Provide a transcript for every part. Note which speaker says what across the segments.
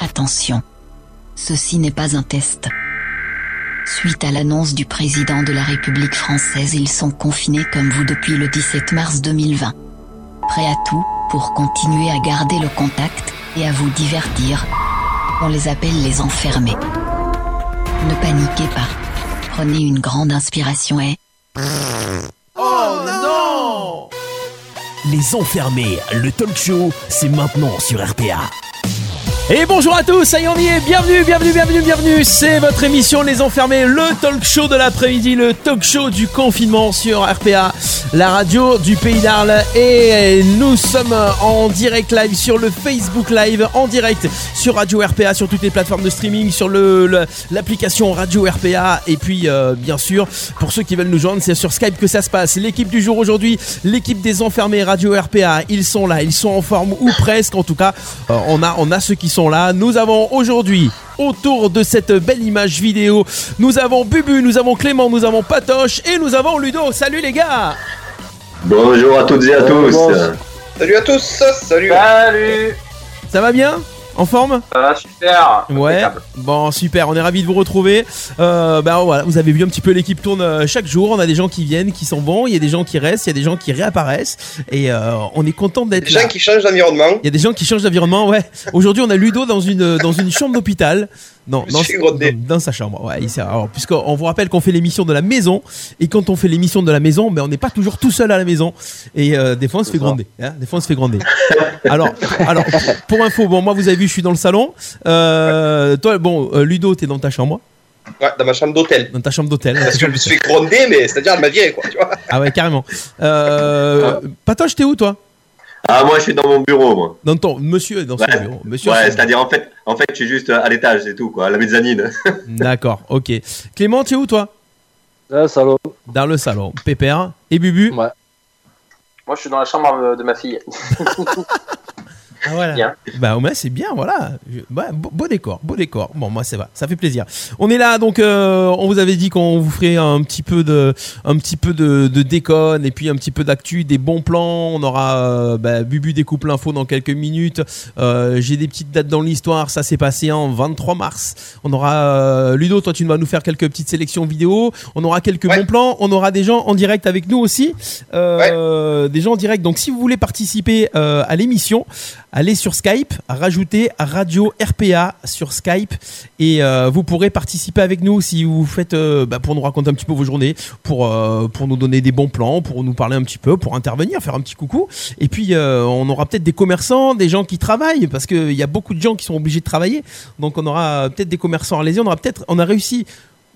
Speaker 1: Attention, ceci n'est pas un test. Suite à l'annonce du président de la République française, ils sont confinés comme vous depuis le 17 mars 2020. Prêts à tout pour continuer à garder le contact et à vous divertir. On les appelle les enfermés. Ne paniquez pas. Prenez une grande inspiration et...
Speaker 2: Oh non
Speaker 3: Les Enfermés, le talk show, c'est maintenant sur RPA.
Speaker 4: Et bonjour à tous, ça y est, on y est. bienvenue, bienvenue, bienvenue, bienvenue, c'est votre émission Les Enfermés, le talk show de l'après-midi, le talk show du confinement sur RPA, la radio du pays d'Arles et nous sommes en direct live sur le Facebook Live, en direct sur Radio RPA, sur toutes les plateformes de streaming, sur le- le- l'application Radio RPA et puis euh, bien sûr, pour ceux qui veulent nous joindre, c'est sur Skype que ça se passe. L'équipe du jour aujourd'hui, l'équipe des Enfermés Radio RPA, ils sont là, ils sont en forme ou presque, en tout cas, euh, on, a, on a ceux qui sont là. Nous avons aujourd'hui, autour de cette belle image vidéo, nous avons Bubu, nous avons Clément, nous avons Patoche et nous avons Ludo. Salut les gars
Speaker 5: Bonjour à toutes et à
Speaker 4: Euh,
Speaker 5: tous.
Speaker 6: Salut à tous, salut
Speaker 7: Salut
Speaker 4: Ça va bien En forme
Speaker 7: Ça va super
Speaker 4: Ouais, bon super, on est ravis de vous retrouver. Euh, bah voilà, vous avez vu un petit peu l'équipe tourne euh, chaque jour, on a des gens qui viennent, qui s'en vont, il y a des gens qui restent, il y a des gens qui réapparaissent et euh, on est content d'être
Speaker 6: Les
Speaker 4: là.
Speaker 6: gens qui changent d'environnement,
Speaker 4: Il y a des gens qui changent d'environnement, ouais. Aujourd'hui, on a Ludo dans une, dans une chambre d'hôpital. Non,
Speaker 6: Je
Speaker 4: dans,
Speaker 6: suis grondé.
Speaker 4: dans- dans sa chambre. Ouais, il s'est- alors, puisqu'on vous rappelle qu'on fait l'émission de la maison, et quand on fait l'émission de la maison, ben, on n'est pas toujours tout seul à la maison. Et euh, des fois, on se fait gronder. hein. des fois, on se fait gronder. alors, alors, pour info, bon, moi, vous avez vu, je suis dans le salon. Euh, toi, bon, euh, Ludo, t'es dans ta chambre,
Speaker 6: ouais, dans ma chambre d'hôtel.
Speaker 4: dans ta chambre d'hôtel.
Speaker 6: Parce que je me suis fait gronder, mais c'est-à-dire elle m'a viré, quoi, tu vois.
Speaker 4: Ah ouais, carrément. Euh, Patoche, t'es où, toi
Speaker 5: Ah moi je suis dans mon bureau moi.
Speaker 4: Dans ton monsieur est dans son
Speaker 5: Ouais.
Speaker 4: bureau. Monsieur,
Speaker 5: Ouais,
Speaker 4: c'est-
Speaker 5: c'est-à-dire en fait, en fait, je suis juste euh, à l'étage, c'est tout quoi, à la mezzanine.
Speaker 4: D'accord, ok. Clément, t'es où, toi
Speaker 7: Là, salaud
Speaker 4: dans le salon. Pépère et Bubu.
Speaker 7: Ouais. Moi, je suis dans la chambre euh, de ma fille.
Speaker 4: Ah, voilà.
Speaker 7: Bien.
Speaker 4: Bah au moins c'est bien, voilà. Je- ouais, beau, beau décor, beau décor. Bon moi ça va, ça fait plaisir. On est là donc euh, on vous avait dit qu'on vous ferait un petit peu de, un petit peu de, de déconne et puis un petit peu d'actu, des bons plans. On aura euh, bah, Bubu découpe l'info dans quelques minutes. Euh, J'ai des petites dates dans l'histoire, ça s'est passé en 23 mars. On aura euh, Ludo, toi tu vas nous faire quelques petites sélections vidéo. On aura quelques
Speaker 6: Ouais.
Speaker 4: bons plans. On aura des gens en direct avec nous aussi. Euh, Des gens en direct. Donc si vous voulez participer euh, à l'émission, allez sur Skype, rajoutez Radio RPA sur Skype et euh, vous pourrez participer avec nous si vous faites euh, bah, pour nous raconter un petit peu vos journées, pour, euh, pour nous donner des bons plans, pour nous parler un petit peu, pour intervenir, faire un petit coucou. Et puis euh, on aura peut-être des commerçants, des gens qui travaillent parce qu'il y a beaucoup de gens qui sont obligés de travailler. Donc on aura euh, peut-être des commerçants alésiens, on aura peut-être, on a réussi.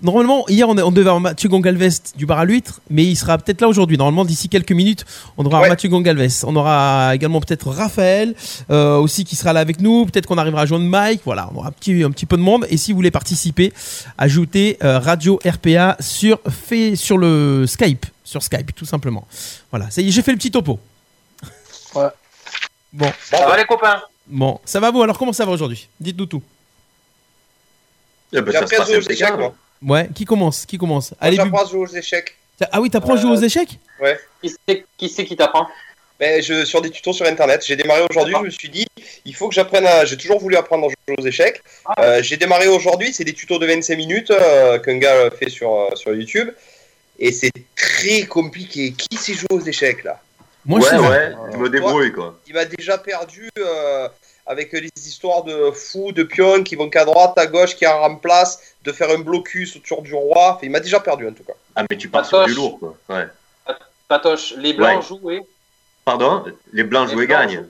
Speaker 4: Normalement, hier, on, a- on devait avoir Mathieu Gongalvest du bar à l'huître, mais il sera peut-être là aujourd'hui. Normalement, d'ici quelques minutes, on aura
Speaker 6: Ouais.
Speaker 4: Mathieu Gongalvest. On aura également peut-être Raphaël euh, aussi qui sera là avec nous. Peut-être qu'on arrivera à joindre Mike. Voilà, on aura un petit, un petit peu de monde. Et si vous voulez participer, ajoutez euh, Radio RPA sur, fait, sur le Skype. Sur Skype, tout simplement. Voilà, ça y est, j'ai fait le petit topo.
Speaker 7: Ouais.
Speaker 4: Bon,
Speaker 7: Ça va, les copains
Speaker 4: bon, ça va vous Alors, comment ça va aujourd'hui Dites-nous tout.
Speaker 5: Eh ben,
Speaker 6: J'ai
Speaker 5: ça se
Speaker 6: appris à
Speaker 5: passe
Speaker 6: jouer aux échecs,
Speaker 5: impeccable.
Speaker 6: moi.
Speaker 4: Ouais, qui commence Qui commence Allez,
Speaker 6: J'ai
Speaker 4: Bubu.
Speaker 6: appris à jouer aux échecs.
Speaker 4: Ah oui, t'apprends à jouer aux
Speaker 5: Euh,
Speaker 4: échecs
Speaker 7: Qui c'est qui, c'est qui t'apprend
Speaker 6: Ben, je, sur des tutos sur internet. J'ai démarré aujourd'hui, je me suis dit, il faut que j'apprenne à. J'ai toujours voulu apprendre à jouer aux échecs. Euh, j'ai démarré aujourd'hui, c'est des tutos de 25 minutes euh, qu'un gars euh, fait sur, euh, sur YouTube. Et c'est très compliqué. Qui sait jouer aux échecs, là
Speaker 4: Moi, je sais
Speaker 5: ouais,
Speaker 4: pas.
Speaker 5: ouais, je me débrouille quoi.
Speaker 6: il m'a déjà perdu euh, avec les histoires de fous, de pions qui vont qu'à droite, à gauche, qui en place, de faire un blocus autour du roi. Enfin, il m'a déjà perdu en tout cas.
Speaker 5: Ah mais tu pars sur du
Speaker 7: Patoche.
Speaker 5: lourd quoi. Ouais.
Speaker 7: Patoche, les blancs
Speaker 5: Ouais.
Speaker 7: jouent et...
Speaker 5: Pardon, les blancs
Speaker 7: Les
Speaker 5: jouent et
Speaker 7: Blancs
Speaker 5: gagnent.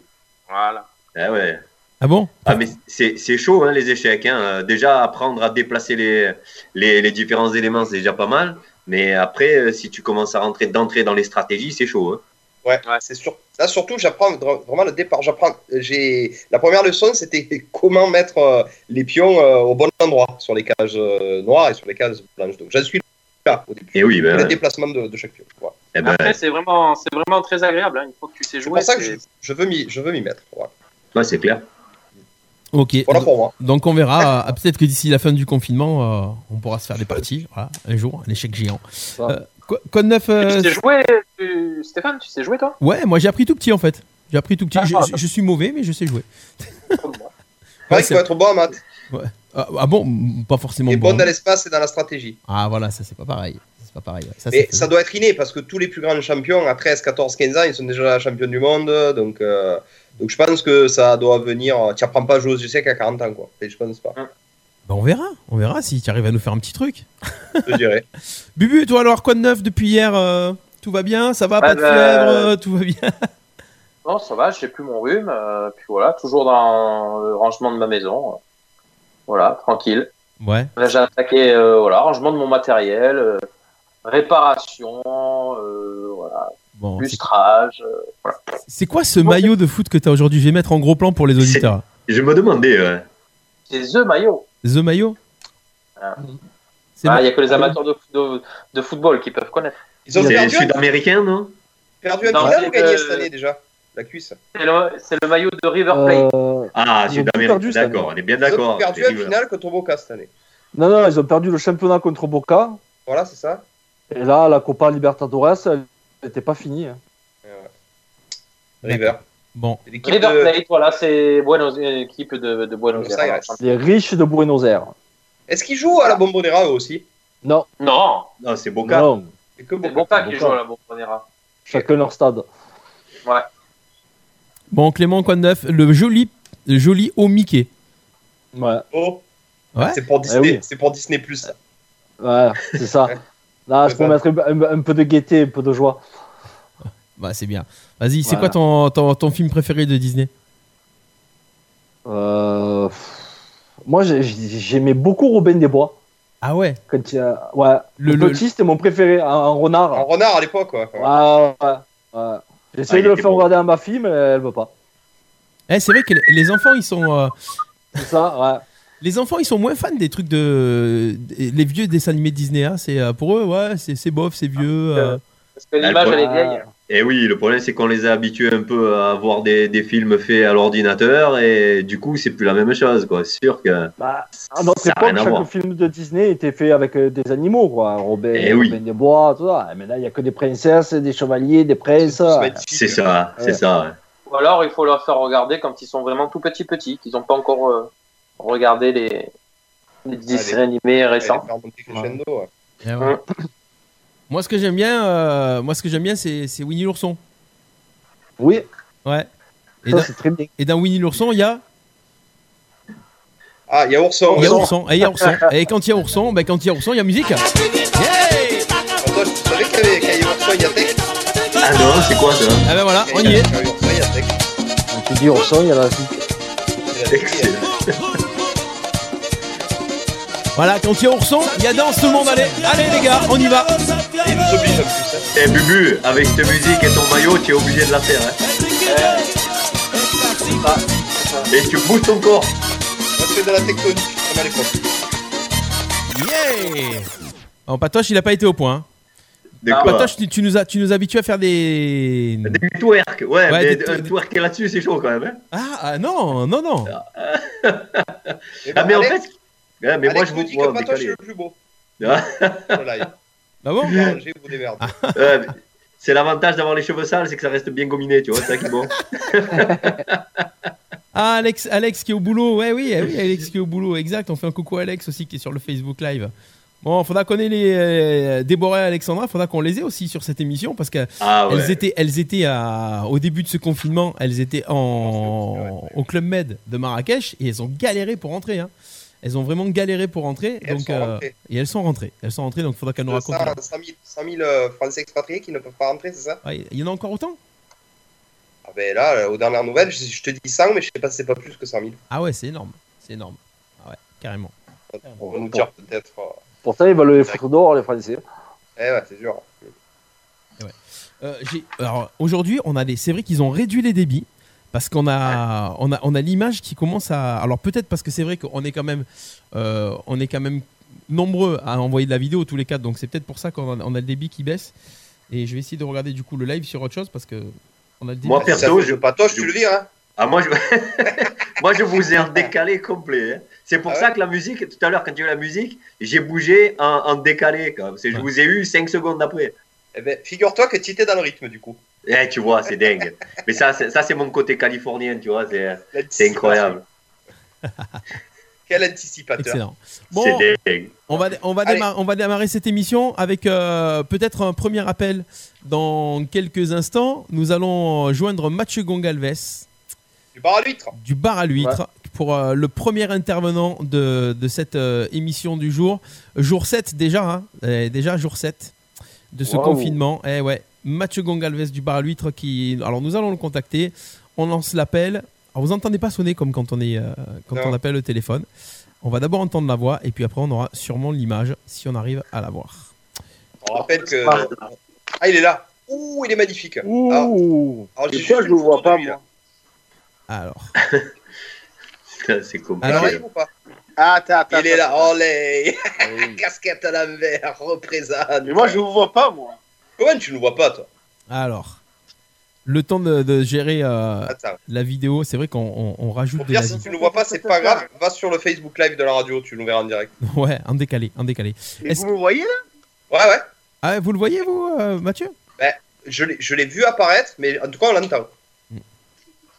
Speaker 7: Voilà.
Speaker 5: Ah ouais.
Speaker 4: Ah bon
Speaker 5: Ah mais c'est c'est chaud hein, les échecs. Hein. Euh, Déjà apprendre à déplacer les, les, les différents éléments c'est déjà pas mal. Mais après euh, si tu commences à rentrer d'entrée dans les stratégies c'est chaud. Hein.
Speaker 6: Ouais,
Speaker 7: Ouais.
Speaker 6: c'est sûr. Là surtout, j'apprends dr- vraiment le départ. J'apprends. J'ai la première leçon, c'était comment mettre euh, les pions euh, au bon endroit sur les cages euh, noires et sur les cages blanches. Donc, j'en suis là au début.
Speaker 5: Et oui ben,
Speaker 6: Le
Speaker 5: ouais.
Speaker 6: déplacement de, de chaque pion. Voilà.
Speaker 5: Eh ben,
Speaker 7: Après, c'est vraiment, c'est vraiment très agréable. hein, Une fois que tu sais
Speaker 6: C'est
Speaker 7: jouer,
Speaker 6: pour ça que je,
Speaker 7: c'est-
Speaker 6: je veux m'y, je veux m'y mettre. Voilà.
Speaker 5: ouais, c'est clair.
Speaker 4: Ok.
Speaker 6: Voilà pour moi.
Speaker 4: Donc on verra. Ah, Peut-être que d'ici la fin du confinement, euh, on pourra se faire des parties. Voilà, un jour, un échec géant.
Speaker 7: Ouais.
Speaker 4: Euh, quoi, quoi de neuf euh,
Speaker 7: Tu sais jouer, tu- Stéphane Tu sais jouer, toi
Speaker 4: Ouais, moi j'ai appris tout petit en fait. J'ai appris tout petit.
Speaker 7: Ah,
Speaker 4: Je,
Speaker 7: ah.
Speaker 4: je- je suis mauvais, mais je sais jouer.
Speaker 6: Il paraît
Speaker 4: Ouais,
Speaker 6: qu'il
Speaker 4: c'est-
Speaker 6: faut être bon en maths.
Speaker 4: Ah, ah bon, pas forcément
Speaker 6: Et bonne
Speaker 4: bon. hein.
Speaker 6: dans l'espace et dans la stratégie.
Speaker 4: Ah voilà, ça c'est pas pareil. Ça, C'est pas pareil. ouais. Ça,
Speaker 6: Mais
Speaker 4: c'est-
Speaker 6: ça doit être inné parce que tous les plus grands champions, à 13, 14, 15 ans, ils sont déjà champions du monde. Donc, euh, donc je pense que ça doit venir. Tu apprends pas à jouer aux échecs à 40 ans, quoi. Et je pense pas.
Speaker 4: Bah, on verra, on verra si tu arrives à nous faire un petit truc.
Speaker 6: Je te dirais.
Speaker 4: Bubu, toi alors quoi de neuf depuis hier euh, Tout va bien Ça va Pas
Speaker 7: Ah
Speaker 4: de
Speaker 7: bah,
Speaker 4: fièvre euh, Tout va bien
Speaker 7: Non, ça va, j'ai plus mon rhume. euh, puis voilà, toujours dans le rangement de ma maison. euh, Voilà, tranquille.
Speaker 4: Ouais.
Speaker 7: Là, j'ai attaqué, euh, voilà, rangement de mon matériel, euh, réparation, euh, voilà,
Speaker 4: Bon, c'est-
Speaker 7: lustrage. euh,
Speaker 4: c'est quoi ce maillot de foot que t'as aujourd'hui Je vais mettre en gros plan pour les auditeurs.
Speaker 5: Je me demandais. euh,
Speaker 7: C'est The Maillot.
Speaker 4: The maillot
Speaker 7: Ah.
Speaker 4: C'est Ah,
Speaker 7: Il
Speaker 4: ma-
Speaker 7: n'y a que les amateurs de, de- de football qui peuvent connaître.
Speaker 6: Ils ont
Speaker 5: c'est
Speaker 6: perdu, un-
Speaker 5: sud-américain, non
Speaker 6: perdu un
Speaker 7: Non,
Speaker 6: final
Speaker 7: c'est
Speaker 6: ou gagné
Speaker 7: que-
Speaker 6: cette année déjà La cuisse.
Speaker 7: C'est le, c'est le maillot de River Plate.
Speaker 8: Euh,
Speaker 5: Ah,
Speaker 8: Ils ont tout
Speaker 5: sud-américain.
Speaker 8: perdu cette
Speaker 5: D'accord, on est bien
Speaker 6: Ils ont
Speaker 5: d'accord.
Speaker 6: perdu
Speaker 5: c'est
Speaker 6: un
Speaker 5: River.
Speaker 6: final contre Boca cette année.
Speaker 8: non, non, ils ont perdu le championnat contre Boca.
Speaker 6: Voilà, c'est ça.
Speaker 8: Et là, la Copa Libertadores, elle n'était pas finie. hein.
Speaker 6: River.
Speaker 4: Bon,
Speaker 6: C'est l'équipe
Speaker 7: River
Speaker 6: de-
Speaker 7: Plate, voilà, c'est Buenos- euh, l'équipe de, de Buenos
Speaker 6: Buenos
Speaker 7: Aires.
Speaker 6: Aires.
Speaker 8: Les riches de Buenos Aires.
Speaker 6: Est-ce qu'ils jouent à la Bombonera eux aussi
Speaker 8: Non,
Speaker 7: Non,
Speaker 5: Non, c'est Boca.
Speaker 8: non,
Speaker 6: C'est que
Speaker 7: c'est
Speaker 6: Boca.
Speaker 7: Boca qui
Speaker 8: Boca.
Speaker 7: joue à la Bombonera.
Speaker 8: chacun leur stade.
Speaker 4: bon Clément, quoi de neuf Le joli, le joli haut Mickey.
Speaker 8: Ouais,
Speaker 6: Oh.
Speaker 4: Ouais.
Speaker 6: C'est pour
Speaker 5: Ah
Speaker 6: Disney.
Speaker 8: oui.
Speaker 6: C'est pour Disney Plus.
Speaker 8: ouais, c'est ça. Là, c'est pour mettre un, un peu de gaieté, un peu de joie.
Speaker 4: Bah c'est bien. Vas-y, c'est
Speaker 8: Voilà.
Speaker 4: quoi ton, ton, ton film préféré de Disney
Speaker 8: Euh, pff, Moi, j'ai- j'ai- j'aimais beaucoup Robin des Bois.
Speaker 4: Ah ouais
Speaker 8: Quand il y a- Ouais,
Speaker 4: Le-
Speaker 8: le,
Speaker 4: le-
Speaker 8: petit, c'était mon préféré, un, un renard.
Speaker 6: En renard à l'époque, quoi.
Speaker 8: Ouais, ouais, ouais. J'essaye
Speaker 5: Ah, il
Speaker 8: de le
Speaker 5: était
Speaker 8: faire
Speaker 5: bon.
Speaker 8: regarder à ma fille, mais elle veut pas.
Speaker 4: Eh, c'est vrai que les- les enfants ils sont euh,
Speaker 8: C'est ça, ouais.
Speaker 4: les enfants ils sont moins fans des trucs de les vieux dessins animés Disney hein. c'est euh, pour eux ouais c'est c'est bof c'est vieux euh.
Speaker 7: Parce que l'image,
Speaker 5: le-
Speaker 4: Ah.
Speaker 7: elle est
Speaker 8: Ouais.
Speaker 7: vieille.
Speaker 5: Et oui, le problème, c'est qu'on les a habitués un peu à voir des, des films faits à l'ordinateur et du coup, c'est plus la même chose, quoi. C'est sûr que.
Speaker 8: Bah, à notre
Speaker 5: Ça a
Speaker 8: époque,
Speaker 5: rien à
Speaker 8: chaque
Speaker 5: voir.
Speaker 8: film de Disney était fait avec euh, des animaux, quoi. Robin,
Speaker 5: Eh oui.
Speaker 8: Robin des Bois, tout ça. Mais là, il n'y a que des princesses, des chevaliers, des princes. Ouais.
Speaker 5: C'est ça, c'est
Speaker 8: Ouais.
Speaker 5: ça.
Speaker 7: Ou alors, il faut leur faire regarder quand ils sont vraiment tout petits, petits, qu'ils n'ont pas encore euh, regardé les, les dessins animés récents.
Speaker 4: Eh ouais. moi ce que j'aime bien euh, moi ce que j'aime bien c'est c'est Winnie l'ourson
Speaker 8: Oui,
Speaker 4: ouais et
Speaker 8: ça,
Speaker 4: dans,
Speaker 8: c'est très bien.
Speaker 4: et dans Winnie l'ourson il y a
Speaker 6: Ah, il y a Ourson.
Speaker 4: il y a ourson et il y a ourson et quand il y a ourson ben quand il y a ourson il y a musique Eh
Speaker 6: Attends, je savais qu'il y avait- qu'il y avait Ourson, il y a Tech.
Speaker 5: Ah non, c'est quoi ça
Speaker 4: ah ben voilà on
Speaker 6: Il
Speaker 4: y
Speaker 6: y a
Speaker 4: est
Speaker 6: Ourson, il y a Tech.
Speaker 8: Quand tu dis Orson, il y a la fille.
Speaker 6: Il y a Tech, il y a-
Speaker 5: Excellent.
Speaker 4: voilà quand il y a ourson il y a danse tout le monde allez allez les gars on y va
Speaker 6: Il nous oblige à plus. hein.
Speaker 5: Eh Bubu, avec ta musique et ton maillot, tu es obligé de la faire. hein. Et tu bouges ton corps.
Speaker 6: On fait de la tectonique, comme à l'époque.
Speaker 4: yeah en patoche il a pas été au point hein.
Speaker 5: De
Speaker 7: Ah,
Speaker 5: quoi
Speaker 4: patoche tu, tu nous as tu nous as habitués à faire des
Speaker 5: Des twerk, ouais,
Speaker 4: Ouais,
Speaker 5: mais
Speaker 4: des
Speaker 5: un
Speaker 4: tw-
Speaker 5: twerk là-dessus, c'est chaud quand même. hein.
Speaker 4: Ah, ah, non, non, non.
Speaker 6: Et
Speaker 5: Ah,
Speaker 6: bon,
Speaker 5: mais en fait.
Speaker 6: Alex-
Speaker 5: Ouais, mais moi,
Speaker 6: Alex
Speaker 5: je
Speaker 6: me
Speaker 5: vous
Speaker 6: dit que
Speaker 5: vois
Speaker 6: Patoche est
Speaker 5: décalé.
Speaker 6: le plus beau.
Speaker 5: Ah.
Speaker 6: Voilà, il-
Speaker 4: Ah bon
Speaker 6: vous arrangez, vous démerdez.
Speaker 4: Ah,
Speaker 5: Ouais, mais C'est l'avantage d'avoir les cheveux sales, c'est que ça reste bien gominé, tu vois, c'est ça qui est bon.
Speaker 4: Ah, Alex, Alex qui est au boulot. Ouais, oui, eh oui, Alex qui est au boulot. Exact. On fait un coucou à Alex aussi qui est sur le Facebook Live. Bon, faudra qu'on ait les euh, Déborah et Alexandra. Faudra qu'on les ait aussi sur cette émission parce qu'elles
Speaker 5: Ah ouais.
Speaker 4: étaient, elles étaient à, au début de ce confinement, elles étaient en, au club Med de Marrakech et elles ont galéré pour rentrer. hein. Elles ont vraiment galéré pour rentrer.
Speaker 6: Et elles
Speaker 4: donc, euh,
Speaker 6: sont rentrées.
Speaker 4: et elles sont rentrées. Elles sont rentrées. Donc, faudra qu'elles nous racontent.
Speaker 6: 100 000 100 000, euh, Français expatriés qui ne peuvent pas rentrer, c'est ça
Speaker 4: Ouais, il y en a encore autant
Speaker 6: Ah ben là, euh, aux dernières nouvelles, je, je te dis 100, mais je sais pas si c'est pas plus que 100 000.
Speaker 4: Ah ouais, c'est énorme. C'est énorme. Ah ouais, carrément.
Speaker 6: On va nous dire peut-être. euh,
Speaker 8: Pourtant, ils veulent les foutre dehors, les Français.
Speaker 6: Eh ouais, c'est
Speaker 5: Oh,
Speaker 6: dur.
Speaker 4: Euh, j'ai- alors aujourd'hui, on a des. C'est vrai qu'ils ont réduit les débits parce qu'on a, on a, on a l'image qui commence à. Alors peut-être parce que c'est vrai qu'on est quand même, euh, on est quand même nombreux à envoyer de la vidéo tous les quatre, donc c'est peut-être pour ça qu'on a, on a le débit qui baisse. Et je vais essayer de regarder du coup le live sur autre chose parce que on a le débit.
Speaker 5: Moi,
Speaker 6: Si
Speaker 5: perso,
Speaker 6: ça fait
Speaker 5: je-
Speaker 6: de Patoche,
Speaker 5: je-
Speaker 6: tu le dis, hein
Speaker 5: Ah, moi, je... moi, je vous ai
Speaker 4: Ah.
Speaker 5: en décalé complet. hein. C'est pour
Speaker 6: Ah
Speaker 5: ça que la musique, tout à l'heure, quand il y a eu la musique, j'ai bougé en, en décalé. Quand même. C'est- Je
Speaker 4: Ouais.
Speaker 5: vous ai eu 5 secondes après.
Speaker 6: Eh ben, figure-toi que tu étais dans le rythme, du coup.
Speaker 5: Eh, tu vois, c'est dingue. Mais ça, c'est, ça, c'est mon côté californien, tu vois, c'est,
Speaker 6: La
Speaker 5: c'est incroyable.
Speaker 6: Quel anticipateur.
Speaker 4: Excellent. Bon,
Speaker 5: C'est dingue.
Speaker 4: on va, on, va
Speaker 6: Allez.
Speaker 4: démar- on va démarrer cette émission avec euh, peut-être un premier appel dans quelques instants. Nous allons joindre Mathieu Gongalves
Speaker 6: Du bar à l'huître.
Speaker 4: du bar à l'huître pour euh, le premier intervenant de, de cette euh, émission du jour. Jour 7 déjà, hein. Eh, déjà jour 7 de ce
Speaker 8: Waouh.
Speaker 4: confinement. Eh ouais, Mathieu Gongalves du bar à l'huître qui... Alors nous allons le contacter, on lance l'appel. Alors vous entendez pas sonner comme quand on, est, euh, quand
Speaker 6: Non.
Speaker 4: on appelle le téléphone. On va d'abord entendre la voix et puis après on aura sûrement l'image si on arrive à la voir.
Speaker 6: On rappelle que.
Speaker 7: Ah.
Speaker 6: Ah, il est là. Ouh, il est magnifique. Ah,
Speaker 8: Ouh
Speaker 6: Alors, j'ai
Speaker 2: Et toi,
Speaker 6: juste
Speaker 2: je
Speaker 6: une
Speaker 2: le vois
Speaker 6: photo
Speaker 2: pas,
Speaker 6: de lui, là.
Speaker 2: moi.
Speaker 4: Alors,
Speaker 5: Putain, C'est compliqué.
Speaker 4: Alors,
Speaker 6: Il arrive ou pas
Speaker 2: Ah, attends, attends.
Speaker 6: Il est là. Olé
Speaker 8: Oui.
Speaker 6: Casquette à l'envers, représente.
Speaker 2: Mais Ah moi, je vous vois pas, moi.
Speaker 6: Comment tu ne vois pas, toi
Speaker 4: alors. Le temps de, de gérer
Speaker 2: Ah.
Speaker 4: euh,
Speaker 6: Attends.
Speaker 4: la vidéo, c'est vrai qu'on on- on rajoute
Speaker 6: Au
Speaker 4: de la
Speaker 6: pire, si tu ne vois pas, c'est pas grave. Va sur le Facebook Live de la radio, tu nous verras en direct.
Speaker 4: Ouais, en décalé, en décalé.
Speaker 2: Et
Speaker 4: Est-ce-
Speaker 2: vous me voyez, là
Speaker 6: Ouais, ouais.
Speaker 4: Ah, vous le voyez, vous, euh, Mathieu
Speaker 6: Je l'ai- je l'ai vu apparaître, mais en tout cas, on l'entend.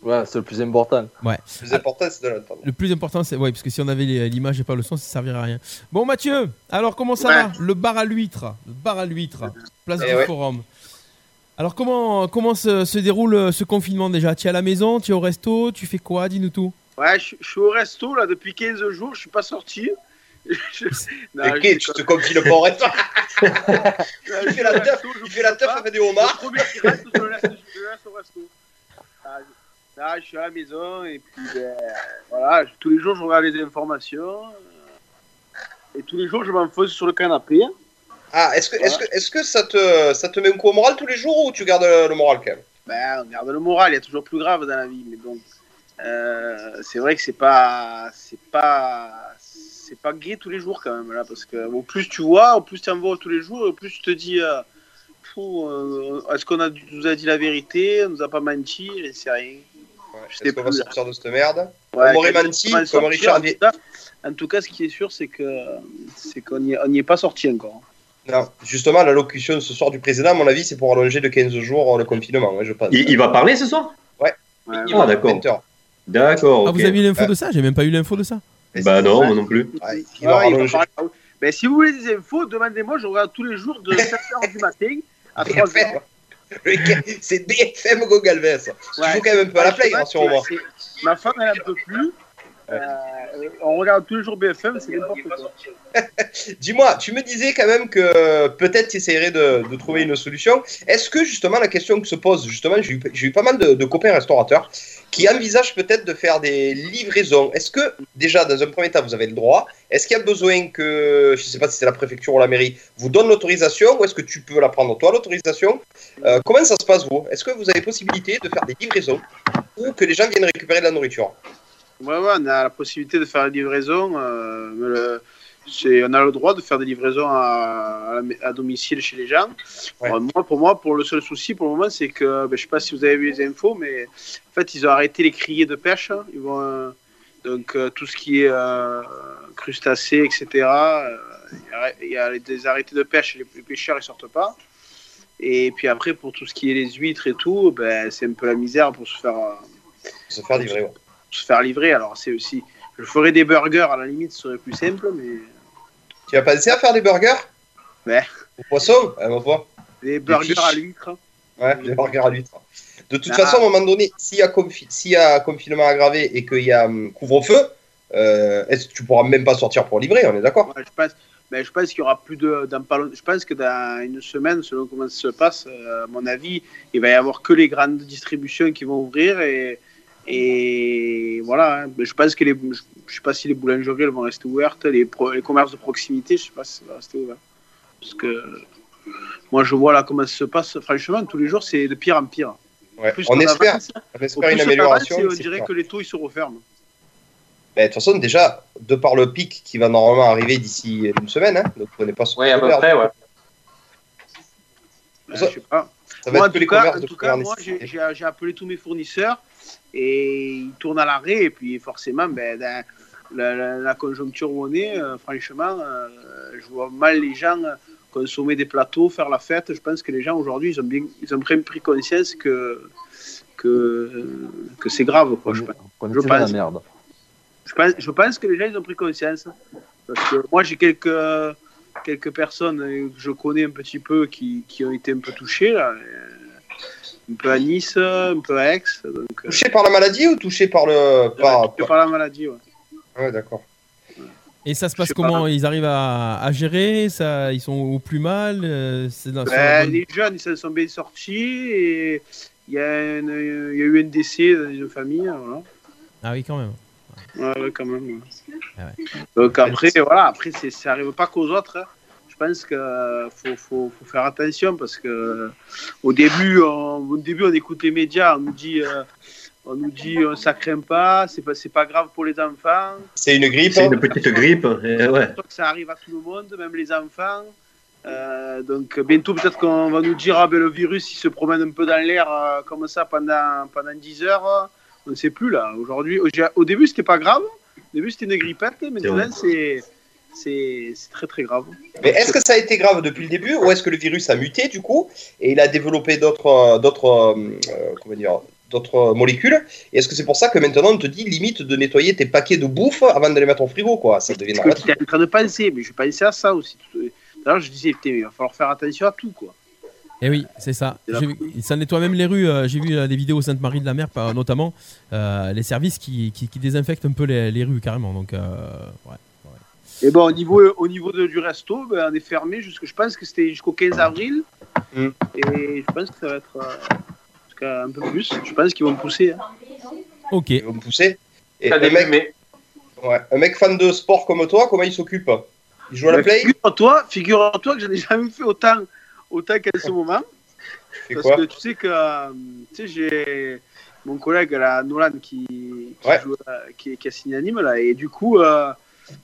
Speaker 8: Ouais, c'est le plus important.
Speaker 6: Le
Speaker 2: Ah.
Speaker 6: plus important, c'est de l'entendre.
Speaker 4: Le plus important, c'est. Ouais, parce que si on avait les- l'image et pas le son, ça servirait à rien. Bon, Mathieu, alors comment ça
Speaker 2: Ouais.
Speaker 4: va Le bar à l'huître. Le bar à l'huître, place
Speaker 6: Eh
Speaker 4: du
Speaker 6: ouais.
Speaker 4: forum. Alors, comment, comment se, se déroule euh, ce confinement déjà Tu es à la maison, tu es au resto, tu fais quoi Dis-nous tout.
Speaker 2: Ouais, je, je suis au resto, là, depuis 15 jours. Je suis pas sorti. Je- Non,
Speaker 6: Ok,
Speaker 2: je
Speaker 6: tu
Speaker 2: déconne.
Speaker 6: te confies le port
Speaker 2: Ouais, je
Speaker 6: Il
Speaker 2: suis
Speaker 6: fait
Speaker 2: au
Speaker 6: la
Speaker 2: resto,
Speaker 6: teuf,
Speaker 2: je
Speaker 6: il fait la
Speaker 2: bouge
Speaker 6: teuf
Speaker 2: pas.
Speaker 6: avec des
Speaker 2: Le
Speaker 6: homards.
Speaker 2: premier qui reste, je le laisse, je le laisse au resto. Ah, je- Là, je suis à la maison et puis ben, voilà, je- tous les jours je regarde les informations euh, et tous les jours je m'enfonce sur le canapé.
Speaker 6: Ah, est-ce que, est-ce que, est-ce que ça, te, ça te met un coup au moral tous les jours ou tu gardes le le moral quand même
Speaker 2: Ben, on garde le moral, il y a toujours plus grave dans la vie, mais bon, euh, c'est vrai que c'est pas, c'est pas, c'est pas gai tous les jours quand même là, parce que au plus tu vois, au plus tu en vois tous les jours, et au plus tu te dis, euh, Fou, euh, est-ce qu'on a, nous a dit la vérité, on nous a pas menti, j'en sais rien.
Speaker 6: Ouais,
Speaker 2: sais
Speaker 6: Est-ce qu'on va
Speaker 2: plus, là.
Speaker 6: sortir de cette merde
Speaker 2: Ouais,
Speaker 6: On aurait
Speaker 2: quel-
Speaker 6: menti,
Speaker 2: comment
Speaker 6: comme
Speaker 2: sortir,
Speaker 6: Richard
Speaker 2: en tout cas- En tout cas, ce qui est sûr, c'est que c'est qu'on n'y est, pas sorti encore.
Speaker 6: Non, justement, l'allocution ce soir du président, à mon avis, c'est pour allonger de 15 jours euh, le confinement, hein, je pense.
Speaker 5: Il, il va parler ce soir
Speaker 2: Ouais,
Speaker 6: Il
Speaker 2: ouais.
Speaker 5: Ah,
Speaker 6: va à
Speaker 5: d'accord.
Speaker 6: 20 heures.
Speaker 5: D'accord.
Speaker 4: Ah,
Speaker 5: ok.
Speaker 4: vous avez eu l'info
Speaker 2: Euh.
Speaker 6: Ouais.
Speaker 4: de ça J'ai même pas eu l'info de ça.
Speaker 5: Bah non, moi non plus.
Speaker 6: Ouais, il
Speaker 2: Ouais,
Speaker 6: va
Speaker 2: il va
Speaker 6: rallonger.
Speaker 2: parler- ah oui. Ben, si vous voulez des infos, demandez-moi, je regarde tous les jours de 7h du matin à 3h.
Speaker 6: BFM. Le gars, C'est BFM Gogalves.
Speaker 2: Ouais. Bah,
Speaker 6: Tu joues quand même un peu à la hein, play
Speaker 2: C'est-
Speaker 6: en ce moment.
Speaker 2: c'est- Ma femme, elle n'en peut plus. Euh, on regarde tous les jours BFM, c'est n'importe quoi.
Speaker 6: Dis-moi, tu me disais quand même que peut-être tu essaierais de, de trouver une solution. Est-ce que justement la question que se pose, justement, j'ai eu, j'ai eu pas mal de, de copains restaurateurs qui envisagent peut-être de faire des livraisons. Est-ce que déjà, dans un premier temps, vous avez le droit Est-ce qu'il y a besoin que, je sais pas si c'est la préfecture ou la mairie, vous donne l'autorisation ou est-ce que tu peux la prendre toi, l'autorisation Euh, Comment ça se passe, vous Est-ce que vous avez possibilité de faire des livraisons ou que les gens viennent récupérer de la nourriture
Speaker 2: Ouais, ouais, on a la possibilité de faire des livraisons. euh, mais le- c'est- on a le droit de faire des livraisons à, à la- à domicile chez les gens.
Speaker 6: Ouais.
Speaker 2: Euh, moi, pour moi, pour le seul souci pour le moment, c'est que ben, je sais pas si vous avez vu les infos, mais en fait, ils ont arrêté les criers de pêche. hein. Ils vont, euh, donc, euh, tout ce qui est euh, crustacés, etc. euh, il y a- il y a les- des arrêtés de pêche, les, les pêcheurs ils sortent pas. Et puis après, pour tout ce qui est les huîtres et tout, ben, c'est un peu la misère pour se faire. euh,
Speaker 6: Se faire livrer, ouais.
Speaker 2: se faire livrer. Alors c'est aussi, je ferais des burgers à la limite, ce serait plus simple, mais
Speaker 6: Tu as pensé à faire des burgers hein,
Speaker 2: Ouais.
Speaker 6: Au poisson À ma foi.
Speaker 2: des burgers
Speaker 6: fiches.
Speaker 2: à l'huître. hein.
Speaker 6: Ouais, les burgers à l'huître. De toute
Speaker 2: Ah.
Speaker 6: façon, à un moment donné, s'il y, a confi- s'il y a confinement aggravé et qu'il y a hum, couvre-feu, euh, est-ce que tu pourras même pas sortir pour livrer On est d'accord
Speaker 2: Ouais, je pense, mais je pense qu'il y aura plus de, dans pas long- je pense que dans une semaine, selon comment ça se passe, euh, à mon avis, il va y avoir que les grandes distributions qui vont ouvrir et et voilà. hein. Mais Je pense que les, je, je sais pas si les boulangeries elles vont rester ouvertes, les, pro- les commerces de proximité, je sais pas si ça va rester ouvert, parce que moi je vois là comment ça se passe. Franchement, tous les jours c'est de pire en pire.
Speaker 6: Ouais.
Speaker 2: Plus
Speaker 6: On
Speaker 2: qu'on
Speaker 6: espère,
Speaker 2: avance,
Speaker 6: on
Speaker 2: Au
Speaker 6: espère
Speaker 2: plus
Speaker 6: une
Speaker 2: on avance,
Speaker 6: amélioration.
Speaker 2: et on
Speaker 6: c'est
Speaker 2: dirait
Speaker 6: clair.
Speaker 2: que les taux ils se referment.
Speaker 6: Mais De toute façon, déjà, de par le pic qui va normalement arriver d'ici une semaine, hein, donc on n'est pas sur
Speaker 7: Oui, à peu près, ouais.
Speaker 2: Ben,
Speaker 6: Ça-
Speaker 2: je sais pas.
Speaker 6: Ça va
Speaker 2: Moi, en
Speaker 6: être que
Speaker 2: tout
Speaker 6: les
Speaker 2: cas,
Speaker 6: commerces
Speaker 2: en
Speaker 6: de
Speaker 2: tout cas,
Speaker 6: première
Speaker 2: moi, j'ai
Speaker 6: nécessité.
Speaker 2: j'ai- j'ai appelé tous mes fournisseurs et ils tournent à l'arrêt. Et puis, forcément, ben, dans la, la- la conjoncture où on est, euh, franchement, euh, je vois mal les gens euh, consommer des plateaux, faire la fête. Je pense que les gens aujourd'hui, ils ont bien, ils ont bien pris conscience que que, que c'est grave, quoi.
Speaker 8: On
Speaker 2: Je
Speaker 8: est
Speaker 2: pense.
Speaker 8: on
Speaker 6: Mm.
Speaker 2: Je
Speaker 8: était dans la
Speaker 2: pense.
Speaker 8: merde.
Speaker 2: Je pense, je pense que les gens, ils ont pris conscience. Parce que moi, j'ai quelques, quelques personnes euh, que je connais un petit peu qui, qui ont été un peu touchées, là. Euh, un peu à Nice, un peu à Aix. Donc, euh,
Speaker 6: Touché par la maladie ou touché par le. Par,
Speaker 2: touchées par la maladie, ouais.
Speaker 6: Ouais, d'accord.
Speaker 4: Et ça se
Speaker 2: Je
Speaker 4: passe
Speaker 2: sais
Speaker 4: comment
Speaker 2: pas.
Speaker 4: Ils arrivent à, à gérer ça, Ils sont au plus mal euh, c'est dans- sur la
Speaker 2: Ben,
Speaker 4: bonne-
Speaker 2: les jeunes, ils s'en sont bien sortis et il y, a une- il y a eu un décès dans une famille, hein, voilà.
Speaker 4: Ah oui, quand même.
Speaker 2: Ouais, ouais, quand même. ouais.
Speaker 4: Ah
Speaker 2: Donc après, voilà, après, c'est- ça n'arrive pas qu'aux autres. hein. Je pense qu'il faut, faut- faut faire attention parce que euh, au début, on, au début, on écoute les médias, on nous dit, euh, on nous dit, euh, ça craint pas, c'est pas, c'est pas grave pour les enfants.
Speaker 6: C'est une grippe.
Speaker 5: C'est
Speaker 6: hein.
Speaker 5: une petite grippe. euh, ouais.
Speaker 2: Surtout que ça arrive à tout le monde, même les enfants. Euh, donc bientôt peut-être qu'on va nous dire ah ben le virus il se promène un peu dans l'air euh, comme ça pendant pendant 10 heures. On ne sait plus là. Aujourd'hui, au, j'ai- au début c'était pas grave. Au début c'était une grippette.
Speaker 5: vrai.
Speaker 2: Maintenant c'est c'est c'est très très grave.
Speaker 6: Mais est-ce que ça a été grave depuis le début ou est-ce que le virus a muté du coup et il a développé d'autres euh, d'autres euh, euh, comment dire d'autres euh, molécules et est-ce que c'est pour ça que maintenant on te dit limite de nettoyer tes paquets de bouffe avant de les mettre au frigo quoi ça devient
Speaker 2: C'est ce que j'étais en train de penser, mais je pensais à ça aussi. D'ailleurs je disais putain mais il va falloir faire attention à tout quoi.
Speaker 4: Et Eh oui, c'est ça.
Speaker 2: C'est la
Speaker 4: J'ai vu- ça nettoie même les rues. euh, J'ai vu euh, des vidéos Sainte-Marie de la Mer, par- notamment euh, les services qui, qui, qui désinfectent un peu les, les rues carrément. Donc, euh, ouais.
Speaker 2: Et bon au niveau au niveau de- du resto, ben, on est fermé jusque je pense que c'était jusqu'au 15 avril.
Speaker 6: Mm.
Speaker 2: Et je pense que ça va être euh, jusqu'à un peu plus. Je pense qu'ils vont pousser. hein.
Speaker 4: Ok.
Speaker 6: ils vont me pousser et
Speaker 7: T'as
Speaker 6: un
Speaker 7: des
Speaker 6: mec,
Speaker 7: fumées.
Speaker 6: ouais, un mec fan de sport comme toi comment il s'occupe il joue à la
Speaker 2: Mais
Speaker 6: play il
Speaker 2: Ben, Figure-toi, figure-toi que j'en ai jamais fait autant, autant qu'à ce moment.
Speaker 6: fait
Speaker 2: Parce
Speaker 6: quoi
Speaker 2: que tu sais que euh, tu sais, j'ai mon collègue là, Nolan qui, qui,
Speaker 6: Ouais.
Speaker 2: joue, euh, qui, qui a signé à Nîmes là, et du coup, euh,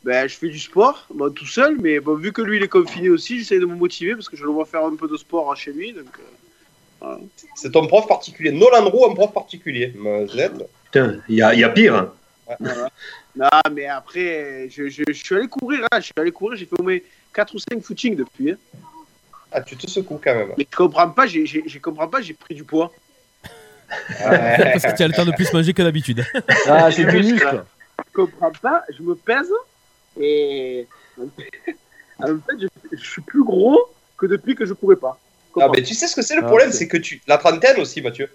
Speaker 2: ben, je fais du sport bon, tout seul, mais bon, vu que lui il est confiné aussi, j'essaie de me motiver parce que je le vois faire un peu de sport hein, chez lui. Donc, euh,
Speaker 6: c'est ton prof particulier Nolan Roux un prof particulier Mais Z.
Speaker 5: Putain, il y a, il y a pire. hein.
Speaker 2: non, mais après, je, je- je suis allé courir, hein, je suis allé courir, j'ai fait au moins 4 ou 5 footings depuis. hein.
Speaker 6: ah tu te secoues quand même
Speaker 2: Mais je comprends pas, j'ai- j'ai je comprends pas, j'ai pris du poids.
Speaker 6: Ouais.
Speaker 4: Parce que tu as le temps de plus manger que d'habitude.
Speaker 8: Ah, c'est
Speaker 7: du muscle,
Speaker 8: du muscle.
Speaker 2: je comprends pas, je me pèse et en fait, je, je suis plus gros que depuis que je courais pas. Je
Speaker 6: Ah,
Speaker 2: comprends
Speaker 6: mais tu sais ce que c'est le
Speaker 8: Ah,
Speaker 6: problème,
Speaker 8: c'est-
Speaker 6: c'est que tu. La trentaine aussi, Mathieu.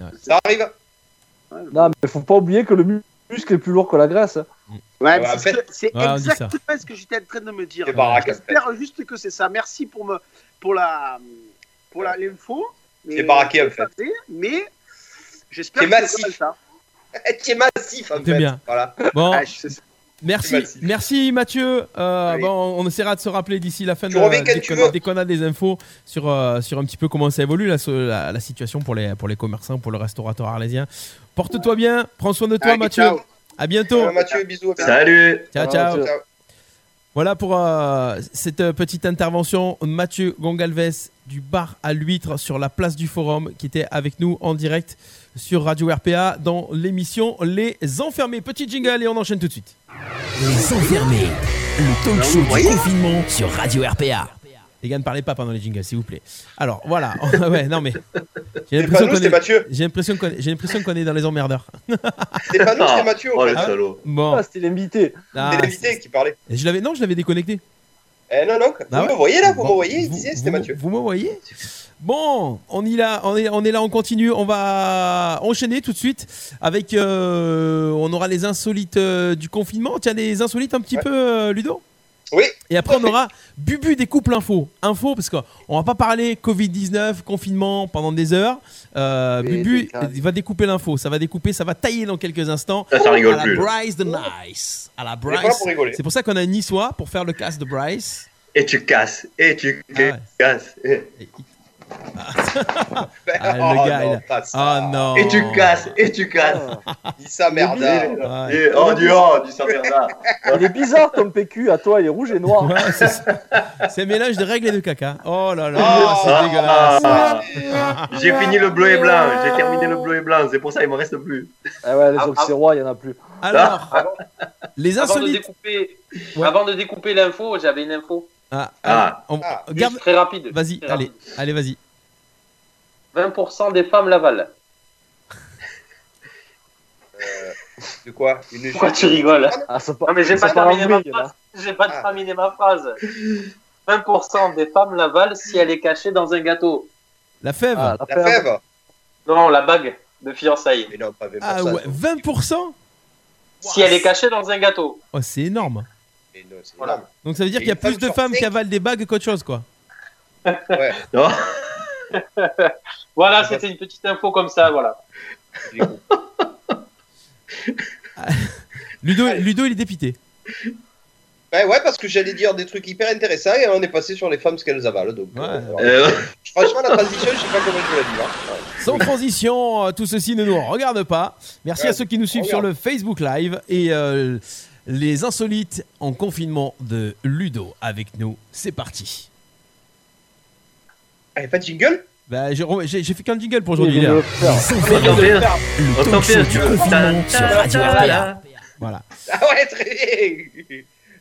Speaker 4: Ouais.
Speaker 6: Ça arrive.
Speaker 2: pas.
Speaker 8: Non, mais faut pas oublier que le mu- muscle est plus lourd que la graisse. hein.
Speaker 2: Ouais,
Speaker 6: Ouais,
Speaker 2: mais c'est
Speaker 6: en fait-
Speaker 2: ce que- c'est
Speaker 4: Ouais, on dit ça.
Speaker 2: exactement ce que j'étais en train de me dire.
Speaker 6: Des baraques, en fait.
Speaker 2: J'espère juste que c'est ça. Merci pour me pour la pour la l'info. Mais-
Speaker 6: T'es baraqué, en fait.
Speaker 2: Mais j'espère
Speaker 6: T'es
Speaker 2: que c'est
Speaker 6: massif.
Speaker 2: pas ça.
Speaker 6: Eh, Tu es massif, en
Speaker 4: T'es
Speaker 6: fait.
Speaker 4: bien.
Speaker 6: Voilà.
Speaker 4: Bon,
Speaker 2: Ah, je sais-
Speaker 4: merci,
Speaker 6: Merci.
Speaker 4: merci Mathieu. Euh,
Speaker 6: Allez.
Speaker 4: bon, on essaiera de se rappeler d'ici la fin
Speaker 6: Tu
Speaker 4: de
Speaker 6: reviens quand
Speaker 4: dès
Speaker 6: tu
Speaker 4: qu'on a-
Speaker 6: veux.
Speaker 4: dès qu'on a des infos sur euh, sur un petit peu comment ça évolue la, so- la, la situation pour les pour les commerçants, pour le restaurateur arlésien. Porte-toi bien, prends soin de toi,
Speaker 2: Allez,
Speaker 4: Mathieu.
Speaker 2: ciao.
Speaker 4: À bientôt.
Speaker 6: Voilà, Euh, Mathieu, bisous. à bientôt.
Speaker 5: Salut.
Speaker 4: Ciao,
Speaker 8: Ciao,
Speaker 4: ciao.
Speaker 8: Mathieu.
Speaker 4: Voilà pour euh, cette euh, petite intervention. Mathieu Gongalves du bar à l'huître sur la place du Forum qui était avec nous en direct sur Radio RPA dans l'émission Les Enfermés. Petit jingle et on enchaîne tout de suite.
Speaker 3: Les enfermés, le
Speaker 6: Ah
Speaker 3: talk show du confinement sur Radio RPA.
Speaker 4: Les gars, ne parlez pas pendant les jingles, s'il vous plaît. Alors voilà. ouais, non mais. J'ai
Speaker 6: C'est pas
Speaker 4: l'impression
Speaker 6: Eh ben, nous,
Speaker 4: qu'on
Speaker 6: c'est
Speaker 4: est.
Speaker 6: Mathieu.
Speaker 4: J'ai l'impression qu'on est- j'ai l'impression qu'on est dans les emmerdeurs.
Speaker 6: C'est pas nous,
Speaker 5: Ah.
Speaker 6: c'est Mathieu.
Speaker 5: Oh
Speaker 6: en
Speaker 5: le
Speaker 6: fait.
Speaker 5: salaud.
Speaker 4: Bon.
Speaker 8: Ah, c'était l'invité.
Speaker 4: Ah,
Speaker 6: C'est l'invité qui parlait.
Speaker 4: c'est- je l'avais non, je l'avais déconnecté.
Speaker 6: Eh non, non, vous
Speaker 4: Ah ouais.
Speaker 6: me voyez là, vous
Speaker 4: Bon,
Speaker 6: me voyez, il
Speaker 4: vous-
Speaker 6: disait,
Speaker 4: vous-
Speaker 6: c'était Mathieu.
Speaker 4: Vous me voyez Bon, on y là, on est, on est là, on continue, on va enchaîner tout de suite avec, euh, on aura les insolites euh, du confinement. Tiens, les insolites un petit
Speaker 6: Ouais.
Speaker 4: peu, euh, Ludo.
Speaker 6: Oui.
Speaker 4: Et après, on aura Bubu des couples info. Info, parce qu'on va pas parler Covid-19, confinement pendant des heures. Euh, Bubu va découper l'info. Ça va découper, ça va tailler dans quelques instants.
Speaker 5: Ça, ça
Speaker 4: À
Speaker 5: rigole
Speaker 4: Ah. la
Speaker 5: plus. là.
Speaker 4: Bryce de Nice. À la
Speaker 6: On est pas là
Speaker 4: Bryce.
Speaker 6: pour rigoler.
Speaker 4: C'est pour ça qu'on a Niçois pour faire le casse de Bryce.
Speaker 5: Et tu casses. Et tu
Speaker 4: Ah ouais.
Speaker 5: casses. Eh. Et
Speaker 4: Ah, le gars, il a-
Speaker 6: pas ça.
Speaker 4: Ah non.
Speaker 5: et tu casses. Et tu
Speaker 8: Oh,
Speaker 5: casses.
Speaker 6: Dis ça, merde.
Speaker 8: bizarre.
Speaker 4: Ah,
Speaker 5: Et- oh du oh du sang merde.
Speaker 8: Ah. Il est bizarre ton PQ à toi, il est rouge et noir.
Speaker 4: Ouais, c'est ça. C'est un mélange de règles et de caca. Oh là là,
Speaker 6: Ah,
Speaker 4: c'est
Speaker 5: ah,
Speaker 4: dégueulasse.
Speaker 5: ah. J'ai fini le bleu et blanc. J'ai terminé le bleu et blanc. C'est pour ça il me reste plus.
Speaker 8: Ah ouais, les
Speaker 7: Ah,
Speaker 8: Auxerrois, il y en a plus.
Speaker 4: Alors, les
Speaker 7: Avant de
Speaker 4: insolites.
Speaker 7: découper,
Speaker 4: Ouais.
Speaker 7: avant de découper l'info, j'avais une info.
Speaker 4: Ah,
Speaker 5: Ah.
Speaker 4: on-
Speaker 6: Ah,
Speaker 4: on garde-
Speaker 7: Juste Ah. très rapide.
Speaker 4: Vas-y,
Speaker 7: Très
Speaker 4: allez,
Speaker 7: rapide.
Speaker 4: allez, vas-y.
Speaker 7: 20% des femmes l'avalent.
Speaker 6: euh, De quoi Une
Speaker 7: Pourquoi
Speaker 6: jupe
Speaker 7: tu rigoles
Speaker 8: Ah, ça par-
Speaker 7: Non, mais j'ai
Speaker 8: ça
Speaker 7: pas
Speaker 8: part en
Speaker 7: terminé ma
Speaker 8: vrille, là.
Speaker 7: phrase. J'ai pas
Speaker 6: Ah.
Speaker 7: terminé ma phrase. 20% des femmes l'avalent si elle est cachée dans un gâteau.
Speaker 4: La fève
Speaker 8: Ah, la
Speaker 6: La
Speaker 8: fève.
Speaker 6: fève
Speaker 7: Non, la bague de fiançailles.
Speaker 6: Mais non, pas même
Speaker 4: Ah
Speaker 6: pour ça.
Speaker 4: ouais, 20%
Speaker 7: Si elle est cachée dans un gâteau.
Speaker 4: oh, C'est énorme.
Speaker 6: Mais non, c'est
Speaker 7: Voilà.
Speaker 6: énorme.
Speaker 4: Donc ça veut dire
Speaker 6: Et
Speaker 4: qu'il y a
Speaker 6: une femme
Speaker 4: plus de
Speaker 6: sur
Speaker 4: femmes
Speaker 6: cinq.
Speaker 4: qui avalent des bagues qu'autre chose, quoi.
Speaker 5: Non,
Speaker 7: Voilà, c'était une petite info comme ça, voilà.
Speaker 4: Ludo,
Speaker 6: Allez.
Speaker 4: Ludo il est dépité.
Speaker 6: Ouais, Ben ouais, parce que j'allais dire des trucs hyper intéressants et on est passé sur les femmes ce qu'elles avalent. Donc,
Speaker 4: Ouais.
Speaker 6: euh, voilà.
Speaker 5: euh,
Speaker 6: franchement, la transition, je sais pas comment je vais la dire. hein. Ouais.
Speaker 4: Sans transition, euh, tout ceci ne nous regarde pas. Merci
Speaker 6: Ouais,
Speaker 4: à ceux qui nous suivent sur
Speaker 6: regarde.
Speaker 4: le Facebook Live et euh, les insolites en confinement de Ludo avec nous. C'est parti.
Speaker 6: Allez, pas de jingle
Speaker 4: Bah, j'ai j'ai- j'ai fait qu'un jingle pour
Speaker 8: Oui,
Speaker 4: aujourd'hui.
Speaker 8: il vient de
Speaker 4: là.
Speaker 8: le
Speaker 3: Les
Speaker 8: faire.
Speaker 4: Ah,
Speaker 3: enfermés, le
Speaker 5: on t'en fait un. On t'en
Speaker 3: talk
Speaker 5: fait un.
Speaker 3: show du
Speaker 5: tu vois.
Speaker 3: confinement sur Radio RPA.
Speaker 4: Voilà.
Speaker 6: Ah ouais, très bien.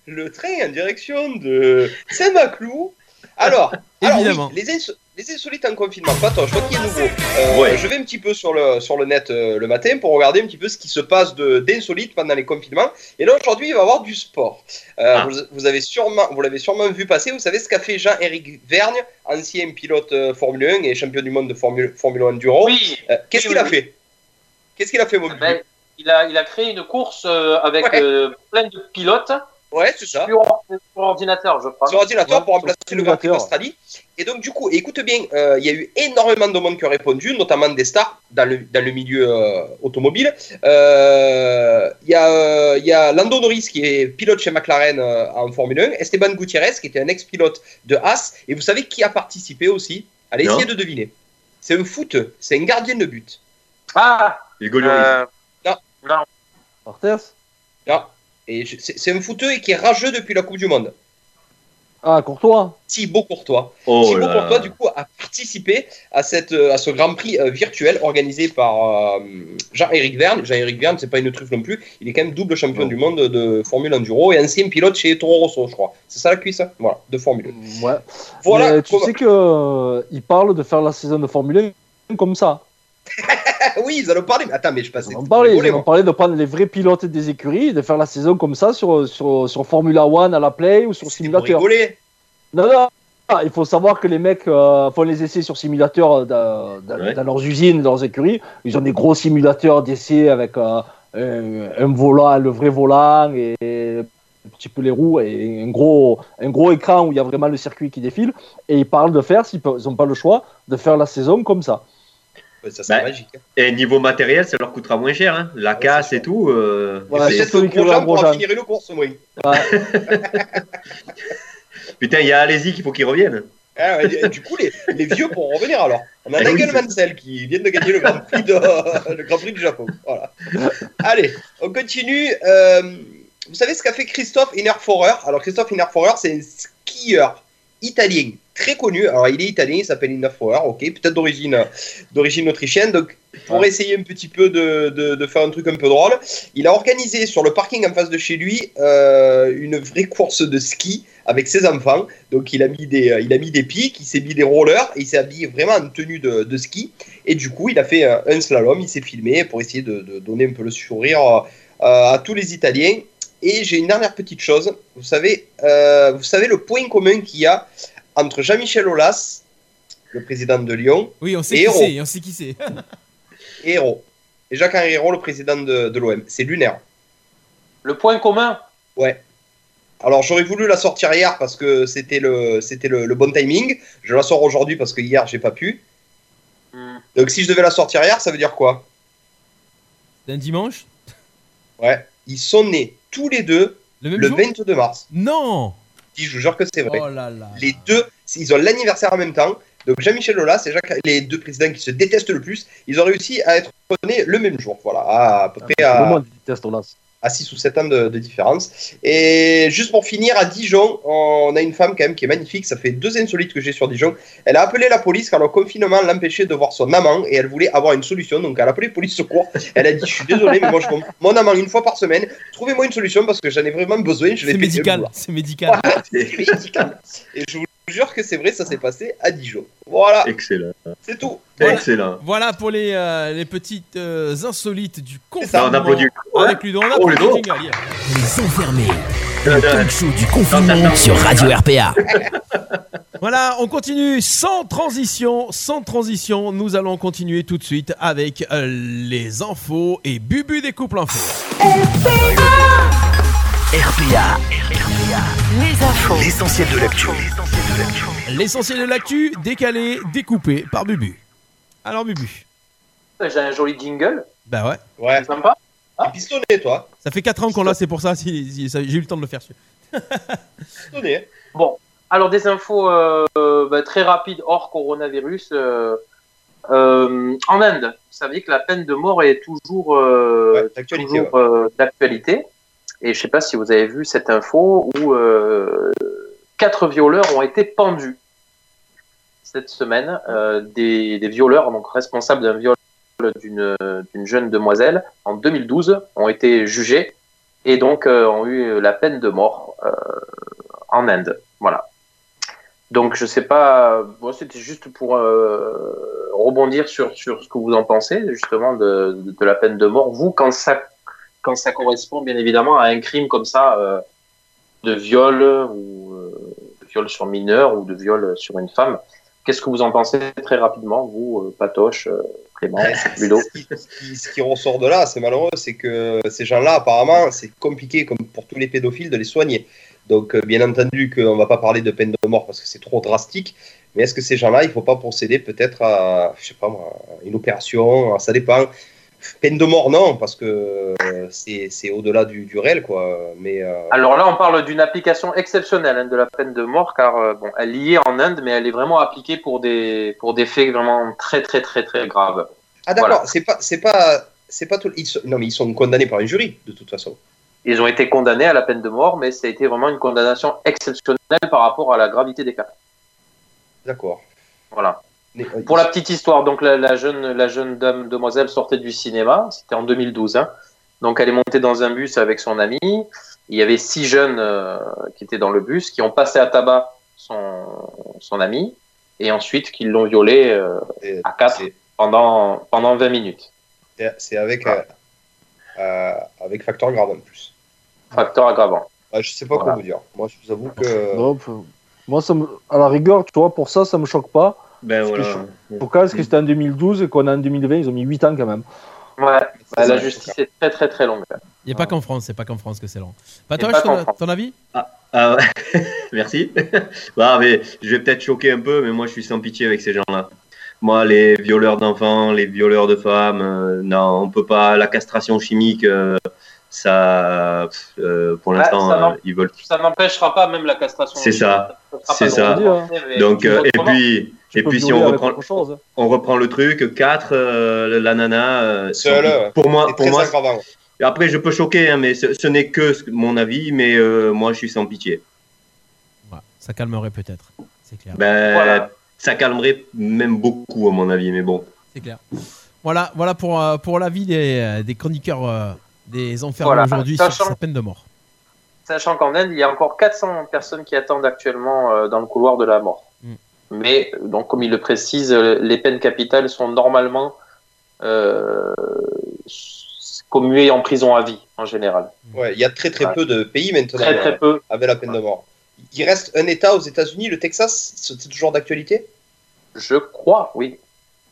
Speaker 6: Le train en direction de Saint-Maclou. Alors, alors oui,
Speaker 4: Évidemment.
Speaker 6: les, ins- les insolites en confinement. Attends, je crois qu'il est nouveau. Euh,
Speaker 5: Ouais.
Speaker 6: Je vais un petit peu sur le, sur le net euh, le matin pour regarder un petit peu ce qui se passe de- d'insolite pendant les confinements. Et là, aujourd'hui, il va y avoir du sport. Euh,
Speaker 5: Ah.
Speaker 6: vous, vous avez sûrement, vous l'avez sûrement vu passer. Vous savez ce qu'a fait Jean-Éric Vergne, ancien pilote euh, Formule 1 et champion du monde de Formule, Formule 1 Enduro.
Speaker 7: Oui,
Speaker 6: Euh, Qu'est-ce
Speaker 7: Oui,
Speaker 6: qu'il
Speaker 7: oui,
Speaker 6: a
Speaker 7: oui.
Speaker 6: fait Qu'est-ce qu'il a fait, mon
Speaker 7: ben, il, a, il a créé une course euh, avec
Speaker 6: Ouais.
Speaker 7: euh, plein de pilotes
Speaker 6: Ouais, c'est ça.
Speaker 7: sur, or- sur ordinateur, je crois.
Speaker 6: sur ordinateur
Speaker 8: Ouais,
Speaker 6: pour remplacer
Speaker 8: sur
Speaker 6: le Grand Prix
Speaker 8: simulateur.
Speaker 6: d'Australie. Et donc, du coup, écoute bien, euh, il y a eu énormément de monde qui a répondu, notamment des stars dans le, dans le milieu euh, automobile. Euh, Il y, a, euh, il y a Lando Norris qui est pilote chez McLaren euh, en Formule 1, Esteban Gutiérrez qui était un ex-pilote de Haas. Et vous savez qui a participé aussi Allez,
Speaker 5: Non.
Speaker 6: essayez de deviner. C'est un foot, c'est un gardien de but.
Speaker 7: Ah,
Speaker 5: Hugo Lloris.
Speaker 7: euh,
Speaker 8: Cortez
Speaker 6: Non. Et je- c'est c'est un footeux et qui est rageux depuis la Coupe du Monde.
Speaker 8: Ah, Courtois
Speaker 6: Thibaut Courtois.
Speaker 5: Oh
Speaker 6: Thibaut
Speaker 5: là
Speaker 6: Courtois,
Speaker 5: là.
Speaker 6: du coup, a participé à, cette, euh, à ce Grand Prix euh, virtuel organisé par euh, Jean-Éric Verne. Jean-Éric Verne, c'est pas une truffe non plus. Il est quand même double champion
Speaker 5: Non.
Speaker 6: du monde de Formule Enduro et ancien pilote chez Toro Rosso, je crois. C'est ça la cuisse hein Voilà, de Formule 1.
Speaker 8: Ouais.
Speaker 6: Voilà,
Speaker 8: Mais tu
Speaker 6: comment-
Speaker 8: sais que euh, il parle de faire la saison de Formule 1 comme ça.
Speaker 6: Ah oui, ils en ont parlé. Mais Attends, mais je passais.
Speaker 8: Ils en ont parlé,
Speaker 6: Rigolez,
Speaker 8: ils en ont
Speaker 6: moi.
Speaker 8: parlé de prendre les vrais pilotes des écuries et de faire la saison comme ça sur, sur, sur Formula One à la Play ou sur
Speaker 6: C'était pour
Speaker 8: simulateur.
Speaker 6: rigoler.
Speaker 8: Non, non, non, il faut savoir que les mecs euh, font les essais sur simulateurs euh, dans, dans-
Speaker 5: Ouais.
Speaker 8: dans leurs usines, dans leurs écuries. Ils ont des gros simulateurs d'essais avec euh, un, un volant, le vrai volant et un petit peu les roues et un gros, un gros écran où il y a vraiment le circuit qui défile. Et ils parlent de faire, s'ils n'ont pas le choix, de faire la saison comme ça.
Speaker 6: Ouais, ça, c'est
Speaker 5: Bah,
Speaker 6: magique. hein.
Speaker 5: Et niveau matériel, ça leur coûtera moins cher. hein. La casse et tout. euh,
Speaker 8: Voilà,
Speaker 5: c'est-
Speaker 6: C'est
Speaker 8: surtout
Speaker 6: le
Speaker 8: les
Speaker 6: gros
Speaker 8: coureurs
Speaker 6: gens pour en
Speaker 8: Grosjean.
Speaker 6: finir une course, au moins.
Speaker 5: Putain, il y a Alési qu'il faut qu'il revienne.
Speaker 6: Ah ouais, et du coup, les, les vieux pour en revenir alors. On a
Speaker 5: Eh oui,
Speaker 6: Nigel Mansell qui vient de gagner le Grand Prix, de- le Grand Prix du Japon. Voilà. Allez, on continue. Euh, vous savez ce qu'a fait Christophe Innerforer Alors, Christophe Innerforer, c'est un skieur italien très connu. Alors, il est italien, il s'appelle Innerforer, ok, peut-être d'origine d'origine autrichienne. Donc, pour essayer un petit peu de, de- de faire un truc un peu drôle, il a organisé sur le parking en face de chez lui euh, une vraie course de ski avec ses enfants. Donc il a mis des, euh, il a mis des pics, il s'est mis des rollers, et il s'est habillé vraiment en tenue de, de ski. Et du coup, il a fait euh, un, un slalom, il s'est filmé pour essayer de, de donner un peu le sourire euh, euh, à tous les Italiens. Et j'ai une dernière petite chose. Vous savez, euh, vous savez le point commun qu'il y a entre Jean-Michel Aulas, le président de Lyon,
Speaker 4: Oui, on sait
Speaker 6: Héros.
Speaker 4: qui c'est, on sait qui c'est.
Speaker 6: et Hérault. Et Jacques-Henri Hérault, le président de, de l'OM. C'est lunaire.
Speaker 7: le point commun.
Speaker 6: Alors j'aurais voulu la sortir hier parce que c'était le, c'était le, le bon timing. Je la sors aujourd'hui parce que hier j'ai pas pu.
Speaker 7: Hmm.
Speaker 6: Donc si je devais la sortir hier, ça veut dire quoi
Speaker 4: D'un dimanche
Speaker 6: Ouais. Ils sont nés tous les deux
Speaker 4: Le même
Speaker 6: le
Speaker 4: jour
Speaker 6: 22 mars.
Speaker 4: Non
Speaker 6: Si je vous jure que c'est vrai.
Speaker 4: Oh là là.
Speaker 6: les deux, ils ont l'anniversaire en même temps. Donc Jean-Michel Aulas et Jacques, les deux présidents qui se détestent le plus, ils ont réussi à être nés le même jour. Voilà, Ah, à, à peu près
Speaker 4: Ah,
Speaker 6: à,
Speaker 8: Tout le monde déteste Olas.
Speaker 6: à 6 ou 7 ans de, de différence. Et juste pour finir, à Dijon, on a une femme quand même qui est magnifique. Ça fait deux insolites que j'ai sur Dijon. Elle a appelé la police car le confinement l'empêchait de voir son amant et elle voulait avoir une solution. Donc elle a appelé police secours. Elle a dit Je suis désolé, mais moi je compte mon amant une fois par semaine. Trouvez-moi une solution parce que j'en ai vraiment besoin. Je l'ai
Speaker 4: C'est
Speaker 6: pété le
Speaker 4: médical,
Speaker 6: boulard.
Speaker 4: c'est médical.
Speaker 6: C'est médical. Et je vous jure que c'est vrai, ça s'est passé à Dijon. Voilà,
Speaker 5: Excellent.
Speaker 6: c'est tout.
Speaker 4: Voilà.
Speaker 5: Excellent.
Speaker 4: Voilà pour les, euh, les petites euh, insolites du
Speaker 6: ça,
Speaker 4: confinement.
Speaker 5: Non, on applaudit.
Speaker 4: Avec Ludo, on applaudit.
Speaker 5: Oh, Ludo.
Speaker 4: jingle, yeah.
Speaker 3: Les enfermés. Le talk show du confinement sur Radio RPA.
Speaker 4: Voilà, on continue sans transition, sans transition. Nous allons continuer tout de suite avec euh, les infos et Bubu des couples infos.
Speaker 3: RPA,
Speaker 9: Les infos.
Speaker 3: l'essentiel de l'actu.
Speaker 4: L'essentiel de l'actu décalé, découpé par Bubu. Alors Bubu,
Speaker 7: J'ai un joli jingle,
Speaker 4: bah ouais,
Speaker 6: Ouais,
Speaker 7: c'est sympa.
Speaker 6: t'es pistonné, toi.
Speaker 4: ça fait 4 ans qu'on l'a, c'est pour ça, si- si- ça- j'ai eu le temps de le faire. celui-là.
Speaker 6: Pistonné.
Speaker 7: Bon, alors des infos euh, euh, bah, très rapides hors coronavirus. euh, euh, en Inde, vous savez que la peine de mort est toujours, euh,
Speaker 6: Ouais, d'actualité,
Speaker 7: toujours, euh, d'actualité. Et je sais pas si vous avez vu cette info où euh, quatre violeurs ont été pendus cette semaine. euh, des, des violeurs, donc responsables d'un viol d'une d'une jeune demoiselle en 2012, ont été jugés et donc euh, ont eu la peine de mort euh, en Inde. Voilà. Donc je sais pas, moi c'était juste pour euh, rebondir sur, sur ce que vous en pensez justement de, de, de la peine de mort. Vous, quand ça, quand ça correspond bien évidemment à un crime comme ça, euh, de viol ou euh, de viol sur mineur ou de viol sur une femme, qu'est-ce que vous en pensez très rapidement, vous, euh, Patoche, euh, Clément,
Speaker 6: Ouais, c'est-
Speaker 7: Ludo
Speaker 6: ce, qui, ce qui- ce qui ressort de là, c'est malheureux, c'est que ces gens-là, apparemment, c'est compliqué, comme pour tous les pédophiles, de les soigner. Donc, euh, bien entendu, qu'on va pas parler de peine de mort parce que c'est trop drastique. Mais est-ce que ces gens-là, il faut pas procéder peut-être à, je sais pas moi, à une opération à- Ça dépend. Peine de mort, non, parce que euh, c'est c'est au-delà du, du réel, quoi. Mais euh,
Speaker 7: Alors là, on parle d'une application exceptionnelle hein, de la peine de mort, car euh, bon, elle y est en Inde, mais elle est vraiment appliquée pour des, pour des faits vraiment très, très, très, très graves.
Speaker 6: ah d'accord,
Speaker 7: voilà.
Speaker 6: c'est pas, c'est pas, c'est pas tout. ils sont- non, mais ils sont condamnés par un jury, de toute façon.
Speaker 7: Ils ont été condamnés à la peine de mort, mais ça a été vraiment une condamnation exceptionnelle par rapport à la gravité des cas.
Speaker 6: D'accord.
Speaker 7: Voilà.
Speaker 6: Mais, euh,
Speaker 7: Pour
Speaker 6: ils-
Speaker 7: la petite histoire, donc la, la jeune, la jeune dame, demoiselle sortait du cinéma, c'était en 2012. hein. Donc elle est montée dans un bus avec son ami. Il y avait six jeunes euh, qui étaient dans le bus, qui ont passé à tabac son, son ami, et ensuite qui l'ont violée euh,
Speaker 6: c'est-
Speaker 7: à quatre.
Speaker 6: c'est-
Speaker 7: pendant, pendant 20 minutes.
Speaker 6: C'est- C'est avec,
Speaker 7: Ah.
Speaker 6: euh, euh, avec facteur grave en plus.
Speaker 7: Facteur aggravant.
Speaker 6: Ouais, je sais pas
Speaker 7: Voilà. Bah,
Speaker 6: quoi vous dire. Moi, je vous avoue
Speaker 5: euh,
Speaker 6: que. euh,
Speaker 8: Non, p- moi, ça me... à la rigueur, tu vois, pour ça, ça me choque pas.
Speaker 5: Ben
Speaker 8: Parce que
Speaker 5: voilà.
Speaker 8: Au cas, parce que c'était en 2012 et qu'on est en 2020, ils ont mis 8 ans quand même.
Speaker 7: Ouais,
Speaker 6: C'est
Speaker 7: bah,
Speaker 6: ça,
Speaker 7: la
Speaker 6: c'est
Speaker 7: justice
Speaker 6: ça.
Speaker 7: est très très très longue.
Speaker 4: Il n'y a pas qu'en France, c'est pas qu'en France que c'est long. Bah,
Speaker 7: pas
Speaker 4: Patoche,
Speaker 7: qu'en
Speaker 4: ton,
Speaker 7: France.
Speaker 4: ton avis
Speaker 5: Ah, ouais. merci. bah, mais je vais peut-être choquer un peu, mais moi je suis sans pitié avec ces gens-là. Moi, les violeurs d'enfants, les violeurs de femmes, euh, non, on peut pas. La castration chimique, euh, ça, pff, euh, pour
Speaker 7: Ah,
Speaker 5: l'instant,
Speaker 7: ça va.
Speaker 5: euh, ils veulent.
Speaker 7: Ça n'empêchera pas même la castration.
Speaker 5: C'est ça.
Speaker 7: sera
Speaker 5: C'est
Speaker 7: pas
Speaker 5: ça.
Speaker 7: le droit, mais-
Speaker 5: Donc, euh, et
Speaker 7: autrement.
Speaker 5: puis,
Speaker 8: Tu
Speaker 5: et
Speaker 8: peux
Speaker 5: puis si
Speaker 8: violer
Speaker 5: on
Speaker 8: avec
Speaker 5: reprend,
Speaker 8: autre chose. hein.
Speaker 5: on reprend le truc, 4, la nana. euh,
Speaker 6: Seul,
Speaker 5: sont-
Speaker 6: ouais.
Speaker 5: pour moi,
Speaker 6: C'est
Speaker 5: pour
Speaker 6: très
Speaker 5: moi.
Speaker 6: aggravant.
Speaker 5: Après, je peux choquer, hein, mais ce, ce n'est que ce- mon avis, mais euh, moi, je suis sans pitié.
Speaker 4: Ouais, Ça calmerait peut-être, c'est clair.
Speaker 5: Ben,
Speaker 7: Voilà.
Speaker 5: ça calmerait même beaucoup, à mon avis, mais bon.
Speaker 4: C'est clair. Voilà, voilà pour, euh, pour l'avis des, euh, des chroniqueurs euh, des enfermés
Speaker 7: Voilà.
Speaker 4: aujourd'hui sur
Speaker 7: Sachant-
Speaker 4: sa peine de mort.
Speaker 7: Sachant qu'en Inde, il y a encore 400 personnes qui attendent actuellement euh, dans le couloir de la mort.
Speaker 4: Mm.
Speaker 7: Mais, euh, donc, comme il le précise, euh, les peines capitales sont normalement euh, s- commuées en prison à vie, en général.
Speaker 6: Ouais, il y a très très
Speaker 7: Ouais.
Speaker 6: peu de pays maintenant
Speaker 7: Très, très
Speaker 6: euh,
Speaker 7: peu.
Speaker 6: avec la peine de mort. Il reste un État aux États-Unis, le Texas, c'est toujours d'actualité
Speaker 7: Je crois, oui.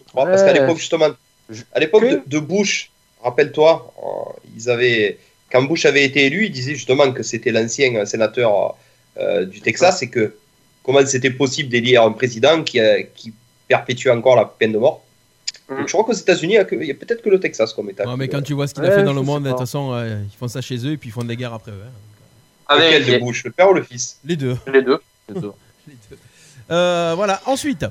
Speaker 6: Je crois, Parce qu'à
Speaker 8: Ouais.
Speaker 6: l'époque, justement,
Speaker 8: Je-
Speaker 6: à l'époque
Speaker 8: Que
Speaker 6: de, de Bush, rappelle-toi, euh, ils avaient, quand Bush avait été élu, il disait justement que c'était l'ancien euh, sénateur euh, du Texas et que comment c'était possible d'élire un président qui, euh, qui perpétue encore la peine de mort.
Speaker 5: Mmh.
Speaker 6: Donc, je crois qu'aux États-Unis, il y a que- il y a peut-être que le Texas comme État.
Speaker 4: Ouais,
Speaker 6: qui
Speaker 4: mais
Speaker 6: le-
Speaker 4: quand tu vois ce qu'il a
Speaker 8: Ouais,
Speaker 4: fait dans le
Speaker 8: je sais
Speaker 4: monde, de
Speaker 8: pas.
Speaker 4: toute façon, euh, ils font ça chez eux et puis ils font des guerres après eux. hein.
Speaker 7: Avec
Speaker 6: Lequel Ah, de Bush, le père ou le fils
Speaker 4: Les deux.
Speaker 7: les deux.
Speaker 4: Les deux. Euh, voilà, ensuite,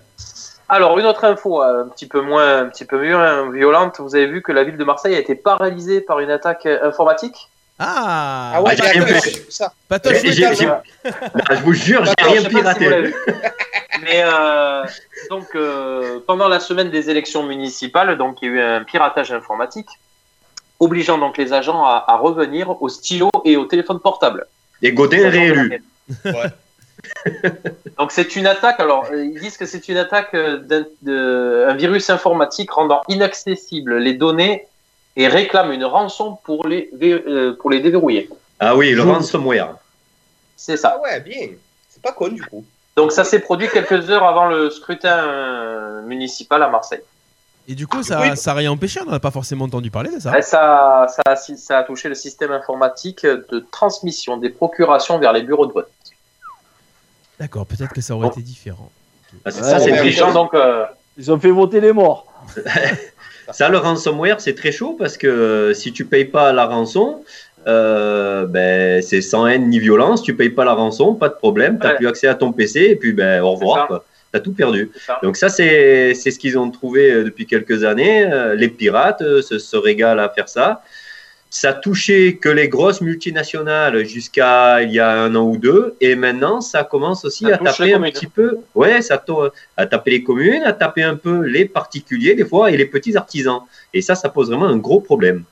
Speaker 7: Alors, une autre info, euh, un petit peu moins, un petit peu moins violente. Vous avez vu que la ville de Marseille a été paralysée par une attaque euh, informatique
Speaker 4: Ah,
Speaker 6: Ah ouais, j'ai
Speaker 5: j'ai
Speaker 6: rien
Speaker 5: rien
Speaker 6: vu.
Speaker 5: vu.
Speaker 6: Ça.
Speaker 4: Patoche,
Speaker 5: J'ai- j'ai-
Speaker 4: Patoche,
Speaker 5: j'ai-
Speaker 4: Patoche.
Speaker 5: Non, je vous jure, j'ai
Speaker 7: Alors, Bah, je
Speaker 5: rien
Speaker 7: sais pas si vous
Speaker 5: piraté.
Speaker 7: l'avez vu. Mais euh, donc, euh, pendant la semaine des élections municipales, donc il y a eu un piratage informatique, obligeant donc les agents à, à revenir au stylo et au téléphone portable.
Speaker 5: Et Godin est réélu.
Speaker 6: Ouais.
Speaker 7: Donc c'est une attaque. Alors euh, ils disent que c'est une attaque euh, d'un de- un virus informatique rendant inaccessibles les données et réclame une rançon pour les vé- euh, pour les déverrouiller.
Speaker 5: Ah oui, le
Speaker 8: Joue.
Speaker 5: ransomware.
Speaker 7: C'est ça.
Speaker 6: Ah ouais, bien. C'est pas con du coup.
Speaker 7: Donc ça s'est produit quelques heures avant le scrutin euh, municipal à Marseille.
Speaker 4: Et du coup, ça,
Speaker 6: Oui.
Speaker 4: ça a rien empêché, on n'en a pas forcément entendu parler de ça.
Speaker 5: Ah.
Speaker 7: Ouais, ça, ça, a- ça a touché le système informatique de transmission des procurations vers les bureaux de vote.
Speaker 4: D'accord, peut-être que ça aurait été différent.
Speaker 5: Ah, c'est-
Speaker 8: Ouais,
Speaker 5: ça, c'est
Speaker 6: ouais,
Speaker 5: très
Speaker 7: Les
Speaker 6: oui.
Speaker 5: chaud.
Speaker 7: gens donc euh,
Speaker 8: Ils ont fait voter les morts.
Speaker 5: Ça, le ransomware, c'est très chaud parce que euh, si tu payes pas la rançon, euh, ben, c'est sans haine ni violence. Tu payes pas la rançon, pas de problème. T'as
Speaker 7: Ouais.
Speaker 5: plus accès à ton PC et puis ben, au
Speaker 7: ça.
Speaker 5: revoir. quoi. T'as tout perdu.
Speaker 7: c'est ça.
Speaker 5: Donc ça, c'est c'est ce qu'ils ont trouvé euh, depuis quelques années. Euh, Les pirates euh, se, se régalent à faire ça. Ça touchait que les grosses multinationales jusqu'à il y a un an ou deux, et maintenant ça commence aussi
Speaker 7: Ça
Speaker 5: à
Speaker 7: touche
Speaker 5: taper
Speaker 7: les
Speaker 5: un
Speaker 7: communes.
Speaker 5: petit peu. Ouais, ça to- à taper les communes, à taper un peu les particuliers des fois et les petits artisans. Et ça, ça pose vraiment un gros problème.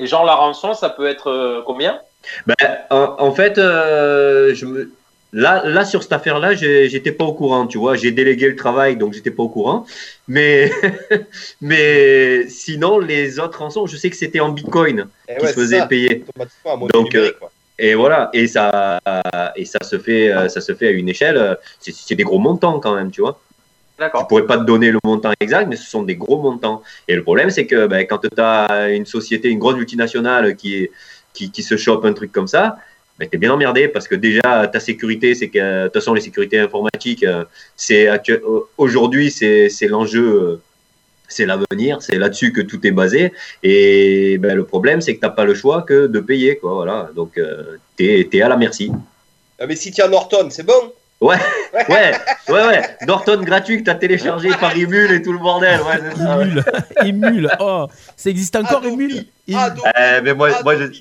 Speaker 7: Et genre la rançon, ça peut être euh, combien
Speaker 5: Ben, en, en fait, euh, je me- là, là, sur cette affaire-là, j'ai- j'étais pas au courant, tu vois. J'ai délégué le travail, donc j'étais pas au courant. Mais, mais sinon, les autres rançons, je sais que c'était en bitcoin
Speaker 6: Eh
Speaker 5: qui
Speaker 6: ouais,
Speaker 5: se faisait
Speaker 6: ça,
Speaker 5: payer.
Speaker 6: automatiquement, à moitié
Speaker 5: Donc, euh,
Speaker 6: numérique, quoi.
Speaker 5: Et voilà, et ça, et ça, se, fait, euh, ça se fait à une échelle. euh, C'est c'est des gros montants quand même, tu vois. Je
Speaker 7: D'accord.
Speaker 5: pourrais pas te donner le montant exact, mais ce sont des gros montants. Et le problème, c'est que ben, quand tu as une société, une grosse multinationale qui, est- qui, qui se chope un truc comme ça, ben, tu es bien emmerdé parce que déjà, ta sécurité, c'est que, euh, de toute façon, les sécurités informatiques, euh, c'est actu- euh, aujourd'hui, c'est c'est l'enjeu. euh, C'est l'avenir, c'est là-dessus que tout est basé. Et ben, le problème, c'est que t'as pas le choix que de payer. Quoi, voilà. Donc, euh, t'es es à la merci.
Speaker 6: Ah, mais si tiens Norton, c'est bon.
Speaker 5: Ouais, ouais, ouais. Norton gratuit que t'as téléchargé par Emule et tout le bordel. Ouais, c'est ça, Ah ouais.
Speaker 4: Emule, Emule, oh, ça existe encore
Speaker 6: Adobe.
Speaker 4: Emule Emule.
Speaker 6: Adobe.
Speaker 5: Eh, mais moi, moi je,
Speaker 6: Adobe.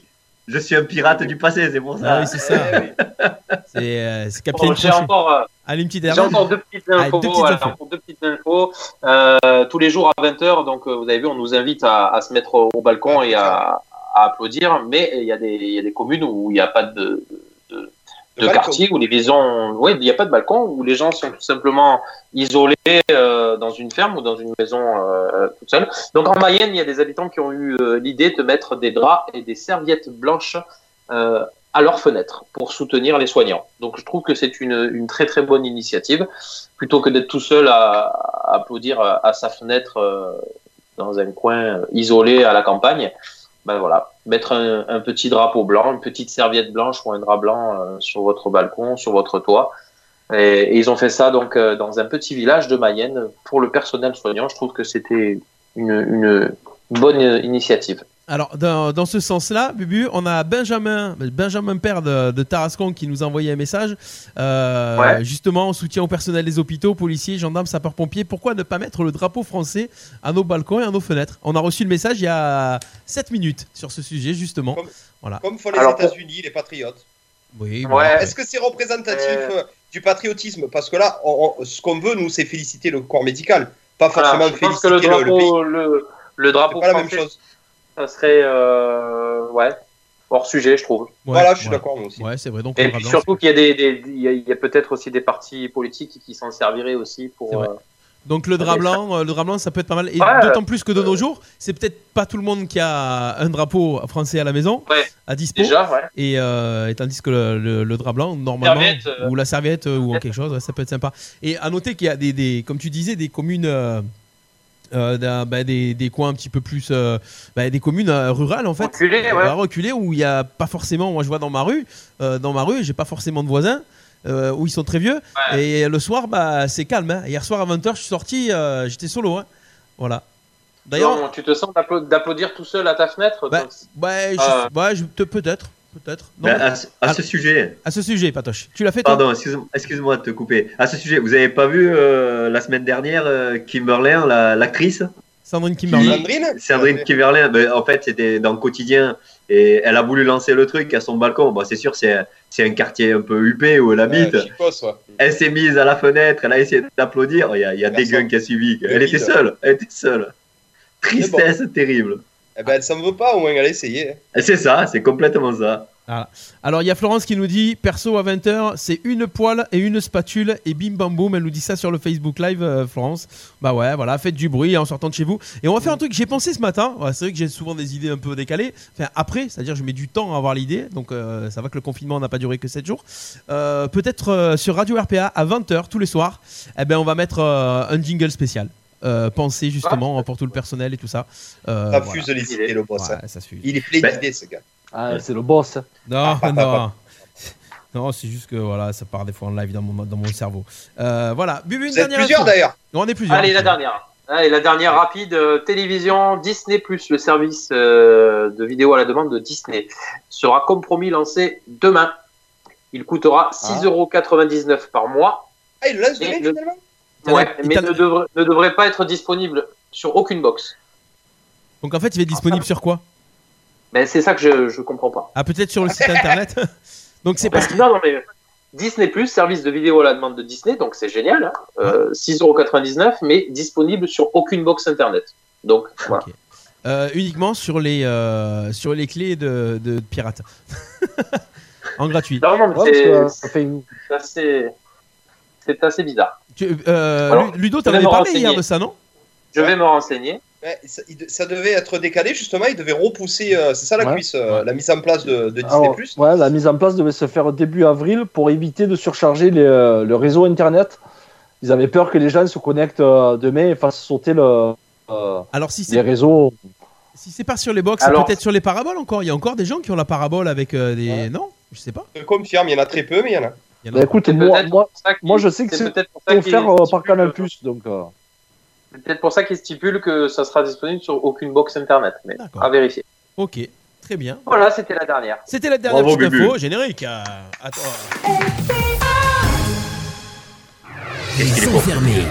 Speaker 5: je suis un pirate du passé, c'est pour
Speaker 4: Ah
Speaker 5: ça.
Speaker 4: oui, c'est ça,
Speaker 6: Eh oui.
Speaker 4: c'est euh, c'est
Speaker 7: Bon,
Speaker 4: Capitaine
Speaker 7: J'ai
Speaker 4: Crochet.
Speaker 7: encore, euh,
Speaker 4: Allez, une petite
Speaker 7: j'ai
Speaker 4: dernière.
Speaker 7: encore deux petites
Speaker 4: Allez,
Speaker 7: infos.
Speaker 4: deux petites
Speaker 7: voilà,
Speaker 4: infos.
Speaker 7: encore deux petites infos. Euh, tous les jours à 20h, donc euh, vous avez vu, on nous invite à, à se mettre au, au balcon
Speaker 6: Ouais,
Speaker 7: et à, à applaudir, mais il y, a des- il y a des communes où il n'y a pas de, de
Speaker 6: Le balcon.
Speaker 7: quartier où les maisons, oui, il n'y a pas de balcon, où les gens sont tout simplement isolés euh, dans une ferme ou dans une maison euh, toute seule. Donc en Mayenne, il y a des habitants qui ont eu euh, l'idée de mettre des draps et des serviettes blanches euh, à leurs fenêtres pour soutenir les soignants. Donc je trouve que c'est une, une très très bonne initiative, plutôt que d'être tout seul à, à applaudir à, à sa fenêtre euh, dans un coin euh, isolé à la campagne ben voilà, mettre un, un petit drapeau blanc, une petite serviette blanche ou un drap blanc euh, sur votre balcon, sur votre toit. Et, et ils ont fait ça donc euh, dans un petit village de Mayenne pour le personnel soignant. Je trouve que c'était une, une bonne euh, initiative.
Speaker 4: Alors, dans, dans ce sens-là, Bubu, on a Benjamin, Benjamin Père de, de Tarascon qui nous a envoyé un message. Euh,
Speaker 7: Ouais.
Speaker 4: Justement, en soutien au personnel des hôpitaux, policiers, gendarmes, sapeurs-pompiers, pourquoi ne pas mettre le drapeau français à nos balcons et à nos fenêtres On a reçu le message il y a 7 minutes sur ce sujet, justement.
Speaker 6: Comme font les
Speaker 7: Alors,
Speaker 6: États-Unis, les patriotes.
Speaker 4: Oui,
Speaker 7: Ouais.
Speaker 4: voilà.
Speaker 6: Est-ce que c'est représentatif
Speaker 7: Euh.
Speaker 6: euh, du patriotisme Parce que là, on- on- ce qu'on veut, nous, c'est féliciter le corps médical, pas
Speaker 7: Voilà,
Speaker 6: forcément
Speaker 7: je pense que
Speaker 6: féliciter
Speaker 7: le
Speaker 6: le, le pays.
Speaker 7: drapeau, le, le drapeau
Speaker 6: C'est pas la même
Speaker 7: français,
Speaker 6: chose.
Speaker 7: ça serait euh, ouais, hors sujet, je trouve.
Speaker 4: Ouais,
Speaker 6: voilà, je suis
Speaker 4: voilà.
Speaker 6: d'accord, moi aussi.
Speaker 4: Ouais, bah c'est vrai. Donc, on
Speaker 7: Et
Speaker 4: le
Speaker 7: puis
Speaker 4: balance.
Speaker 7: surtout qu'il y a, des, des- il y a, il y a peut-être aussi des partis politiques qui s'en serviraient aussi
Speaker 4: C'est
Speaker 7: pour.
Speaker 4: vrai.
Speaker 7: euh,
Speaker 4: Donc le drap
Speaker 7: Allez, ça-
Speaker 4: blanc, euh, le drap blanc, ça peut être pas mal. Et
Speaker 7: Ouais,
Speaker 4: d'autant plus que de
Speaker 7: euh,
Speaker 4: nos jours, c'est peut-être pas tout le monde qui a un drapeau français à la maison,
Speaker 7: Ouais.
Speaker 4: à dispo.
Speaker 7: déjà, ouais.
Speaker 4: Et, euh, et tandis que le, le- le drap blanc, normalement,
Speaker 7: Serviette, euh,
Speaker 4: ou la serviette euh, ou quelque chose, ouais, ça peut être sympa. Et à noter qu'il y a des, des- comme tu disais, des communes. euh, euh, d'un- bah, des, des coins un petit peu plus euh, bah, des communes euh, rurales en fait
Speaker 7: Reculées, ouais.
Speaker 4: Euh, reculées, où il n'y a pas forcément moi je vois dans ma rue euh, dans ma rue j'ai pas forcément de voisins euh, où ils sont très vieux
Speaker 7: Ouais.
Speaker 4: et le soir bah c'est calme hein. hier soir à 20h je suis sorti euh, j'étais solo hein. voilà d'ailleurs
Speaker 7: Non, tu te sens d'appla- d'applaudir tout seul à ta fenêtre
Speaker 4: Bah,
Speaker 7: donc,
Speaker 4: ouais, je-
Speaker 7: Ah.
Speaker 4: ouais, je- te- peut-être peut-être non, ah.
Speaker 5: Ben, à, ce- à ce sujet,
Speaker 4: à ce sujet Patoche tu l'as
Speaker 7: euh,
Speaker 4: fait toi
Speaker 5: pardon, excuse- excuse-moi de te couper. À ce sujet, vous avez pas vu euh, la semaine dernière euh, Kimberlin, la- l'actrice
Speaker 4: Sandrine Kimberlin.
Speaker 6: Sandrine Euh,
Speaker 5: Sandrine Kiverlin, ben, en fait, c'était dans le quotidien et elle a voulu lancer le truc à son balcon. Bon, c'est sûr, c'est c'est un quartier un peu huppé où elle
Speaker 6: Ouais,
Speaker 5: habite.
Speaker 6: euh, Chicos, ouais.
Speaker 5: elle s'est mise à la fenêtre, elle a essayé d'applaudir. Oh, Il y a, il y a des
Speaker 6: Personne.
Speaker 5: guns qui a suivi.
Speaker 6: Le
Speaker 5: Elle était
Speaker 6: vide.
Speaker 5: seule, elle était seule. Tristesse terrible.
Speaker 6: Eh ben, elle s'en veut pas, au moins, elle a essayé.
Speaker 5: C'est ça, c'est complètement ça.
Speaker 4: Alors il y a Florence qui nous dit perso à 20h, c'est une poêle et une spatule et bim bam boum, elle nous dit ça sur le Facebook Live euh, Florence. Bah ouais, voilà, faites du bruit en sortant de chez vous. Et on va faire un truc, j'ai pensé ce matin, Ouais, c'est vrai que j'ai souvent des idées un peu décalées, enfin après, c'est-à-dire je mets du temps à avoir l'idée, donc euh, ça va que le confinement n'a pas duré que 7 jours. Euh, peut-être euh, sur Radio RPA à 20h tous les soirs, eh ben on va mettre euh, un jingle spécial. Euh, pensé justement pour tout le personnel et tout ça. Euh,
Speaker 6: Ah. Ça
Speaker 4: voilà.
Speaker 6: fuse les idées, le boss. hein.
Speaker 4: Ouais, ça suffit.
Speaker 6: Il est plein
Speaker 5: Ben-
Speaker 6: d'idées, ce gars.
Speaker 8: Ah, c'est le boss.
Speaker 4: Non,
Speaker 6: Ah,
Speaker 4: non. Non, c'est juste que voilà, ça part des fois en live dans mon, dans mon cerveau. Euh, voilà, Bubu, une
Speaker 6: Vous êtes
Speaker 4: dernière
Speaker 6: plusieurs,
Speaker 4: info.
Speaker 6: d'ailleurs.
Speaker 4: On est plusieurs.
Speaker 7: Allez, la dernière. Allez, la dernière rapide. euh, télévision Disney Plus, le service euh, de vidéo à la demande de Disney, sera compromis lancé demain. Il
Speaker 4: Ah.
Speaker 7: coûtera 6,99€ par mois,
Speaker 6: Ah, il le lance
Speaker 7: Et
Speaker 6: demain,
Speaker 7: le-
Speaker 6: finalement
Speaker 4: T'as
Speaker 7: ouais,
Speaker 4: la-
Speaker 7: mais
Speaker 4: t'as
Speaker 7: ne,
Speaker 4: la-
Speaker 7: devra- ne devrait pas être disponible sur aucune box.
Speaker 4: Donc en fait, il va être disponible sur quoi
Speaker 7: Mais c'est ça que je, je comprends pas.
Speaker 4: Ah, peut-être sur le site internet. Donc c'est parce que.
Speaker 7: Non, non, mais Disney Plus, service de vidéo à la demande de Disney, donc c'est génial. hein. Euh, 6,99€, mais disponible sur aucune box internet. Donc voilà.
Speaker 4: Ok. Euh, uniquement sur les, euh, sur les clés de, de pirates. en gratuit.
Speaker 7: Non, non, mais
Speaker 8: Ouais, parce que, euh,
Speaker 7: c'est-
Speaker 8: ça fait une-
Speaker 7: c'est assez- c'est assez bizarre.
Speaker 4: Tu- euh,
Speaker 7: Alors,
Speaker 4: Lu- Ludo,
Speaker 7: je
Speaker 4: t'en
Speaker 7: vais
Speaker 4: avais
Speaker 7: me
Speaker 4: parlé
Speaker 7: renseigner.
Speaker 4: hier de ça, non
Speaker 7: Je vais me renseigner.
Speaker 6: Ouais, ça, il de- ça devait être décalé, justement. Il devait repousser. euh, c'est ça la
Speaker 8: Ouais.
Speaker 6: cuisse, euh, la mise en place de,
Speaker 7: Ah,
Speaker 6: de Disney.
Speaker 8: Alors, ouais, la mise en place devait se faire début avril pour éviter de surcharger les, euh, le réseau internet. Ils avaient peur que les gens se connectent euh, demain et fassent sauter le, euh,
Speaker 4: Alors si
Speaker 8: les
Speaker 4: c'est
Speaker 8: réseaux.
Speaker 4: si c'est pas sur les box,
Speaker 7: Alors-
Speaker 4: c'est peut-être sur les paraboles encore. Il y a encore des gens qui ont la parabole avec euh, des.
Speaker 6: Ouais.
Speaker 4: Non Je sais pas.
Speaker 6: Je confirme, il y en a très peu, mais il y en a.
Speaker 4: Il y en a-
Speaker 8: Bah, écoute,
Speaker 7: C'est
Speaker 8: moi,
Speaker 7: peut-être
Speaker 8: moi
Speaker 7: pour ça qu'il-
Speaker 8: moi, je sais que c'est
Speaker 7: peut-être pour
Speaker 8: c'est
Speaker 7: ça qu'il
Speaker 8: offert euh, par
Speaker 7: stipule-
Speaker 8: Canal Plus, donc euh,
Speaker 7: C'est peut-être pour ça qu'il stipule que ça sera disponible sur aucune box internet, mais
Speaker 4: D'accord.
Speaker 7: à vérifier.
Speaker 4: Ok, très bien.
Speaker 7: Voilà, c'était la dernière.
Speaker 4: C'était la dernière
Speaker 5: Bravo,
Speaker 4: petite
Speaker 5: Bubu.
Speaker 4: info, générique. euh, attends.
Speaker 3: Les enfermés,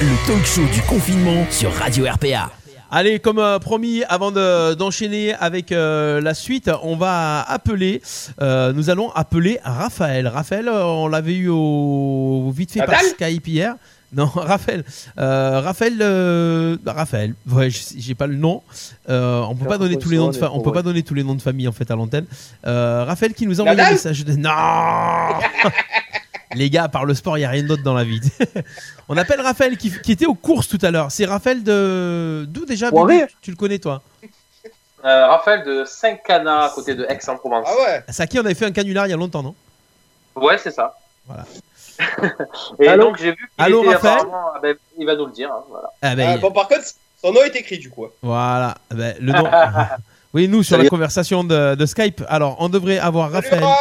Speaker 3: le talk show du confinement sur Radio RPA.
Speaker 4: Allez, comme euh, promis, avant de- d'enchaîner avec euh, la suite, on va appeler. euh, nous allons appeler Raphaël. Raphaël, euh, on l'avait eu au vite fait par
Speaker 6: Raphaël
Speaker 4: Skype hier. Non, Raphaël. Euh, Raphaël. euh, bah, Raphaël. Ouais, j- j'ai pas le nom. Euh, on peut
Speaker 8: Faire
Speaker 4: pas donner tous les
Speaker 8: attention,
Speaker 4: noms de fa-
Speaker 8: les
Speaker 4: On peut pas
Speaker 8: pauvres.
Speaker 4: donner tous les noms de famille en fait à l'antenne. Euh, Raphaël qui nous a envoyé un
Speaker 6: Nadal
Speaker 4: message. De... Non. Les gars, par le sport, il n'y a rien d'autre dans la vie. On appelle Raphaël qui, qui était aux courses tout à l'heure. C'est Raphaël de. D'où déjà
Speaker 8: Ouais,
Speaker 4: Bibi
Speaker 8: ouais.
Speaker 4: Tu le connais toi
Speaker 7: Euh, Raphaël de Saint-Cana, à côté de Aix-en-Provence.
Speaker 6: Ah ouais
Speaker 4: C'est à qui on avait fait un canular il y a longtemps, non
Speaker 7: Ouais, c'est ça.
Speaker 4: Voilà.
Speaker 7: Et
Speaker 8: Allô
Speaker 7: donc, j'ai vu qu'il
Speaker 4: Allô,
Speaker 7: était
Speaker 4: Raphaël
Speaker 7: apparemment... ah ben, il va nous le dire. hein, voilà.
Speaker 4: Ah ben,
Speaker 6: Ah,
Speaker 4: il-
Speaker 6: Bon, par contre, son nom est écrit, du coup. hein.
Speaker 4: voilà. Ah ben, le nom. oui, nous sur la
Speaker 7: Salut.
Speaker 4: conversation de, de Skype. Alors, on devrait avoir
Speaker 6: Salut,
Speaker 4: Raphaël.
Speaker 6: Raph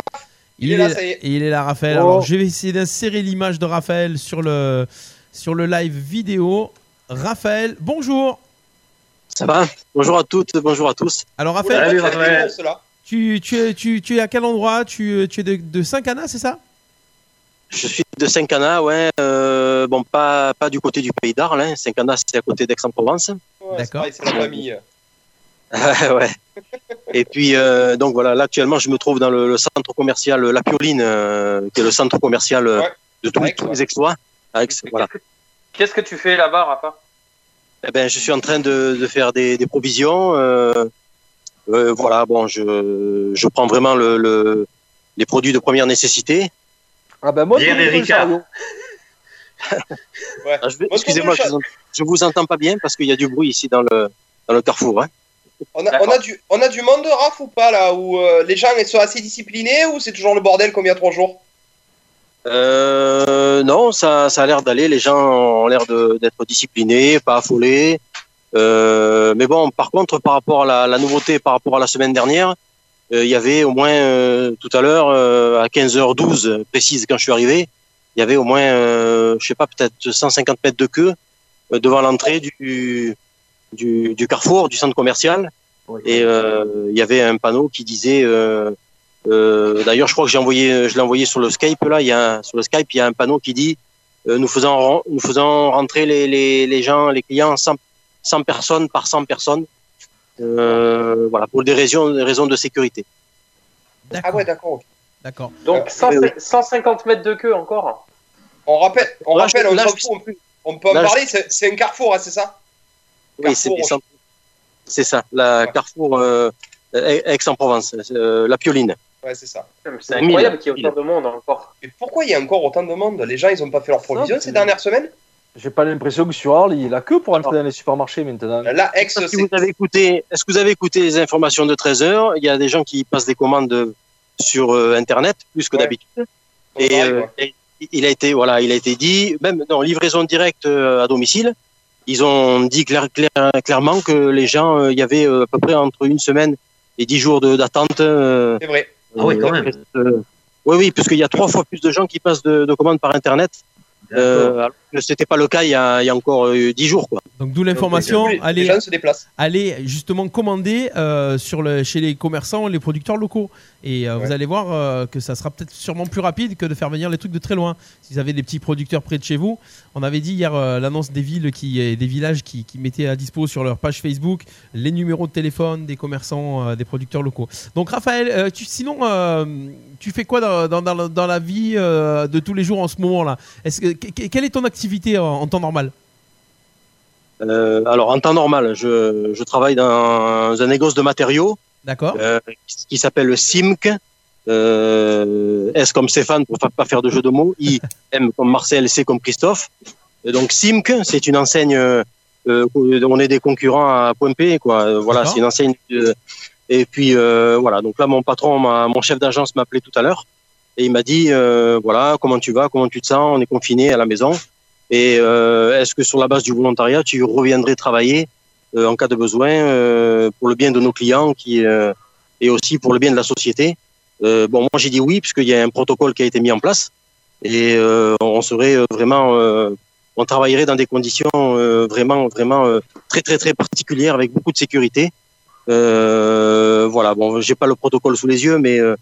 Speaker 6: Il est là, ça y est.
Speaker 4: il est là, Raphaël.
Speaker 8: Oh.
Speaker 4: Alors, je vais essayer d'insérer l'image de Raphaël sur le sur le live vidéo. Raphaël, bonjour.
Speaker 10: Ça va Bonjour à toutes, bonjour à tous.
Speaker 4: Alors,
Speaker 6: Oula,
Speaker 4: Raphaël,
Speaker 5: Salut,
Speaker 6: il y a des
Speaker 5: Raphaël.
Speaker 6: ours, là.
Speaker 4: tu, tu, es- tu, tu es à quel endroit tu, tu es de, de Saint-Cana, c'est ça
Speaker 10: Je suis de Saint-Cana, ouais. euh, bon, pas, pas du côté du pays d'Arles. hein. Saint-Cana, c'est à côté d'Aix-en-Provence.
Speaker 6: Ouais, c'est
Speaker 4: D'accord.
Speaker 6: pareil, C'est la famille.
Speaker 10: ouais. Et puis, euh, donc voilà, là actuellement, je me trouve dans le, le centre commercial La Pioline, euh, qui est le centre commercial euh,
Speaker 6: Ouais.
Speaker 10: de tous,
Speaker 6: Avec,
Speaker 10: tous
Speaker 6: ouais.
Speaker 10: les exploits. Avec, voilà.
Speaker 7: Qu'est-ce que tu fais là-bas, Raphaël
Speaker 10: Eh ben, je suis en train de, de faire des, des provisions. euh, euh, voilà, bon, je, je prends vraiment le, le- les produits de première nécessité.
Speaker 8: ah ben moi,
Speaker 5: Bière
Speaker 8: je-
Speaker 5: et Ricard.
Speaker 8: Mario.
Speaker 10: Ah, je vais-
Speaker 6: Montre-nous
Speaker 10: Excusez-moi,
Speaker 6: le
Speaker 10: je, vous en- je vous entends pas bien parce qu'il y a du bruit ici dans le, dans le carrefour. hein.
Speaker 6: On a, on,
Speaker 7: D'accord.
Speaker 6: a du, on a du monde, Raph, ou pas, là Où euh, les gens ils sont assez disciplinés ou c'est toujours le bordel comme il y a trois jours
Speaker 10: Euh, non, ça, ça a l'air d'aller. Les gens ont l'air de- d'être disciplinés, pas affolés. Euh, mais bon, par contre, par rapport à la, la nouveauté, par rapport à la semaine dernière, euh, il y avait au moins euh, tout à l'heure euh, à 15h12 précise quand je suis arrivé, il y avait au moins, euh, je sais pas, peut-être 150 mètres de queue euh, devant l'entrée du, du du carrefour, du centre commercial. Et euh, il y avait un panneau qui disait. Euh, euh, D'ailleurs, je crois que j'ai envoyé, je l'ai envoyé sur le Skype. Là, il y a un- sur le Skype, il y a un panneau qui dit euh, nous faisons ren- nous faisons rentrer les, les, les gens, les clients 100, 100 personnes par 100 personnes. Euh, voilà pour des raisons des raisons de sécurité.
Speaker 6: Ah
Speaker 4: D'accord.
Speaker 6: ouais, d'accord. ok.
Speaker 4: D'accord.
Speaker 7: Donc,
Speaker 6: Euh,
Speaker 7: 100
Speaker 10: oui, oui.
Speaker 7: 150 mètres de queue encore.
Speaker 6: On rappelle, on,
Speaker 10: Là,
Speaker 6: rappelle,
Speaker 10: je-
Speaker 6: on
Speaker 10: là,
Speaker 6: s'en
Speaker 10: je-
Speaker 6: fout, on peut, on peut en
Speaker 10: là, je-
Speaker 6: parler. c'est- C'est un carrefour, hein, c'est ça
Speaker 10: Oui, c'est
Speaker 6: Carrefour.
Speaker 10: c'est ça, la Carrefour euh, Aix-en-Provence, euh, la Pioline.
Speaker 6: Ouais, c'est ça.
Speaker 7: C'est incroyable qu'il y ait autant de monde encore.
Speaker 6: Mais pourquoi il y a encore autant de monde Les gens, ils n'ont pas fait leur provision
Speaker 8: Ça,
Speaker 6: ces dernières semaines
Speaker 8: J'ai pas l'impression que sur Arles, il a que pour
Speaker 5: Ah.
Speaker 8: entrer dans les supermarchés maintenant.
Speaker 6: La ex,
Speaker 5: Est-ce que,
Speaker 6: c'est
Speaker 5: vous avez écouté, est-ce que vous avez écouté les informations de 13h Il y a des gens qui passent des commandes sur euh, Internet, plus que
Speaker 6: Ouais.
Speaker 5: d'habitude. Et,
Speaker 6: pareil,
Speaker 5: euh,
Speaker 6: ouais.
Speaker 5: et il, a été, voilà, il a été dit, même dans livraison directe euh, à domicile, ils ont dit clair- clair- clairement que les gens, euh, il y avait euh, à peu près entre une semaine et dix jours de- d'attente. euh,
Speaker 6: c'est vrai.
Speaker 2: Ah ouais,
Speaker 5: euh,
Speaker 2: quand même.
Speaker 5: euh, oui, oui, parce qu'il y a trois fois plus de gens qui passent de, de commandes par Internet. Euh, alors que ce n'était pas le cas il y a, il y a encore euh, dix jours. Quoi.
Speaker 4: Donc d'où l'information,
Speaker 6: Les- Les
Speaker 4: allez,
Speaker 6: gens se déplacent.
Speaker 4: allez justement commander euh, sur le, chez les commerçants, les producteurs locaux. Et euh, vous
Speaker 6: Ouais.
Speaker 4: allez voir euh, que ça sera peut-être sûrement plus rapide que de faire venir les trucs de très loin. Si vous avez des petits producteurs près de chez vous, on avait dit hier euh, l'annonce des villes qui, et des villages qui, qui mettaient à dispo sur leur page Facebook les numéros de téléphone des commerçants, euh, des producteurs locaux. Donc Raphaël, euh, tu- sinon, euh, tu fais quoi dans, dans- dans- dans la vie euh, de tous les jours en ce moment-là Est-ce que- que- Quelle est ton activité en- en temps normal
Speaker 5: Euh, alors, en temps normal, je, je travaille dans un négoce de matériaux
Speaker 4: D'accord
Speaker 5: euh, qui s'appelle le SIMC. Euh, S comme Stéphane pour fa- pas faire de jeu de mots, I M comme Marcel, C comme Christophe. Et donc SIMC, c'est une enseigne. euh, euh, on est des concurrents à Point P, quoi. Euh, Voilà,
Speaker 4: D'accord.
Speaker 5: c'est une enseigne. euh, et puis euh, voilà. Donc là, mon patron, m'a- mon chef d'agence m'a appelé tout à l'heure et il m'a dit euh, voilà, comment tu vas, comment tu te sens, on est confiné à la maison. Et euh, est-ce que sur la base du volontariat, tu reviendrais travailler euh, en cas de besoin euh, pour le bien de nos clients qui euh, et aussi pour le bien de la société euh, Bon, moi j'ai dit oui puisqu'il y a un protocole qui a été mis en place et euh, on serait euh, vraiment, euh, on travaillerait dans des conditions euh, vraiment, vraiment euh, très, très, très particulières avec beaucoup de sécurité. Euh, voilà. Bon, j'ai pas le protocole sous les yeux, mais euh,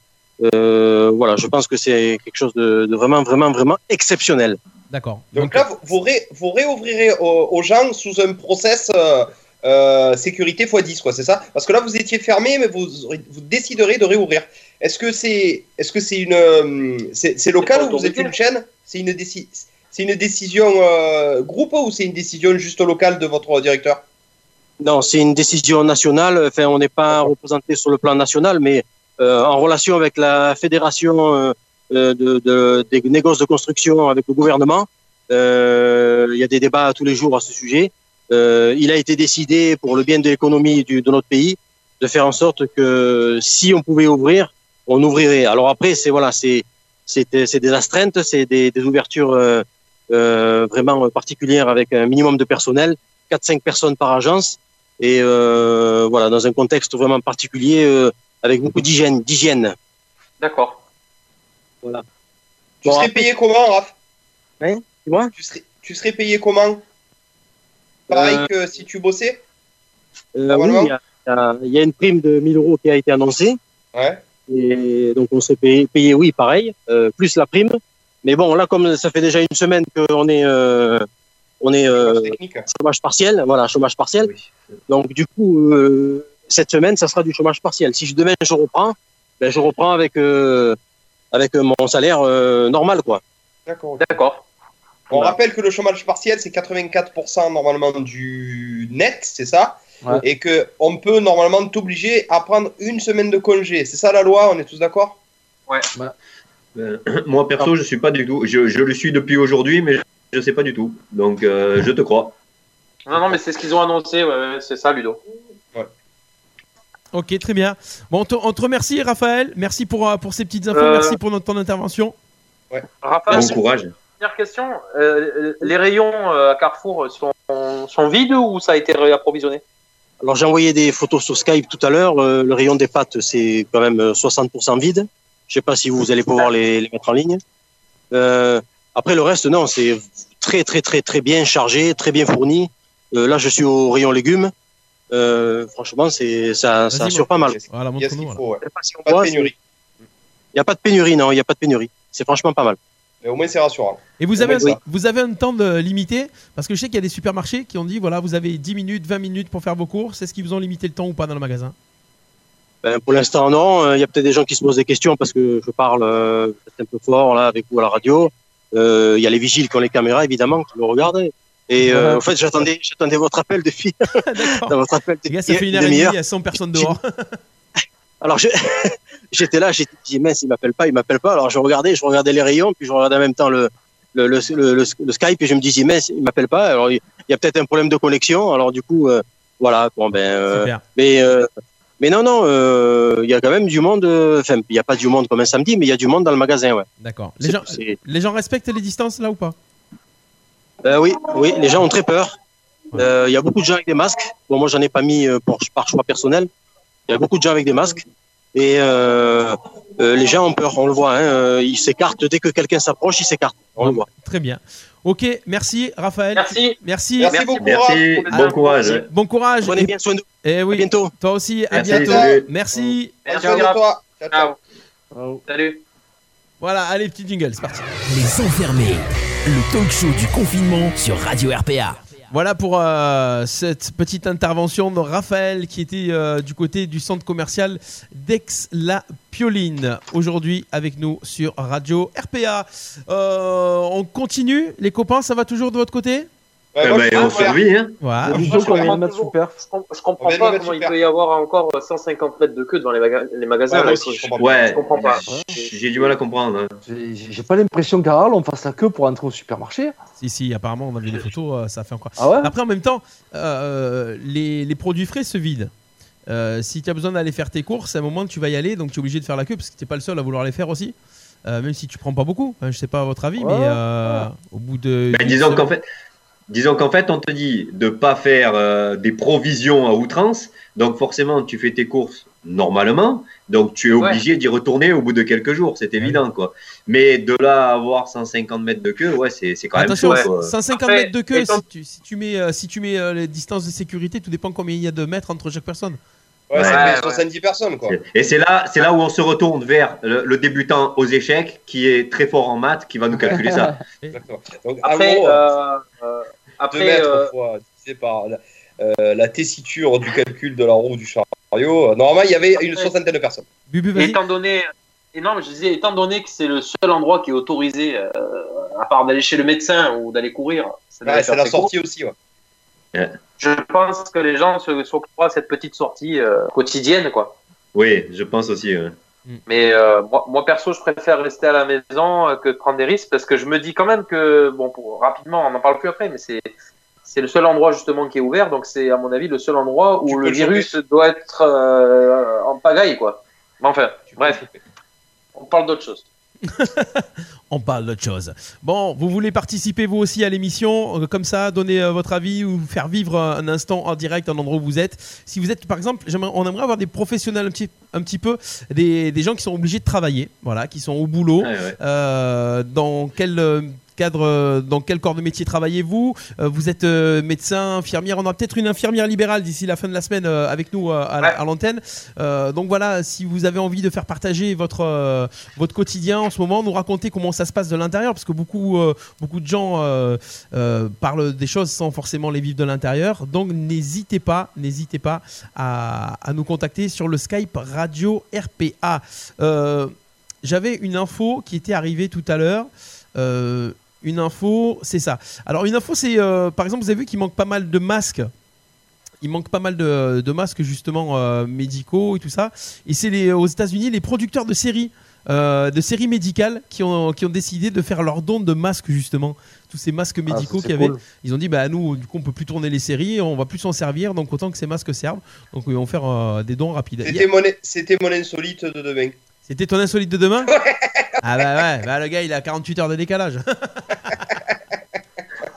Speaker 5: euh, voilà, je pense que c'est quelque chose de, de vraiment, vraiment, vraiment exceptionnel.
Speaker 4: D'accord.
Speaker 6: Donc là, vous, vous, ré- vous réouvrirez aux, aux gens sous un process euh, euh, sécurité x10, quoi, c'est ça Parce que là, vous étiez fermé, mais vous, aurez- vous déciderez de réouvrir. Est-ce que c'est est -ce c'est une euh, c'est c'est
Speaker 7: C'est
Speaker 6: local
Speaker 7: pas
Speaker 6: ou vous êtes
Speaker 7: autorisé.
Speaker 6: une chaîne C'est une, déci- c'est une décision euh, groupe ou c'est une décision juste locale de votre directeur
Speaker 5: Non, c'est une décision nationale. Enfin, on n'est pas représenté sur le plan national, mais euh, en relation avec la fédération euh, euh, de, de- des négoces de construction, avec le gouvernement, euh, il y a des débats tous les jours à ce sujet. Euh, il a été décidé, pour le bien de l'économie du- de notre pays, de faire en sorte que si on pouvait ouvrir, on ouvrirait. Alors après, c'est voilà, c'est c'est c'est des astreintes, c'est des, des ouvertures euh, euh, vraiment particulières avec un minimum de personnel, 4-5 personnes par agence. Et euh, voilà, dans un contexte vraiment particulier, euh, avec beaucoup d'hygiène. d'hygiène.
Speaker 7: D'accord.
Speaker 6: Tu
Speaker 5: Bon,
Speaker 6: serais
Speaker 5: après-
Speaker 6: payé comment, Raph
Speaker 5: Oui, dis-moi.
Speaker 6: tu serais, tu serais payé comment Pareil
Speaker 5: Euh,
Speaker 6: que si tu bossais
Speaker 5: Euh, oui,
Speaker 6: Normalement.
Speaker 5: il y a- il y, a- il y a une prime de 1000 euros qui a été annoncée.
Speaker 6: Ouais.
Speaker 5: Et donc on s'est payé, payé, oui, pareil, euh, plus la prime. Mais bon, là, comme ça fait déjà une semaine qu'on est, euh, on est euh,
Speaker 6: technique.
Speaker 5: chômage partiel, voilà, chômage partiel.
Speaker 2: Oui.
Speaker 5: Donc du coup, euh, cette semaine, ça sera du chômage partiel. Si je, demain je reprends, ben, je reprends avec euh, avec mon salaire euh, normal, quoi.
Speaker 6: D'accord. ok.
Speaker 7: D'accord.
Speaker 6: On
Speaker 5: Voilà.
Speaker 6: rappelle que le chômage partiel, c'est 84% normalement du net, c'est ça
Speaker 8: Ouais.
Speaker 6: Et que on peut normalement t'obliger à prendre une semaine de congé. C'est ça la loi, on est tous d'accord
Speaker 2: Ben, moi perso, je suis pas du tout. Je, je le suis depuis aujourd'hui, mais je, je sais pas du tout. Donc euh, je te crois.
Speaker 7: Non, non, mais c'est ce qu'ils ont annoncé, ouais, ouais, c'est ça, Ludo.
Speaker 4: Ok, très bien. Bon, on te, on te remercie, Raphaël. Merci pour, euh, pour ces petites infos.
Speaker 7: Euh,
Speaker 4: Merci pour notre temps d'intervention.
Speaker 7: Raphaël,
Speaker 5: Ah,
Speaker 2: Bon courage.
Speaker 7: dernière question. Euh, les rayons euh, à Carrefour sont, sont vides ou ça a été réapprovisionné
Speaker 5: Alors j'ai envoyé des photos sur Skype tout à l'heure. Euh, le rayon des pâtes, c'est quand même euh, 60% vide. Je sais pas si vous allez pouvoir les, les mettre en ligne. Euh, après le reste, non, c'est très très très très bien chargé, très bien fourni. Euh, là, je suis au rayon légumes. Euh, franchement, c'est ça,
Speaker 4: Vas-y,
Speaker 5: ça assure pas mal.
Speaker 4: Voilà,
Speaker 6: Il y a ce
Speaker 4: montre-nous.
Speaker 6: qu'il
Speaker 4: voilà.
Speaker 6: faut. ouais.
Speaker 5: Je sais pas si on
Speaker 6: Pas de
Speaker 5: voit,
Speaker 6: pénurie.
Speaker 5: Il n'y a pas de pénurie, non, il n'y a pas de pénurie. C'est franchement pas mal.
Speaker 6: Mais au moins, c'est rassurant.
Speaker 4: Et vous avez, un,
Speaker 5: Oui.
Speaker 4: vous avez un temps de limité Parce que je sais qu'il y a des supermarchés qui ont dit voilà, vous avez 10 minutes, 20 minutes pour faire vos courses. Est-ce qu'ils vous ont limité le temps ou pas dans le magasin
Speaker 5: Ben, pour l'instant, non. Euh, Il y a peut-être des gens qui se posent des questions parce que je parle euh, peut-être un peu fort là avec vous à la radio. Euh, Il y a les vigiles qui ont les caméras, évidemment, qui me regardent. Et euh, en fait, j'attendais, j'attendais votre appel depuis.
Speaker 4: D'accord.
Speaker 5: votre appel
Speaker 4: Les gars, ça fait une heure et demie,
Speaker 5: demi-heure.
Speaker 4: il y a 100 personnes dehors.
Speaker 5: Alors, je-
Speaker 10: j'étais là, j'étais dit, mince, il m'appelle pas, il m'appelle pas. Alors je regardais, je regardais les rayons, puis je regardais en même temps le, le, le, le, le Skype, et je me disais, mince, il m'appelle pas. Alors il y a peut-être un problème de connexion. Alors du coup, euh, voilà, bon, ben. euh,
Speaker 4: Super.
Speaker 10: mais, euh, mais non, non, euh, il y a quand même du monde. euh, Enfin, il n'y a pas du monde comme un samedi, mais il y a du monde dans le magasin, ouais.
Speaker 4: D'accord. Les
Speaker 10: C'est-
Speaker 4: gens,
Speaker 10: c'est-
Speaker 4: les gens respectent les distances là ou pas
Speaker 10: Euh, oui, oui, les gens ont très peur. Euh, Il y a beaucoup de gens avec des masques. Bon, moi, j'en ai pas mis euh, pour, par choix personnel. Il y a beaucoup de gens avec des masques. Et euh, euh, les gens ont peur, on le voit. Hein, euh, ils s'écartent. Dès que quelqu'un s'approche, ils s'écartent. On le voit.
Speaker 4: Très bien. Ok, merci Raphaël.
Speaker 7: Merci.
Speaker 4: Merci.
Speaker 6: Merci beaucoup.
Speaker 5: Merci,
Speaker 4: Ah,
Speaker 5: bon courage.
Speaker 4: Merci. Bon courage.
Speaker 10: Prenez bien soin de vous.
Speaker 4: Et
Speaker 10: À
Speaker 4: oui,
Speaker 10: bientôt.
Speaker 4: toi aussi, à
Speaker 5: Merci,
Speaker 4: bientôt.
Speaker 5: salut.
Speaker 4: Merci.
Speaker 6: Merci
Speaker 7: Ciao,
Speaker 6: à toi. Ciao, ciao.
Speaker 7: Ciao. Salut.
Speaker 4: Voilà, allez, petit jingle, c'est parti.
Speaker 3: Les enfermés, le talk show du confinement sur Radio RPA.
Speaker 4: Voilà pour euh, cette petite intervention de Raphaël qui était euh, du côté du centre commercial d'Aix-la-Pioline. Aujourd'hui avec nous sur Radio RPA. Euh, on continue, les copains, ça va toujours de votre côté
Speaker 6: Ouais,
Speaker 5: Eh
Speaker 6: moi,
Speaker 5: ben,
Speaker 6: je-
Speaker 5: on
Speaker 6: voilà.
Speaker 5: survit, hein.
Speaker 4: Voilà.
Speaker 6: Oui.
Speaker 8: Les vidéos Ah, qu'on
Speaker 6: je-
Speaker 8: vient de mettre sous perf.
Speaker 7: Je, com- je
Speaker 6: On
Speaker 7: comprends
Speaker 6: va
Speaker 7: pas
Speaker 6: aller
Speaker 7: comment il
Speaker 6: super.
Speaker 7: peut y avoir encore 150 mètres de queue devant les, maga- les magasins.
Speaker 6: Ouais,
Speaker 7: là,
Speaker 6: moi
Speaker 7: je-
Speaker 6: aussi, je comprends pas.
Speaker 5: Ouais,
Speaker 7: je comprends pas.
Speaker 5: j'ai du mal à comprendre. hein.
Speaker 8: J'ai j'ai pas l'impression qu'à Arles, on fasse la queue pour entrer au supermarché.
Speaker 4: Si, si, apparemment, on a vu les photos, euh, ça fait encore.
Speaker 8: Ah ouais
Speaker 4: Après, en même temps, euh, les, les produits frais se vident. Euh, si tu as besoin d'aller faire tes courses, à un moment tu vas y aller, donc tu es obligé de faire la queue parce que tu pas le seul à vouloir les faire aussi. Euh, même si tu prends pas beaucoup, Enfin, je sais pas à votre avis,
Speaker 8: Ouais,
Speaker 4: mais euh, au bout de.
Speaker 5: Ben,
Speaker 4: d'une
Speaker 5: disons
Speaker 4: semaine-
Speaker 5: qu'en fait, disons qu'en fait, on te dit de pas faire euh, des provisions à outrance. Donc forcément, tu fais tes courses normalement. Donc tu es
Speaker 7: Ouais.
Speaker 5: obligé d'y retourner au bout de quelques jours. C'est évident, quoi. Mais de là à avoir 150 mètres de queue, ouais, c'est c'est quand même
Speaker 4: Attention,
Speaker 5: chaud.
Speaker 7: ouais.
Speaker 5: quoi.
Speaker 4: 150
Speaker 7: Après,
Speaker 4: mètres de queue,
Speaker 7: étant-
Speaker 4: si tu, si tu mets, euh, si tu mets euh, les distances de sécurité, tout dépend combien il y a de mètres entre chaque personne.
Speaker 6: Ouais,
Speaker 5: Ouais,
Speaker 6: ça fait
Speaker 7: ouais.
Speaker 6: 70 personnes, quoi.
Speaker 5: Et c'est là, c'est là où on se retourne vers le, le débutant aux échecs qui est très fort en maths, qui va nous calculer ça.
Speaker 6: Exactement. Donc, en
Speaker 7: Après,
Speaker 6: gros,
Speaker 7: euh, euh,
Speaker 6: 2
Speaker 7: après,
Speaker 6: mètres
Speaker 7: euh,
Speaker 6: fois divisé par la, euh, la tessiture du calcul de la roue du chariot. euh, Normalement, il y avait une soixantaine de personnes.
Speaker 4: Bubu, vas-y.
Speaker 7: étant donné, et non, mais je disais, étant donné que c'est le seul endroit qui est autorisé, euh, à part d'aller chez le médecin ou d'aller courir, ça
Speaker 6: Ouais,
Speaker 7: devait
Speaker 6: c'est
Speaker 7: faire
Speaker 6: la
Speaker 7: ses courses.
Speaker 6: sortie aussi. Ouais.
Speaker 7: Je pense que les gens se se croient à cette petite sortie euh, quotidienne, quoi.
Speaker 5: Oui, je pense aussi. ouais.
Speaker 7: Mais euh, moi, moi, perso, je préfère rester à la maison euh, que de prendre des risques parce que je me dis quand même que, bon, pour, rapidement, on en parle plus après, mais c'est c'est le seul endroit justement qui est ouvert, donc c'est à mon avis le seul endroit où
Speaker 6: Tu peux
Speaker 7: le
Speaker 6: le
Speaker 7: virus doit être euh, en pagaille, quoi. Mais enfin, bref, on parle d'autre chose.
Speaker 4: On parle d'autre chose. Bon, vous voulez participer vous aussi à l'émission, euh, comme ça, donner euh, votre avis ou faire vivre euh, un instant en direct un endroit où vous êtes. Si vous êtes, par exemple, j'aimerais- on aimerait avoir des professionnels un petit, un petit peu, des, des gens qui sont obligés de travailler, voilà, qui sont au boulot.
Speaker 5: Ouais, ouais.
Speaker 4: Euh, dans quel euh, cadre, euh, dans quel corps de métier travaillez-vous Euh, Vous êtes euh, médecin, infirmière. On aura peut-être une infirmière libérale d'ici la fin de la semaine euh, avec nous euh, à la-
Speaker 7: Ouais.
Speaker 4: à l'antenne. Euh, donc voilà, si vous avez envie de faire partager votre euh, votre quotidien en ce moment, nous raconter comment ça se passe de l'intérieur, parce que beaucoup euh, beaucoup de gens euh, euh, parlent des choses sans forcément les vivre de l'intérieur. Donc n'hésitez pas, n'hésitez pas à, à nous contacter sur le Skype Radio RPA. Euh, j'avais une info qui était arrivée tout à l'heure. Euh, une info, c'est ça. Alors une info, c'est euh, par exemple, vous avez vu qu'il manque pas mal de masques. Il manque pas mal de, de masques justement euh, médicaux et tout ça. Et c'est les- aux États-Unis les producteurs de séries. euh, de séries médicales qui ont, qui ont décidé de faire leur don de masques justement tous ces masques
Speaker 8: Ah, ça,
Speaker 4: médicaux
Speaker 8: c'est
Speaker 4: qu'il y avait
Speaker 8: cool.
Speaker 4: ils ont dit bah nous du coup on peut plus tourner les séries on va plus s'en servir donc autant que ces masques servent donc ils vont faire euh, des dons rapides
Speaker 6: C'était mon, c'était mon insolite de demain.
Speaker 4: c'était ton insolite de demain ah bah ouais bah le gars il a 48 heures de décalage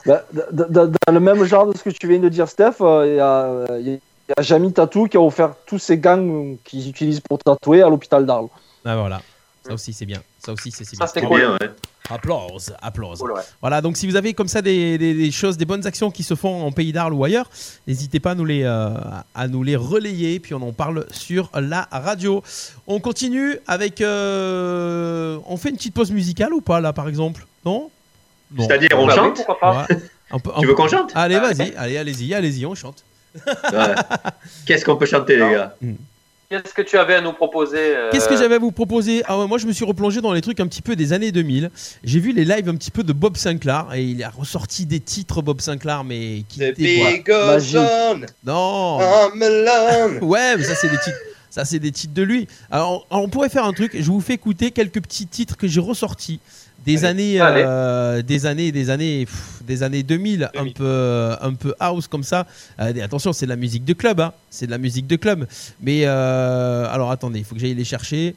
Speaker 8: Bah, d- d- d- dans le même genre de ce que tu viens de dire, Steph, euh, il y a, euh, il y a Jamy Tatou qui a offert tous ses gants qu'ils utilisent pour tatouer à l'hôpital d'Arles.
Speaker 4: ah voilà ça aussi c'est bien ça aussi c'est c'est
Speaker 7: Ça,
Speaker 4: bien
Speaker 7: c'est
Speaker 5: Trop
Speaker 7: cool.
Speaker 5: bien, ouais.
Speaker 4: applause applause
Speaker 7: Cool, ouais.
Speaker 4: Voilà, donc si vous avez comme ça des, des- des choses, des bonnes actions qui se font en pays d'Arles ou ailleurs, n'hésitez pas à nous, les, euh, à nous les relayer, puis on en parle sur la radio. On continue avec... euh, on fait une petite pause musicale ou pas, là, par exemple Non, Non.
Speaker 5: C'est-à-dire, on
Speaker 7: Bah oui,
Speaker 5: chante
Speaker 7: pourquoi pas.
Speaker 4: Ouais. On peut- on
Speaker 5: Tu
Speaker 4: peut-
Speaker 5: veux qu'on chante Ah,
Speaker 4: Allez, vas-y, allez, allez-y, allez-y, on chante.
Speaker 5: Ouais. Qu'est-ce qu'on peut chanter, les gars
Speaker 7: Qu'est-ce que tu avais à nous proposer euh,
Speaker 4: Qu'est-ce que j'avais à vous proposer Ah ouais, moi je me suis replongé dans les trucs un petit peu des années 2000. J'ai vu les lives un petit peu de Bob Sinclair et il a ressorti des titres Bob Sinclair mais qui
Speaker 6: The
Speaker 4: étaient
Speaker 6: big goes
Speaker 8: Magique.
Speaker 6: on,
Speaker 4: non.
Speaker 5: Oh.
Speaker 6: I'm alone.
Speaker 4: Ouais, mais ça c'est des titres Ça, c'est des titres de lui. Alors, on, on pourrait faire un truc. Je vous fais écouter quelques petits titres que j'ai ressortis des années, euh, des années, des années, pff, des années 2000, un
Speaker 6: 2000.
Speaker 4: peu, euh, un peu house comme ça. Euh, attention, c'est de la musique de club, hein. c'est de la musique de club. Mais euh, alors attendez, il faut que j'aille les chercher.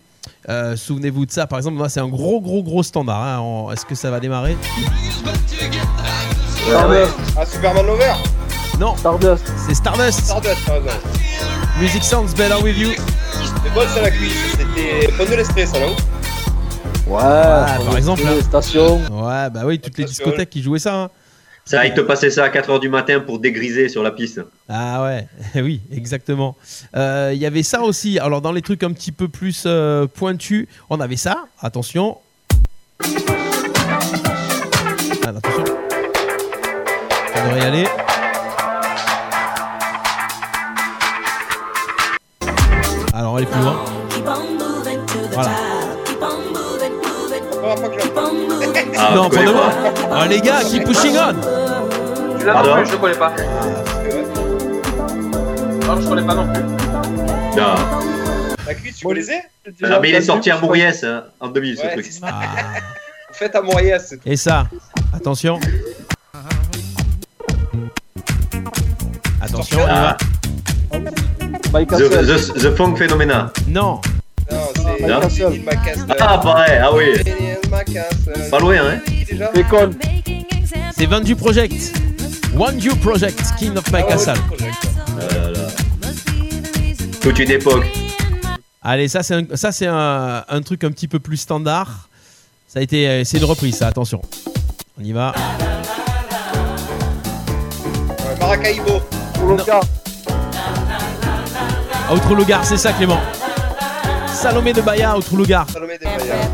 Speaker 4: Euh, Souvenez-vous de ça, par exemple, moi c'est un gros, gros, gros standard. hein. En- Est-ce que ça va démarrer
Speaker 6: Stardust. Ah, Superman Lover
Speaker 4: Non,
Speaker 8: Stardust.
Speaker 4: c'est Stardust.
Speaker 6: Stardust, par exemple.
Speaker 4: Music sounds better with you.
Speaker 6: C'est bon, ça, la cuisse. C'était Pont de l'Estrie, ça, non
Speaker 8: Ouais,
Speaker 4: Ah,
Speaker 8: sur
Speaker 4: par
Speaker 8: les-
Speaker 4: exemple,
Speaker 8: sur les
Speaker 4: là.
Speaker 8: stations.
Speaker 4: Ouais, bah oui, toutes les discothèques qui jouaient ça. hein.
Speaker 5: Ça, il te passait ça à 4h du matin pour dégriser sur la piste.
Speaker 4: Ah ouais, eh oui, exactement. Euh, Il y avait ça aussi. Alors dans les trucs un petit peu plus euh, pointus, on avait ça. Attention. Ah, attention. Ça devrait y aller. Alors on va aller plus loin. Voilà.
Speaker 6: Première fois que je l'entends.
Speaker 5: Ah,
Speaker 4: non,
Speaker 5: tu
Speaker 4: pour
Speaker 5: connais
Speaker 4: de
Speaker 5: pas
Speaker 4: vrai. Ah, les gars, keep pushing on.
Speaker 7: Je l'ai non
Speaker 5: Pardon
Speaker 7: plus, je le connais pas. Non, je connais pas non plus.
Speaker 5: Non.
Speaker 6: La cuisse, tu connaissais
Speaker 5: Non, mais il est sorti à Bourriès hein, en 2000,
Speaker 6: Ouais,
Speaker 5: ce truc.
Speaker 6: c'est ça.
Speaker 4: Ah.
Speaker 6: Faites à Morias, c'est tout.
Speaker 4: Et ça, attention. Attention, on y va.
Speaker 5: Ah,
Speaker 8: Mike
Speaker 5: the,
Speaker 8: Castle.
Speaker 5: the, the Funk Phenomena.
Speaker 4: Non,
Speaker 6: Non, c'est
Speaker 8: Non.
Speaker 6: Lady in my castle.
Speaker 5: Ah, pareil, ah oui.
Speaker 6: Lady in my castle.
Speaker 5: Pas loin, hein.
Speaker 6: Déjà
Speaker 8: Bacon.
Speaker 4: c'est Vendu Project. One You Project, King of My
Speaker 6: Ah,
Speaker 4: Castle.
Speaker 6: ouais, ouais, ouais.
Speaker 5: Ah là là. Toute une époque.
Speaker 4: Allez, ça c'est un, ça c'est un, un truc un petit peu plus standard. Ça a été, euh, c'est une reprise, ça. Attention, on y va.
Speaker 6: Ouais, Maracaibo.
Speaker 8: Colombia.
Speaker 4: Outre Lugar, c'est ça, Clément. Salomé de Bahia, Outre Lugar.
Speaker 6: Salomé des Payas.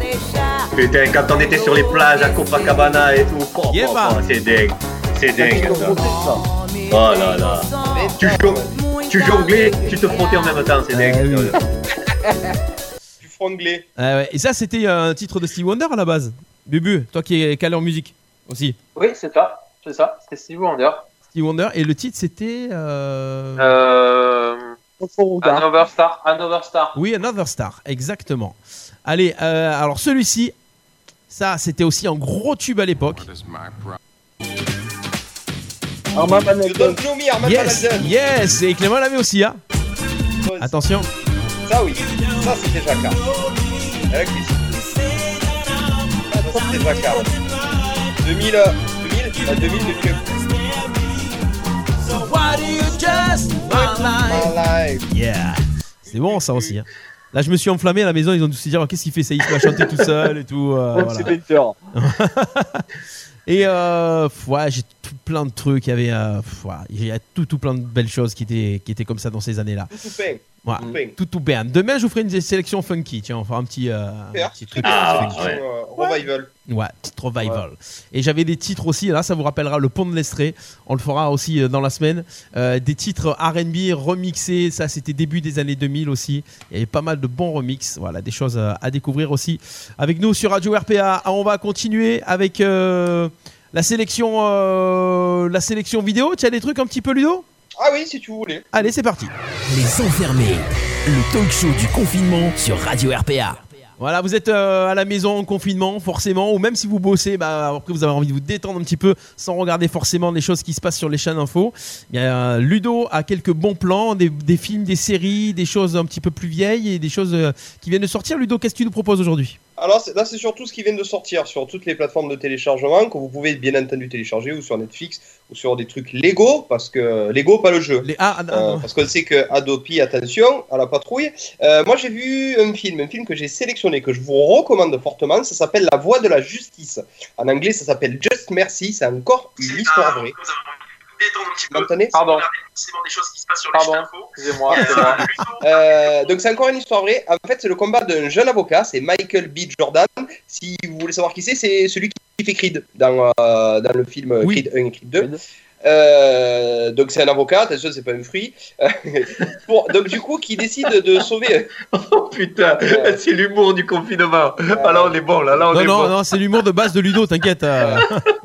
Speaker 5: Putain, quand on était sur les plages à Copacabana et tout. oh, oh,
Speaker 4: Yeah,
Speaker 5: oh,
Speaker 4: man.
Speaker 5: c'est dingue. C'est dingue, ça.
Speaker 8: Ça.
Speaker 5: Oh là là. Tu, jong- tu jonglais, tu te frottais en même temps, c'est dingue.
Speaker 4: Ah oui.
Speaker 6: Du franglais.
Speaker 4: Ah ouais, Et ça, c'était un titre de Stevie Wonder à la base. Bubu, toi qui es calé en musique aussi.
Speaker 7: Oui, c'est ça. C'est ça. C'était Steve Wonder.
Speaker 4: Stevie Wonder et le titre c'était. euh,
Speaker 7: Euh,
Speaker 6: Bah.
Speaker 7: Another Star. Another Star.
Speaker 4: Oui, Another Star, exactement. Allez, euh, alors celui-ci, ça c'était aussi un gros tube à l'époque.
Speaker 8: Armand Van
Speaker 6: You
Speaker 8: Helden.
Speaker 6: don't know me, Armand
Speaker 4: Yes,
Speaker 6: Van Helden.
Speaker 4: yes, et Clément l'avait aussi, hein.
Speaker 6: Ouais,
Speaker 4: Attention.
Speaker 6: Ça, oui. Ça, c'était Jacquard. Et La cuisse. Ah, Ça, c'était Jacquard. 2000, euh, 2000, la 2000 de vieux. My life.
Speaker 4: Yeah. C'est bon ça aussi. hein. Là, je me suis enflammé à la maison. Ils ont dû se dire oh, qu'est-ce qu'il fait Ça, il se met à chanter tout seul et tout. euh,
Speaker 8: Comme
Speaker 4: voilà.
Speaker 8: c'est Peter.
Speaker 4: Et euh, pff, ouais, j'ai tout plein de trucs. Il y avait euh, pff, ouais, il y a tout, tout plein de belles choses qui étaient, qui étaient comme ça dans ces années-là.
Speaker 6: Tout coupé.
Speaker 4: Ouais.
Speaker 6: Tout coupé.
Speaker 4: Tout tout bien. Demain, je vous ferai une sélection funky. Tiens, on fera un petit, euh, un petit truc.
Speaker 5: Ah,
Speaker 4: funky.
Speaker 5: ouais.
Speaker 6: Euh, Revival.
Speaker 4: Ouais, titre revival. Et j'avais des titres aussi, là ça vous rappellera le pont de l'Estrée, on le fera aussi euh, dans la semaine. Euh, des titres RB remixés, ça c'était début des années 2000 aussi. Il y avait pas mal de bons remix, voilà, des choses euh, à découvrir aussi. Avec nous sur Radio RPA, Ah, on va continuer avec euh, la, sélection, euh, la sélection vidéo. Tu as des trucs un petit peu Ludo
Speaker 6: Ah oui, si tu voulais.
Speaker 4: Allez, c'est parti.
Speaker 3: Les enfermés, le talk show du confinement sur Radio RPA.
Speaker 4: Voilà, vous êtes euh, à la maison en confinement, forcément, ou même si vous bossez, bah, après vous avez envie de vous détendre un petit peu sans regarder forcément les choses qui se passent sur les chaînes info. Il y a, euh, Ludo a quelques bons plans, des, des films, des séries, des choses un petit peu plus vieilles et des choses euh, qui viennent de sortir. Ludo, qu'est-ce que tu nous proposes aujourd'hui
Speaker 6: Alors c'est- là, c'est surtout ce qui vient de sortir sur toutes les plateformes de téléchargement que vous pouvez bien entendu télécharger ou sur Netflix ou sur des trucs Lego parce que euh, Lego pas le jeu.
Speaker 4: les... Ah, ah, ah,
Speaker 6: Euh,
Speaker 4: ah.
Speaker 6: parce qu'on sait que Adopi, attention à la patrouille. Euh, moi j'ai vu un film, un film que j'ai sélectionné, que je vous recommande fortement. Ça s'appelle La Voix de la Justice. En anglais, ça s'appelle Just Mercy. C'est encore une histoire vraie. Vous m'entendez
Speaker 7: Pardon. Pardon. Excusez-moi. c'est moi.
Speaker 6: Euh, donc c'est encore une histoire vraie. En fait, c'est le combat d'un jeune avocat, c'est Michael B. Jordan. Si vous voulez savoir qui c'est, c'est celui qui fait Creed dans, euh, dans le film
Speaker 4: Oui.
Speaker 6: Creed 1 et Creed 2. Euh, donc c'est un avocat, attention, c'est pas un fruit. Pour- donc du coup, qui décide de sauver.
Speaker 5: Oh putain,
Speaker 6: Ouais.
Speaker 5: c'est l'humour du confinement. Ah
Speaker 6: euh,
Speaker 5: là, on est bon, là, là, on
Speaker 4: Non,
Speaker 5: est
Speaker 4: non,
Speaker 5: bon.
Speaker 4: non, c'est l'humour de base de Ludo, t'inquiète. euh.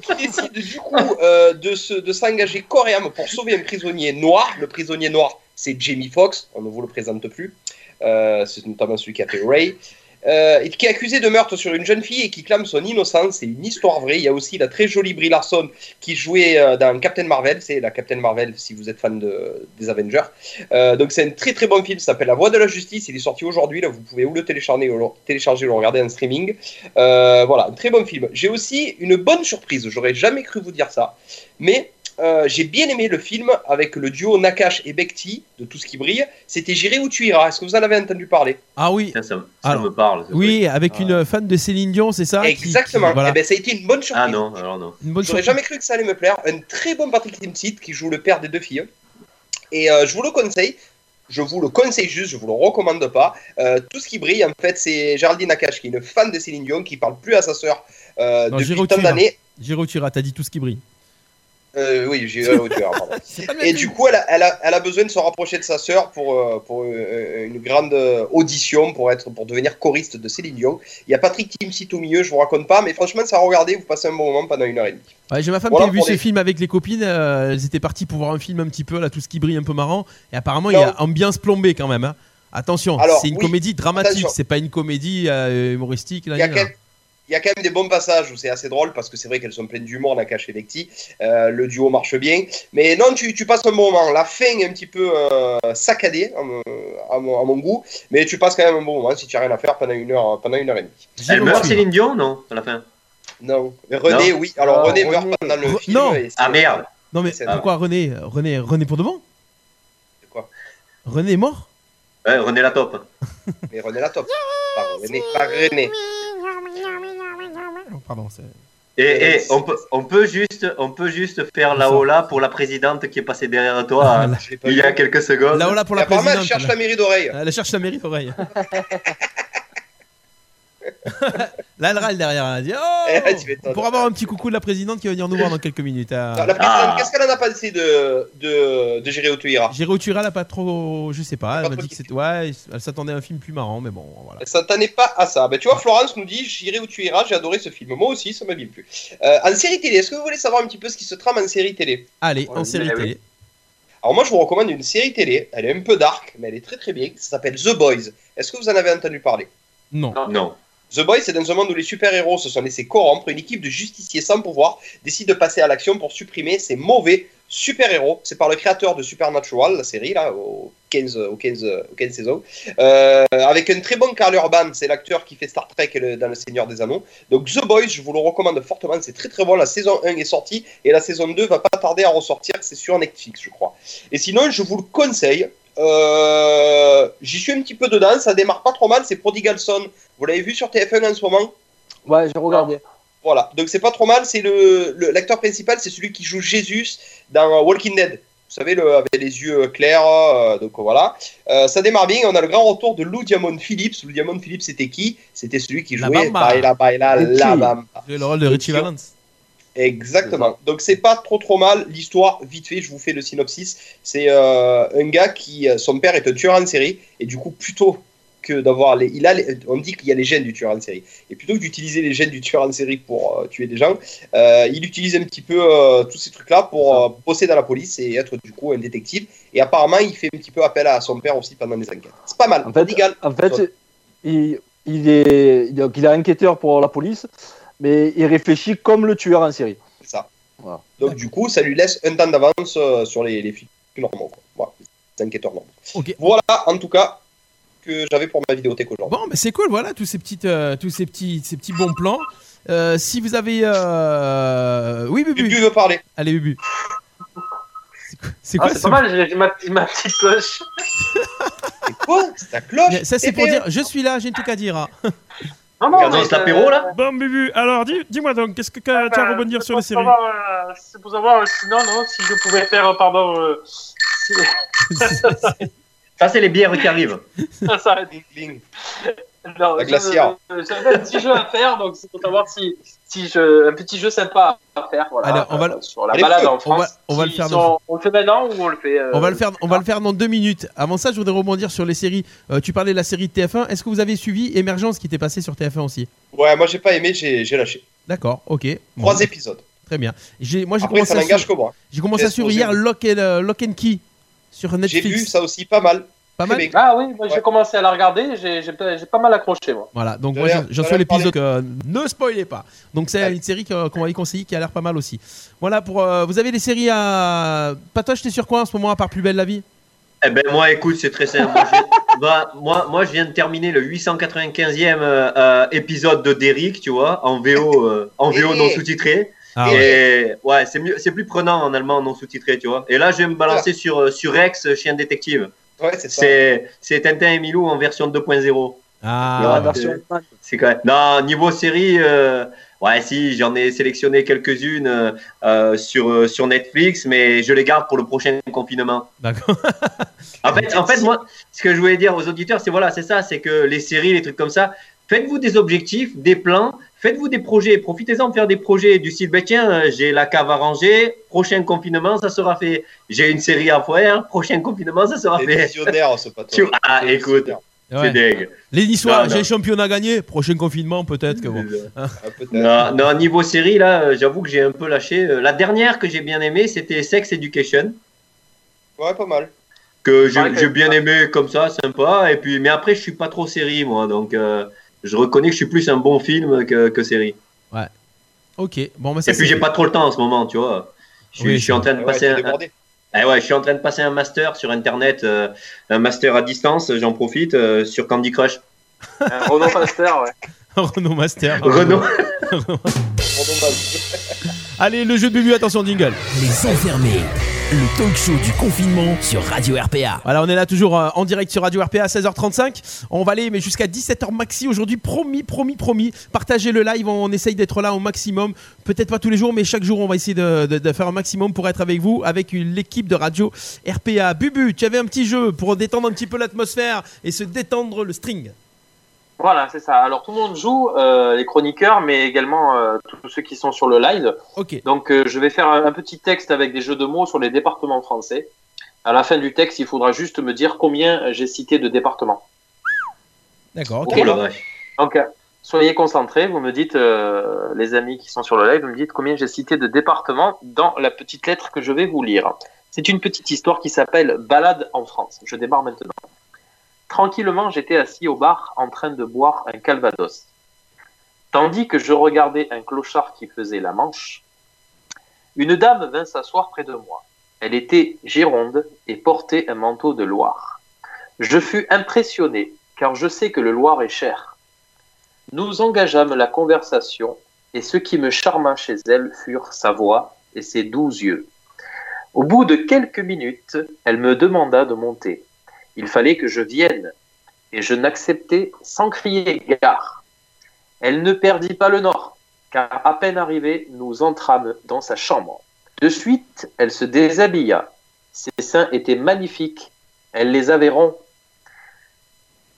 Speaker 6: qui décide du coup euh, de se- de s'engager corps et âme pour sauver un prisonnier noir. Le prisonnier noir, c'est Jamie Foxx, on ne vous le présente plus. euh, c'est notamment celui qui a fait Ray, euh, et qui est accusé de meurtre sur une jeune fille et qui clame son innocence. C'est une histoire vraie. Il y a aussi la très jolie Brie Larson qui jouait euh, dans Captain Marvel. C'est la Captain Marvel si vous êtes fan de, des Avengers. Euh, donc c'est un très très bon film. Ça s'appelle La Voix de la Justice. Il est sorti aujourd'hui. Là, vous pouvez ou le télécharger ou le, télécharger, ou le regarder en streaming. Euh, voilà, un très bon film. J'ai aussi une bonne surprise. J'aurais jamais cru vous dire ça, mais euh, j'ai bien aimé le film avec le duo Nakash et Bekti de Tout ce qui brille. C'était J'irai où tu iras. Est-ce que vous en avez entendu parler
Speaker 4: Ah oui,
Speaker 5: Ça, ça, me- ça
Speaker 4: Alors,
Speaker 5: me parle. ça,
Speaker 4: oui, avec une euh, fan de Céline Dion, c'est ça Ah, qui- qui-
Speaker 6: Exactement.
Speaker 4: voilà.
Speaker 6: Eh ben, ça a été une bonne surprise.
Speaker 5: Ah non, alors non.
Speaker 4: Une bonne
Speaker 6: J'aurais
Speaker 4: surprise.
Speaker 6: jamais cru que ça allait me plaire. Un très bon Patrick Timsit qui joue le père des deux filles. Et euh, je vous le conseille. Je vous le conseille juste, je vous le recommande pas. Euh, tout ce qui brille, en fait, c'est Géraldine Nakache, qui est une fan de Céline Dion, qui parle plus à sa sœur euh,
Speaker 4: Non, J'irai où
Speaker 6: depuis
Speaker 4: tu
Speaker 6: tant
Speaker 4: iras.
Speaker 6: d'années.
Speaker 4: J'irai où tu iras, t'as dit tout ce qui brille.
Speaker 6: Euh, oui, j'ai euh, auteur, pardon.
Speaker 4: C'est pas le
Speaker 6: Et
Speaker 4: même
Speaker 6: du coup, elle a, elle a- elle a besoin de se rapprocher de sa sœur pour, euh, pour euh, une grande euh, audition, pour, être, pour devenir choriste de Céline Dion. Il y a Patrick Timsit au milieu, je vous raconte pas, mais franchement, ça à regarder, vous passez un bon moment pendant une heure et demie.
Speaker 4: Ouais, j'ai ma femme
Speaker 6: Voilà
Speaker 4: qui a vu
Speaker 6: pour
Speaker 4: ce
Speaker 6: les-
Speaker 4: film avec les copines. euh, elles étaient parties pour voir un film un petit peu, là, tout ce qui brille, un peu marrant. Et apparemment, il y a ambiance plombée quand même. hein. Attention,
Speaker 6: Alors,
Speaker 4: c'est une
Speaker 6: oui,
Speaker 4: comédie dramatique,
Speaker 6: attention.
Speaker 4: c'est pas une comédie euh, humoristique. Là,
Speaker 6: Il y, a
Speaker 4: là.
Speaker 6: quand même, il y a quand même des bons passages où c'est assez drôle parce que c'est vrai qu'elles sont pleines d'humour, Nakache et Vecti. Euh, le duo marche bien. Mais non, tu, tu passes un bon moment. La fin est un petit peu euh, saccadée à mon, à mon- à mon goût, mais tu passes quand même un bon moment si tu n'as rien à faire pendant une heure, pendant une heure et demie.
Speaker 4: J'irai
Speaker 5: Elle
Speaker 4: où
Speaker 5: meurt,
Speaker 4: Ah, tu iras.
Speaker 5: Céline Dion, non À la fin
Speaker 6: Non. René, oui. Alors
Speaker 8: Ah,
Speaker 6: René
Speaker 8: René.
Speaker 6: meurt pendant le
Speaker 4: Re-
Speaker 6: film.
Speaker 4: non.
Speaker 6: et c'est-
Speaker 5: Ah merde
Speaker 4: Non, mais
Speaker 6: C'est-
Speaker 4: pourquoi René euh, René, René pour de bon
Speaker 6: De quoi
Speaker 4: René est mort
Speaker 5: Ouais, René la top.
Speaker 6: Mais René la top. Pas René. Pas René.
Speaker 4: Oh, Pardon, c'est.
Speaker 5: Et,
Speaker 6: Euh,
Speaker 5: et
Speaker 6: c'est-
Speaker 5: on, peut, on, peut juste, on peut juste faire
Speaker 4: Ah,
Speaker 5: la hola pour la présidente qui est passée derrière toi hein,
Speaker 6: Je l'ai pas
Speaker 5: il
Speaker 6: vu.
Speaker 5: y a quelques secondes.
Speaker 4: Là, voilà pour la
Speaker 6: Apparemment, elle
Speaker 4: présidente.
Speaker 6: cherche
Speaker 4: là. Ah.
Speaker 6: la mairie d'oreille.
Speaker 4: Elle cherche la mairie d'oreille. là, elle râle derrière. Elle dit
Speaker 6: Eh, tu
Speaker 4: Oh
Speaker 6: m'étonnes.
Speaker 4: Pour avoir un petit coucou de la présidente qui va venir nous voir dans quelques minutes. euh.
Speaker 6: Alors, La présidente,
Speaker 5: Ah.
Speaker 6: qu'est-ce qu'elle en a pensé de, de, de gérer
Speaker 7: Ah.
Speaker 6: Otoira
Speaker 4: J'ai retiré la pas trop. Je sais pas. Elle
Speaker 6: Pas
Speaker 4: m'a
Speaker 6: trop
Speaker 4: dit que
Speaker 6: kiffé.
Speaker 4: c'était. Ouais, elle s'attendait à un film plus marrant, mais bon, voilà.
Speaker 6: Ça t'annait pas à ça. Ben, tu vois, Florence nous dit J'irai où tu iras, j'ai adoré ce film. Moi aussi, ça m'a bien plu. Euh, en série télé, est-ce que vous voulez savoir un petit peu ce qui se trame en série télé
Speaker 4: Allez,
Speaker 7: Ouais,
Speaker 4: en série
Speaker 7: mais oui.
Speaker 4: télé.
Speaker 6: Alors, moi, je vous recommande une série télé. Elle est un peu dark, mais elle est très très bien. Ça s'appelle The Boys. Est-ce que vous en avez entendu parler
Speaker 4: Non.
Speaker 7: Ah.
Speaker 5: Non.
Speaker 6: The Boys, c'est dans un monde où les super-héros se sont laissés corrompre. Une équipe de justiciers sans pouvoir décide de passer à l'action pour supprimer ces mauvais super-héros. C'est par le créateur de Supernatural, la série, là, au 15, au 15, au 15 saison. Euh, avec un très bon Karl Urban, c'est l'acteur qui fait Star Trek et le- dans Le Seigneur des Anneaux. Donc The Boys, je vous le recommande fortement, c'est très très bon. La saison 1 est sortie et la saison 2 va pas tarder à ressortir, c'est sur Netflix, je crois. Et sinon, je vous le conseille. Euh, J'y suis un petit peu dedans, ça démarre pas trop mal, c'est Prodigal Son. Vous l'avez vu sur TF1 en ce moment
Speaker 8: Ouais, j'ai regardé.
Speaker 6: Voilà, donc c'est pas trop mal. C'est le le- l'acteur principal, c'est celui qui joue Jésus dans Walking Dead. Vous savez, le, avec les yeux clairs, euh, donc voilà. Euh, ça démarre bien. On a le grand retour de Lou Diamond Phillips. Lou Diamond Phillips, c'était qui C'était celui qui
Speaker 4: La
Speaker 6: jouait
Speaker 4: Bamba.
Speaker 6: Baila Baila
Speaker 8: Richie.
Speaker 6: La Bamba.
Speaker 4: Le rôle de Richie Valence.
Speaker 6: Exactement. Donc c'est pas trop trop mal l'histoire. Vite fait, je vous fais le synopsis. C'est euh, un gars qui, euh, son père est un tueur en série et du coup plutôt que d'avoir les, il a, les- on dit qu'il y a les gènes du tueur en série et plutôt que d'utiliser les gènes du tueur en série pour euh, tuer des gens, euh, il utilise un petit peu euh, tous ces trucs là pour euh, bosser dans la police et être du coup un détective. Et apparemment, il fait un petit peu appel à son père aussi pendant les enquêtes. C'est pas mal.
Speaker 8: En fait,
Speaker 6: Prodigal.
Speaker 4: Ah.
Speaker 8: En fait, il, il est, donc il est enquêteur pour la police, mais il réfléchit comme le tueur en série.
Speaker 6: C'est ça.
Speaker 8: Voilà.
Speaker 6: Donc du coup, ça lui laisse un temps d'avance euh, sur les, les flics normaux. Quoi. Voilà, les enquêteurs normaux.
Speaker 4: Ok.
Speaker 6: Voilà, en tout cas, que j'avais pour ma vidéothèque aujourd'hui.
Speaker 4: Bon, mais c'est cool, voilà, tous ces petits, euh, tous ces petits, ces petits bons plans. Euh, si vous avez. euh, Oui,
Speaker 6: Tu
Speaker 4: Bubu.
Speaker 6: veux parler
Speaker 4: Allez, Bubu. C'est quoi- C'est
Speaker 7: Ah,
Speaker 4: quoi
Speaker 7: c'est
Speaker 4: ce-
Speaker 7: pas mal, j'ai j'ai ma, ma petite cloche.
Speaker 6: C'est quoi C'est ta cloche
Speaker 4: Ça, c'est
Speaker 6: Eh
Speaker 4: pour
Speaker 6: bien,
Speaker 4: dire, je suis là, j'ai tout à dire. hein.
Speaker 7: Non,
Speaker 5: Regardez,
Speaker 7: mais, euh,
Speaker 5: c'est l'apéro, là
Speaker 4: Bon, Bubu, alors dis- dis-moi donc, qu'est-ce que tu as
Speaker 7: Bah, c'est pour savoir, euh, C'est pour savoir euh, si non, non, si je pouvais faire, euh, pardon, euh, si-
Speaker 5: Ça, c'est les bières qui arrivent.
Speaker 7: ça s'arrête.
Speaker 6: bling, bling.
Speaker 7: Non,
Speaker 6: La
Speaker 7: je-
Speaker 6: glacière.
Speaker 7: euh, J'avais un petit jeu à faire, donc c'est pour savoir si, si je. Un petit jeu sympa à faire, voilà.
Speaker 4: Allez, on va le-
Speaker 7: euh, sur la
Speaker 6: Allez,
Speaker 7: balade
Speaker 6: feu.
Speaker 7: en
Speaker 4: On va-
Speaker 7: France.
Speaker 4: on va le
Speaker 7: Qui
Speaker 4: faire,
Speaker 7: sont- On le fait maintenant ou on le fait. euh,
Speaker 4: On va le faire,
Speaker 6: ah.
Speaker 4: on va le faire dans deux minutes. Avant ça, je voudrais rebondir sur les séries. Euh, tu parlais de la série de TF1. Est-ce que vous avez suivi Émergence qui était passée sur TF1 aussi
Speaker 6: Ouais, moi j'ai pas aimé, j'ai j'ai lâché.
Speaker 4: D'accord, ok. Bon,
Speaker 6: Trois épisodes.
Speaker 4: Très bien. J'ai, moi, j'ai
Speaker 6: Après,
Speaker 4: commencé,
Speaker 6: ça
Speaker 4: à
Speaker 6: n'engage
Speaker 4: suivre,
Speaker 6: que moi.
Speaker 4: j'ai commencé à
Speaker 6: J'ai
Speaker 4: suivre hier Lock and, euh, Lock and Key sur
Speaker 6: J'ai
Speaker 4: Netflix.
Speaker 6: vu ça aussi pas mal.
Speaker 4: Pas mal.
Speaker 7: Ah oui, moi, j'ai commencé à la regarder, j'ai j'ai pas j'ai pas mal accroché moi.
Speaker 4: Voilà, donc
Speaker 6: J'ai
Speaker 4: moi
Speaker 6: l'air-
Speaker 4: j'en
Speaker 6: j'ai
Speaker 4: suis à
Speaker 6: l'air parlé.
Speaker 4: l'épisode. euh, ne spoilez pas. Donc c'est
Speaker 6: Ouais.
Speaker 4: une série que- qu'on m'avait conseillé qui a l'air pas mal aussi. Voilà pour. euh, vous avez des séries à. Patoche, t'es sur quoi en ce moment à part Plus belle la vie
Speaker 5: Eh ben moi, écoute, c'est très simple. Moi, je- bah, moi, moi, je viens de terminer le 895e euh, euh, épisode de Derrick, tu vois, en VO, euh, en VO non
Speaker 6: Eh.
Speaker 5: sous-titré.
Speaker 4: Ah ouais.
Speaker 5: Et ouais, c'est mieux, c'est plus prenant en allemand non sous-titré, tu vois. Et là, je vais me balancer
Speaker 4: Ah.
Speaker 5: sur euh, sur Rex, chien détective.
Speaker 6: Ouais, c'est ça.
Speaker 5: Ah, C'est c'est Tintin et Milou en version 2.0.
Speaker 4: Ah,
Speaker 5: Ouais, bah-
Speaker 8: version Allemagne.
Speaker 5: C'est quand même. Non, niveau série, euh, ouais, si, j'en ai sélectionné quelques-unes euh, euh, sur euh, sur Netflix, mais je les garde pour le prochain confinement.
Speaker 4: d'accord.
Speaker 5: En fait, en fait, moi, ce que je voulais dire aux auditeurs, c'est voilà, c'est ça, c'est que les séries, les trucs comme ça, faites-vous des objectifs, des plans, faites-vous des projets, profitez-en de faire des projets du style, ben tiens, euh, j'ai la cave à ranger, prochain confinement, ça sera fait. J'ai une série à faire, prochain confinement, ça sera
Speaker 6: T'es
Speaker 5: fait.
Speaker 6: visionnaire, ce patron.
Speaker 5: Tu- Ah,
Speaker 6: T'es
Speaker 5: écoute.
Speaker 6: visionnaire.
Speaker 5: C'est
Speaker 4: Ouais.
Speaker 5: dingue.
Speaker 4: Lundi soir,
Speaker 5: Non,
Speaker 4: j'ai
Speaker 5: non.
Speaker 4: le championnat gagné. Prochain confinement, peut-être que bon.
Speaker 6: Ah, peut-être.
Speaker 5: Non, non, niveau série, là, euh, j'avoue que j'ai un peu lâché. Euh, La dernière que j'ai bien aimée, c'était Sex Education.
Speaker 6: Ouais, pas mal.
Speaker 5: que j'ai
Speaker 7: Pareil,
Speaker 5: j'ai
Speaker 7: t'as-
Speaker 5: bien aimé comme ça, sympa. Et puis, mais après, je suis pas trop série, moi. Donc, euh, je reconnais que je suis plus un bon film que, que série.
Speaker 4: Ok, bon, bah ça
Speaker 5: Et puis,
Speaker 4: c'est.
Speaker 5: j'ai pas trop le temps en ce moment, tu vois. Je suis,
Speaker 4: Oui,
Speaker 5: je suis en train de
Speaker 6: Ouais,
Speaker 5: passer
Speaker 6: t'es
Speaker 5: un,
Speaker 6: débordé.
Speaker 5: eh ouais, je suis en train de passer un master sur internet, euh, un master à distance. J'en profite euh, sur Candy Crush.
Speaker 7: Un Renault Master, Hein, ouais.
Speaker 4: Renault Master.
Speaker 5: Renaud,
Speaker 6: Pardon, pardon.
Speaker 4: Allez, le jeu de Bubu, attention, jingle.
Speaker 3: Les enfermés, le talk show du confinement sur Radio RPA.
Speaker 4: Voilà, on est là toujours euh, en direct sur Radio RPA à 16h35. On va aller mais jusqu'à 17h maxi aujourd'hui, promis, promis, promis. Partagez le live, on essaye d'être là au maximum. Peut-être pas tous les jours, mais chaque jour on va essayer de, de- de faire un maximum pour être avec vous, avec une- l'équipe de Radio RPA. Bubu, tu avais un petit jeu pour détendre un petit peu l'atmosphère et se détendre le string.
Speaker 7: Voilà, c'est ça. Alors tout le monde joue, euh, les chroniqueurs, mais également euh, tous ceux qui sont sur le live.
Speaker 4: Ok,
Speaker 7: Donc euh, je vais faire un, un petit texte avec des jeux de mots sur les départements français. À la fin du texte, il faudra juste me dire combien euh, j'ai cité de départements.
Speaker 4: d'accord. ok.
Speaker 5: Oh la vache.
Speaker 7: Donc euh, soyez concentrés, vous me dites, euh, les amis qui sont sur le live, vous me dites combien j'ai cité de départements dans la petite lettre que je vais vous lire. C'est une petite histoire qui s'appelle Balade en France. Je démarre maintenant. Tranquillement, j'étais assis au bar en train de boire un calvados. Tandis que je regardais un clochard qui faisait la manche, une dame vint s'asseoir près de moi. Elle était gironde et portait un manteau de Loire. Je fus impressionné, car je sais que le Loir est cher. Nous engageâmes la conversation, et ce qui me charma chez elle furent sa voix et ses doux yeux. Au bout de quelques minutes, elle me demanda de monter. Il fallait que je vienne, et je n'acceptai sans crier gare. Elle ne perdit pas le nord, car à peine arrivés, nous entrâmes dans sa chambre. De suite, elle se déshabilla. Ses seins étaient magnifiques, elle les avait ronds.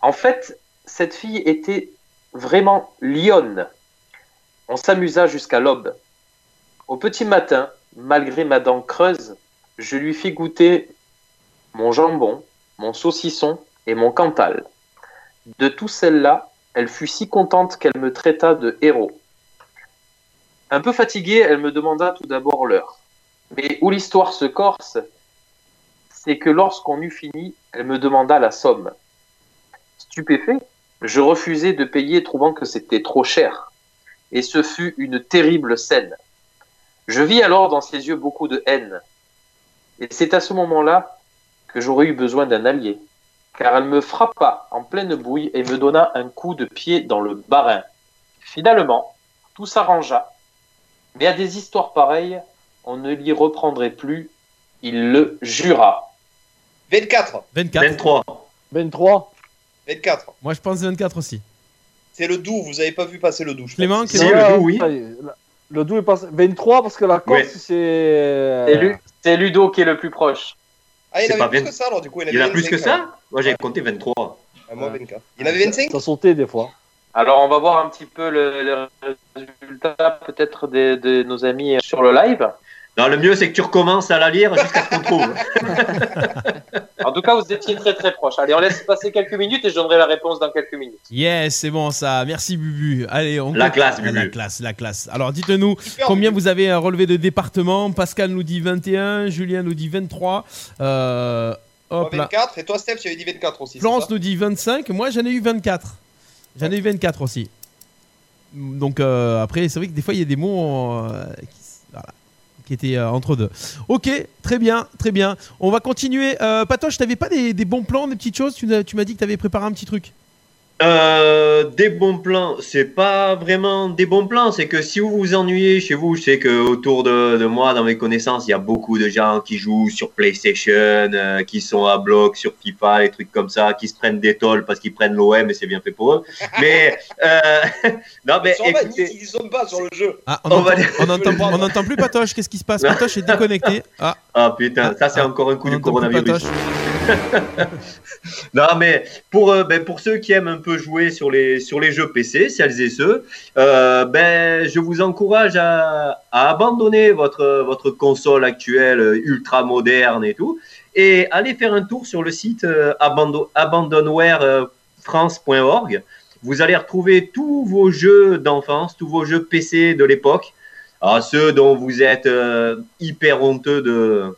Speaker 7: En fait, cette fille était vraiment lionne. On s'amusa jusqu'à l'aube. Au petit matin, malgré ma dent creuse, je lui fis goûter mon jambon, mon saucisson et mon cantal. De tout celle-là, elle fut si contente qu'elle me traita de héros. Un peu fatiguée, elle me demanda tout d'abord l'heure. Mais où l'histoire se corse, c'est que lorsqu'on eut fini, elle me demanda la somme. Stupéfait, je refusais de payer trouvant que c'était trop cher. Et ce fut une terrible scène. Je vis alors dans ses yeux beaucoup de haine. Et c'est à ce moment-là que j'aurais eu besoin d'un allié. Car elle me frappa en pleine bouille et me donna un coup de pied dans le barin. Finalement, tout s'arrangea. Mais à des histoires pareilles, on ne l'y reprendrait plus. Il le jura.
Speaker 6: 24.
Speaker 4: 24.
Speaker 5: 23.
Speaker 8: 23.
Speaker 6: 24.
Speaker 4: Moi je pense 24 aussi.
Speaker 6: C'est le doux, vous avez pas vu passer le doux. je pense.
Speaker 4: Clément,
Speaker 5: Si,
Speaker 4: qu'est-ce que-
Speaker 5: le doux, oui.
Speaker 8: Le doux est passé. 23 parce que la Corse,
Speaker 5: Ouais.
Speaker 7: C'est
Speaker 8: c'est.
Speaker 7: Lu- c'est Ludo qui est le plus proche.
Speaker 6: Ah, il
Speaker 5: C'est
Speaker 6: y en
Speaker 5: pas
Speaker 6: avait plus
Speaker 5: 20.
Speaker 6: que ça alors, du coup.
Speaker 5: Il y en a
Speaker 6: avait
Speaker 5: plus que
Speaker 6: 25,
Speaker 5: ça Moi, j'avais compté 23.
Speaker 6: hein. Ah, moi, 24. Il y
Speaker 8: euh,
Speaker 6: en avait 25
Speaker 8: Ça sautait des fois.
Speaker 7: Alors, on va voir un petit peu le, le résultat peut-être de, de nos amis euh, sur le live.
Speaker 5: Non, le mieux, c'est que tu recommences à la lire jusqu'à ce qu'on trouve.
Speaker 7: En tout cas, vous étiez très très proche. Allez, on laisse passer quelques minutes et je donnerai la réponse dans quelques minutes.
Speaker 4: Yes, c'est bon ça. Merci Bubu. Allez, on
Speaker 5: La
Speaker 4: compte-
Speaker 5: classe,
Speaker 4: Ah,
Speaker 5: Bubu.
Speaker 4: La classe, la classe. Alors dites-nous
Speaker 6: Super,
Speaker 4: combien
Speaker 6: Bubu.
Speaker 4: vous avez euh, relevé de départements. Pascal nous dit 21, Julien nous dit 23. Euh, Hop là.
Speaker 6: 24. Et toi, Steph, tu avais dit 24 aussi. c'est ça
Speaker 4: Florence nous dit 25, moi j'en ai eu 24. J'en ai eu 24 aussi. Donc euh, après, c'est vrai que des fois il y a des mots euh, qui, s- voilà, qui étaient euh, entre deux. Ok, très bien, très bien. On va continuer. Euh, Patoche, t'avais pas des, des bons plans, des petites choses Tu, n'as- tu m'as dit que t'avais préparé un petit truc.
Speaker 5: Euh, des bons plans, c'est pas vraiment des bons plans, c'est que si vous vous ennuyez chez vous, je sais que autour de, de moi, dans mes connaissances, il y a beaucoup de gens qui jouent sur PlayStation, euh, qui sont à bloc sur FIFA, et trucs comme ça, qui se prennent des tolls parce qu'ils prennent l'OM et c'est bien fait pour eux. Mais euh, non, mais
Speaker 6: Ils sont bas,
Speaker 5: écoutez,
Speaker 6: ils sont bas sur le jeu.
Speaker 4: Ah, on
Speaker 5: On va
Speaker 4: n'entend
Speaker 5: aller-
Speaker 4: on n'entend plus Patoche, qu'est-ce qui se passe Patoche est déconnecté. Ah,
Speaker 5: ah putain, ça c'est
Speaker 4: Ah,
Speaker 5: encore un coup
Speaker 4: on
Speaker 5: du
Speaker 4: n'entend plus
Speaker 5: coronavirus.
Speaker 4: Patoche.
Speaker 5: Non, mais pour, euh, ben, pour ceux qui aiment un peu jouer sur les, sur les jeux PC, celles et ceux, euh, ben, je vous encourage à, à abandonner votre, euh, votre console actuelle euh, ultra moderne et tout, et aller faire un tour sur le site euh, abando- euh, abandonwarefrance.org. Vous allez retrouver tous vos jeux d'enfance, tous vos jeux PC de l'époque, à ceux dont vous êtes euh, hyper honteux de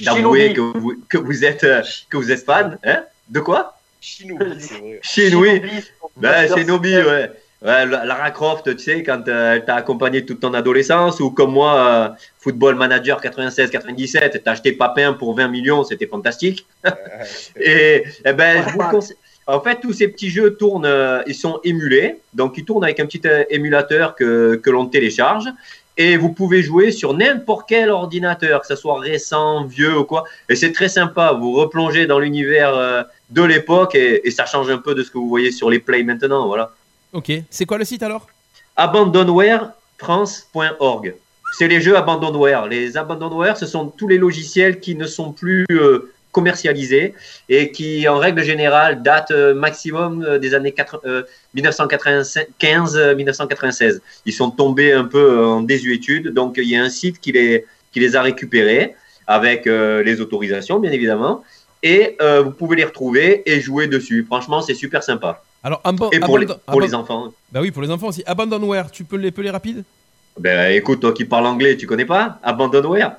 Speaker 5: d'avouer
Speaker 7: Shinobi.
Speaker 5: que vous, que vous êtes euh, que vous êtes fan, hein De quoi
Speaker 6: Shinobi, c'est vrai.
Speaker 5: Shinobi. Ben,
Speaker 7: Master
Speaker 5: Shinobi,
Speaker 7: System.
Speaker 5: ouais. Ouais, La- Lara Croft, tu sais, quand euh, elle t'a accompagné toute ton adolescence, ou comme moi, euh, Football Manager 96-97, t'as acheté Papin pour 20 millions, c'était fantastique. et, eh ben, je vous le conse- en fait, tous ces petits jeux tournent, euh, ils sont émulés, donc ils tournent avec un petit euh, émulateur que, que l'on télécharge, et vous pouvez jouer sur n'importe quel ordinateur, que ce soit récent, vieux ou quoi, et c'est très sympa, vous replongez dans l'univers euh, de l'époque et, et ça change un peu de ce que vous voyez sur les plays maintenant. Voilà.
Speaker 4: Ok, c'est quoi le site alors
Speaker 5: Abandonwarefrance.org. C'est les jeux Abandonware. Les Abandonware, ce sont tous les logiciels qui ne sont plus euh, commercialisés et qui, en règle générale, datent euh, maximum euh, des années euh, 1995-1996. Ils sont tombés un peu euh, en désuétude, donc il y a un site qui les, qui les a récupérés avec euh, les autorisations, bien évidemment. Et euh, vous pouvez les retrouver et jouer dessus. Franchement, c'est super sympa.
Speaker 4: Alors, abo-
Speaker 5: Et pour, les,
Speaker 4: abandon-
Speaker 5: pour les
Speaker 4: abandon-
Speaker 5: enfants.
Speaker 4: Bah oui, pour les enfants aussi. Abandonware, tu peux l'épeler rapide
Speaker 5: Ben écoute, toi qui parles anglais, tu connais pas Abandonware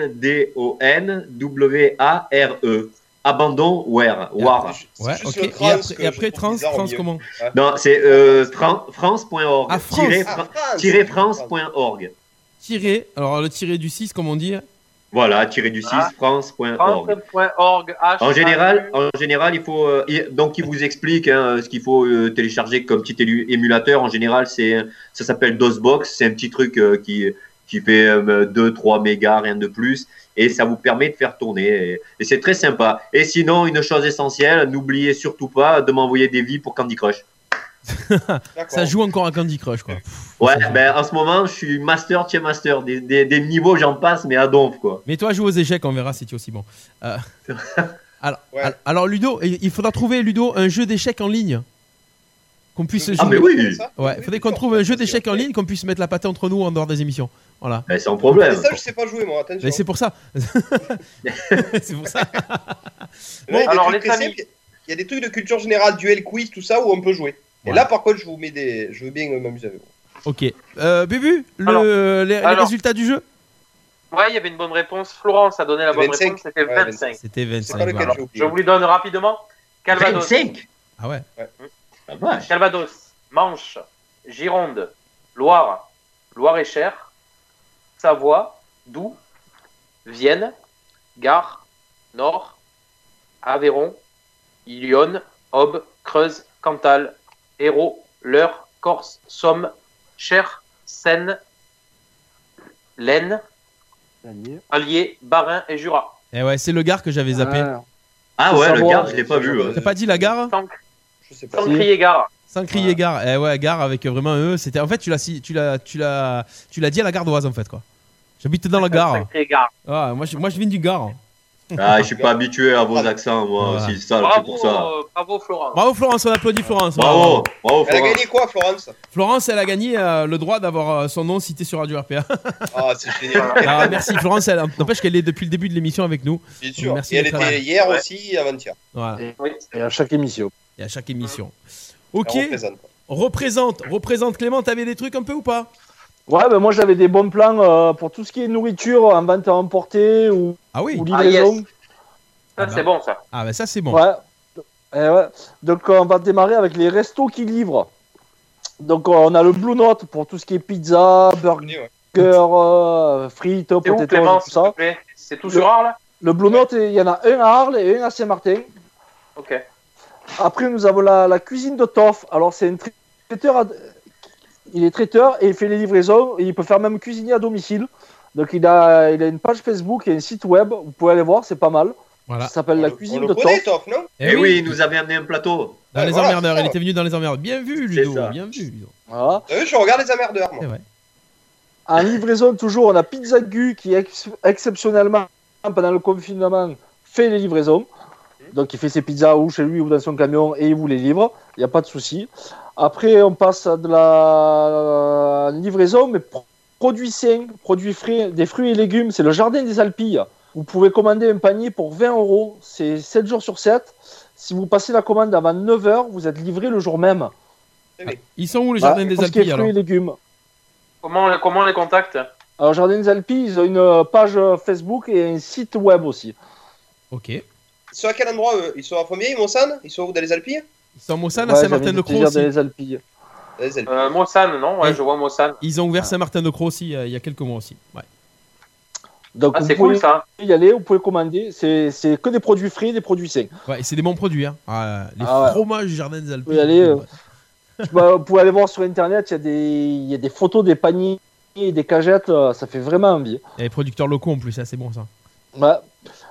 Speaker 5: A-B-A-N-D-O-N-W-A-R-E. E. Abandonware. War.
Speaker 6: Ju-
Speaker 4: Ouais,
Speaker 6: juste
Speaker 4: ok.
Speaker 6: le
Speaker 4: Et
Speaker 6: trans
Speaker 4: après,
Speaker 6: que
Speaker 4: et
Speaker 6: je
Speaker 4: après,
Speaker 6: trouve
Speaker 4: trans,
Speaker 6: bizarre au
Speaker 4: trans
Speaker 6: milieu.
Speaker 4: comment
Speaker 5: Non, c'est euh, fran- france.org.
Speaker 4: Ah, France.
Speaker 5: Tiré-
Speaker 6: Ah,
Speaker 5: fran-
Speaker 6: France.
Speaker 5: tiré france.org.
Speaker 4: Tirer, alors le tirer du 6, comme on dit.
Speaker 5: Voilà, tiré du 6,
Speaker 7: Ah.
Speaker 5: france.org.
Speaker 7: France.org, H-
Speaker 5: En général, en général, il faut euh, il- donc il vous explique hein, ce qu'il faut euh, télécharger comme petit élu- émulateur. En général, c'est ça s'appelle DOSBox, c'est un petit truc euh, qui qui fait 2-3 mégas, rien de plus, et ça vous permet de faire tourner. Et, et c'est très sympa. Et sinon, une chose essentielle, n'oubliez surtout pas de m'envoyer des vies pour Candy Crush.
Speaker 6: D'accord.
Speaker 4: Ça joue encore à Candy Crush, quoi.
Speaker 5: Ouais,
Speaker 4: Ça,
Speaker 5: ben en ce moment, je suis master, chez master, des, des, des niveaux, j'en passe, mais à donf quoi.
Speaker 4: Mais toi, joue aux échecs, on verra si tu es aussi bon. Euh, alors,
Speaker 6: Ouais.
Speaker 4: al- alors, Ludo, il il faudra trouver, Ludo, un jeu d'échecs en ligne. Qu'on puisse jouer.
Speaker 5: Ah, mais oui.
Speaker 6: Ça
Speaker 4: Ouais,
Speaker 6: Oui,
Speaker 4: faudrait qu'on
Speaker 6: d'accord.
Speaker 4: trouve un jeu d'échecs
Speaker 6: Ok.
Speaker 4: en ligne, qu'on puisse mettre la pâté entre nous en dehors des émissions. Voilà.
Speaker 5: Ben, sans problème.
Speaker 6: Mais ça, je sais pas jouer, moi. Attention.
Speaker 4: Mais c'est pour ça. c'est pour ça.
Speaker 6: Là, il y a des
Speaker 7: Alors,
Speaker 6: trucs
Speaker 7: les
Speaker 6: très
Speaker 7: familles.
Speaker 6: simples. Il y a des trucs de culture générale, duel, quiz, tout ça, où on peut jouer. Et
Speaker 4: Ouais.
Speaker 6: là, par contre, je vous mets des. Je veux bien euh, m'amuser avec vous.
Speaker 4: Ok. Euh, Bubu, le,
Speaker 7: Alors.
Speaker 4: les, les
Speaker 7: Alors.
Speaker 4: résultats du jeu
Speaker 7: Ouais, il y avait une bonne réponse. Florence a donné la bonne
Speaker 6: 25.
Speaker 7: réponse, c'était
Speaker 6: Ouais,
Speaker 7: 25.
Speaker 4: C'était
Speaker 6: C'est
Speaker 4: 25.
Speaker 6: pas lequel
Speaker 4: voilà.
Speaker 6: j'ai oublié.
Speaker 7: Je vous les donne rapidement. Calvados,
Speaker 5: 25
Speaker 4: Ah ouais.
Speaker 5: La vache.
Speaker 7: Calvados, Manche, Gironde, Loire, Loire-et-Cher, Savoie, Doubs, Vienne, Gard, Nord, Aveyron, Lyon, Aube, Creuse, Cantal, Hérault, L'Eure, Corse, Somme, Cher, Seine, Laine, Allier, Barin et Jura.
Speaker 4: Et Eh ouais, c'est le gars que j'avais zappé.
Speaker 5: Ah ouais, le
Speaker 8: Savoir,
Speaker 5: gars, je l'ai pas vu. ouais.
Speaker 4: T'as pas dit la gare
Speaker 6: Je sais pas.
Speaker 7: Sans crier gare.
Speaker 4: Sans crier gare. Eh ouais, gare avec vraiment un E. C'était en fait tu l'as si- tu l'as tu l'as tu l'as dit à la gardoise en fait quoi. J'habite dans la
Speaker 7: Sans
Speaker 4: gare.
Speaker 7: crier gare.
Speaker 4: Ah, moi je moi je viens du gare.
Speaker 5: Ah, je suis pas habitué à vos accents, moi,
Speaker 4: Voilà.
Speaker 5: aussi, ça, Ah, c'est
Speaker 7: Bravo,
Speaker 5: pour ça.
Speaker 7: euh, bravo Florence.
Speaker 4: Bravo Florence, on applaudit Florence.
Speaker 5: Bravo, bravo,
Speaker 6: Elle a
Speaker 5: Florent.
Speaker 6: gagné quoi, Florence
Speaker 4: Florence, elle a gagné euh, le droit d'avoir euh, son nom cité sur Radio RPA.
Speaker 6: Ah, c'est génial.
Speaker 4: Ah, merci Florence, elle n'empêche qu'elle est depuis le début de l'émission avec nous.
Speaker 6: Bien sûr.
Speaker 4: Merci
Speaker 6: et elle
Speaker 4: d'être là.
Speaker 6: était hier aussi et avant-hier.
Speaker 4: Voilà,
Speaker 7: Oui,
Speaker 8: Et à chaque émission.
Speaker 4: et à chaque émission.
Speaker 6: Elle
Speaker 4: Ok,
Speaker 6: représente.
Speaker 4: représente, représente Clément, t'avais des trucs un peu ou pas
Speaker 8: Ouais, ben moi j'avais des bons plans euh, pour tout ce qui est nourriture en vente à emporter ou,
Speaker 4: Ah oui,
Speaker 8: ou
Speaker 7: Ah,
Speaker 8: livraison.
Speaker 7: Ça, c'est bon, ça.
Speaker 4: Ah, bah ça, c'est bon.
Speaker 8: Ouais. Eh ouais. Donc on va démarrer avec les restos qui livrent. Donc on a le Blue Note pour tout ce qui est pizza, burger,
Speaker 6: ouais.
Speaker 8: euh, frites,
Speaker 7: C'est où,
Speaker 8: potatoes,
Speaker 7: Clément,
Speaker 8: tout
Speaker 7: s'il te
Speaker 8: ça.
Speaker 7: plaît C'est tout sur Arles
Speaker 8: Le Blue Note, il y en a un à Arles et un à Saint-Martin.
Speaker 7: Ok.
Speaker 8: Après, nous avons la, la cuisine de Toff. Alors, c'est un traiteur. à- Il est traiteur et il fait les livraisons. Et il peut faire même cuisiner à domicile. Donc, il a, il a une page Facebook et un site web. Vous pouvez aller voir, c'est pas mal.
Speaker 4: Voilà.
Speaker 8: Ça s'appelle La
Speaker 6: On le-
Speaker 8: cuisine
Speaker 6: on
Speaker 8: de
Speaker 6: le connaît,
Speaker 8: Toff.
Speaker 6: Toff, non
Speaker 5: Eh oui, il nous avait amené un plateau.
Speaker 4: Dans
Speaker 6: Ouais,
Speaker 4: les
Speaker 6: voilà,
Speaker 4: emmerdeurs,
Speaker 6: c'est
Speaker 4: il
Speaker 6: ça.
Speaker 4: était venu dans les emmerdeurs. Bien vu,
Speaker 5: C'est
Speaker 4: Ludo.
Speaker 5: ça.
Speaker 4: Bien vu, Ludo.
Speaker 8: Voilà.
Speaker 6: T'as vu, je regarde les amerdeurs, moi.
Speaker 4: C'est vrai.
Speaker 8: En livraison, toujours, on a Pizza Gu qui, ex- exceptionnellement, pendant le confinement, fait les livraisons. Donc, il fait ses pizzas ou chez lui ou dans son camion et il vous les livre. Il n'y a pas de souci. Après, on passe à de la euh, livraison, mais pro- produits sains, produits frais, des fruits et légumes. C'est le jardin des Alpilles. Vous pouvez commander un panier pour 20 euros. C'est 7 jours sur 7. Si vous passez la commande avant 9h, vous êtes livré le jour même.
Speaker 4: Ils sont où les
Speaker 8: Voilà,
Speaker 4: jardins des
Speaker 8: pour ce qui est
Speaker 4: Alpilles alors
Speaker 8: fruits et légumes.
Speaker 7: Comment, on- comment on les contacte
Speaker 8: Alors, Jardin des Alpilles, ils ont une euh, page euh, Facebook et un site web aussi.
Speaker 4: Ok. Ils
Speaker 6: Ils sont à quel endroit eux Ils sont à Fomier, Monsanne Ils sont où dans les Alpilles
Speaker 4: sont à Mossane, à
Speaker 8: Ouais, j'avais dit
Speaker 4: Saint-Martin-de-Croix
Speaker 8: Jardin
Speaker 4: aussi.
Speaker 8: des Alpilles.
Speaker 6: Dans les Alpilles.
Speaker 7: euh, Mossan, non Ouais,
Speaker 4: Oui.
Speaker 7: je vois Mossan.
Speaker 4: Ils ont
Speaker 8: Ah.
Speaker 4: ouvert Saint-Martin-de-Croix aussi euh, il y a quelques mois aussi. Ouais.
Speaker 8: Donc,
Speaker 7: Ah,
Speaker 8: vous
Speaker 7: c'est
Speaker 8: pouvez
Speaker 7: cool ça.
Speaker 8: y aller, vous pouvez commander. C'est c'est que des produits frais, des produits sains.
Speaker 4: Ouais, et c'est des bons produits. Hein. Ah, les
Speaker 8: Ah ouais.
Speaker 4: fromages du jardin des Alpilles.
Speaker 8: Oui, allez, euh, Bah, vous pouvez aller voir sur internet, il y, a des- il y a des photos des paniers et des cagettes, euh, ça fait vraiment envie.
Speaker 4: Et les producteurs locaux en plus, ça c'est bon ça.
Speaker 8: Ouais.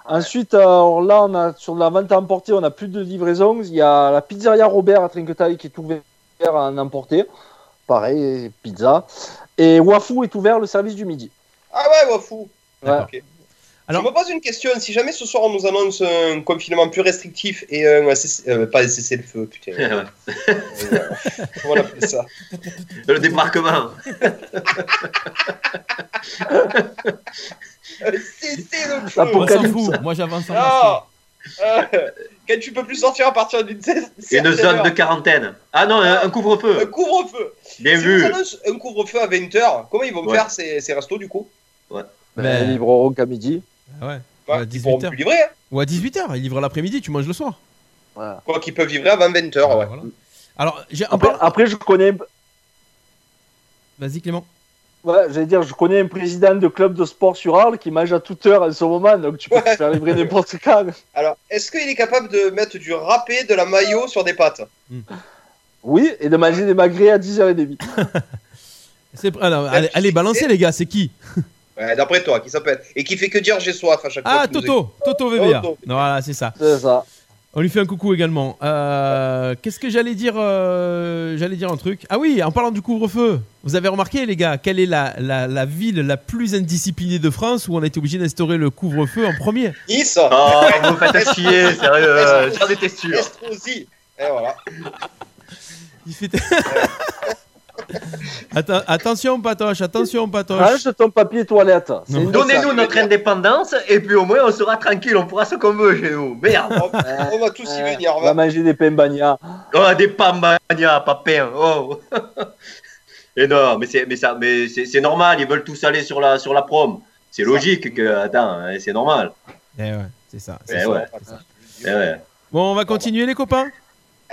Speaker 8: Ensuite, alors là, on a, sur la vente à emporter, on n'a plus de livraison. Il y a la pizzeria Robert à Trinquetaille qui est ouverte à en emporter. Pareil, pizza. Et Wafou est ouvert le service du midi.
Speaker 6: Ah ouais, wafou.
Speaker 4: D'accord.
Speaker 6: Ok.
Speaker 4: Alors-
Speaker 6: Je me pose une question. Si jamais ce soir on nous annonce un confinement plus restrictif et un cessez- euh, pas un cessez-le-feu, putain.
Speaker 5: Ouais.
Speaker 6: Euh, Comment on appelle ça
Speaker 5: Le débarquement.
Speaker 6: Un cessez-le-feu.
Speaker 8: La
Speaker 4: Moi,
Speaker 8: Apocalypse.
Speaker 4: s'en fout. Moi j'avance
Speaker 8: Ah.
Speaker 4: en
Speaker 6: Non. Euh, Quand tu peux plus sortir à partir d'une cer-
Speaker 5: Et une
Speaker 6: certaine
Speaker 5: zone
Speaker 6: heure.
Speaker 5: de quarantaine. Ah non, un, un
Speaker 6: Un
Speaker 5: couvre-feu.
Speaker 6: couvre-feu.
Speaker 5: Bien
Speaker 6: Si nous
Speaker 5: vu.
Speaker 6: annonce un couvre-feu à 20h, comment ils vont
Speaker 5: Ouais.
Speaker 6: faire ces, ces restos du coup
Speaker 4: Mais-
Speaker 8: Ben, ils livreront qu'à midi.
Speaker 4: Ah ouais.
Speaker 6: Bah,
Speaker 4: Ouais,
Speaker 6: Ils pourront
Speaker 4: 18 heures.
Speaker 6: plus livrer. hein.
Speaker 4: Ou à 18h, ils livrent l'après-midi, tu manges le soir.
Speaker 6: Quoi qu'ils peuvent livrer avant 20h. Ouais.
Speaker 4: Ah, Voilà. Alors, j'ai un
Speaker 8: Après,
Speaker 4: par-
Speaker 8: après, je connais,
Speaker 4: Vas-y Clément.
Speaker 8: ouais, j'allais dire, je connais un président de club de sport sur Arles qui mange à toute heure en ce moment, donc tu peux te faire livrer n'importe quand.
Speaker 6: Alors, est-ce qu'il est capable de mettre du râpé, de la maillot sur des pâtes
Speaker 8: Oui, et de manger des magrets à 10h30.
Speaker 4: C'est... ah, non, allez, allez, balancez les gars, c'est qui
Speaker 6: Ouais, d'après toi, qui s'appelle Et qui fait que dire j'ai soif à chaque fois.
Speaker 4: Ah,
Speaker 6: qu'il nous
Speaker 4: Toto Toto VBA.
Speaker 6: Toto.
Speaker 4: Non, Voilà, c'est ça.
Speaker 8: C'est ça.
Speaker 4: On lui fait un coucou également. Euh, Qu'est-ce que j'allais dire euh, J'allais dire un truc. Ah oui, en parlant du couvre-feu, vous avez remarqué, les gars, quelle est la, la, la ville la plus indisciplinée de France où on a été obligé d'instaurer le couvre-feu en premier
Speaker 6: écoute. Nice ça
Speaker 5: Oh, vous faites à chier, sérieux. J'en étais sûr.
Speaker 6: Estrosi Et voilà.
Speaker 4: Il fait. Atten- attention, Patoche, attention, Patoche.
Speaker 6: Ah,
Speaker 8: Range ton papier toilette. C'est
Speaker 4: Non.
Speaker 8: une-
Speaker 5: Donnez-nous
Speaker 6: ça.
Speaker 5: notre indépendance et puis au moins on sera tranquille, on pourra ce qu'on veut chez nous. Merde.
Speaker 6: On, on va tous y
Speaker 8: Euh,
Speaker 6: venir.
Speaker 8: on
Speaker 6: on
Speaker 8: va
Speaker 6: va.
Speaker 8: manger des pains bagnats.
Speaker 5: Oh, des pambagnas, papin. Oh. Et non, mais c'est mais ça, mais c'est c'est normal. Ils veulent tous aller sur la sur la prom. C'est logique que attends, hein, c'est normal.
Speaker 4: Eh ouais, c'est ça. c'est
Speaker 5: Eh
Speaker 4: ça.
Speaker 5: ouais. Eh ouais.
Speaker 4: Bon, on va continuer, les copains.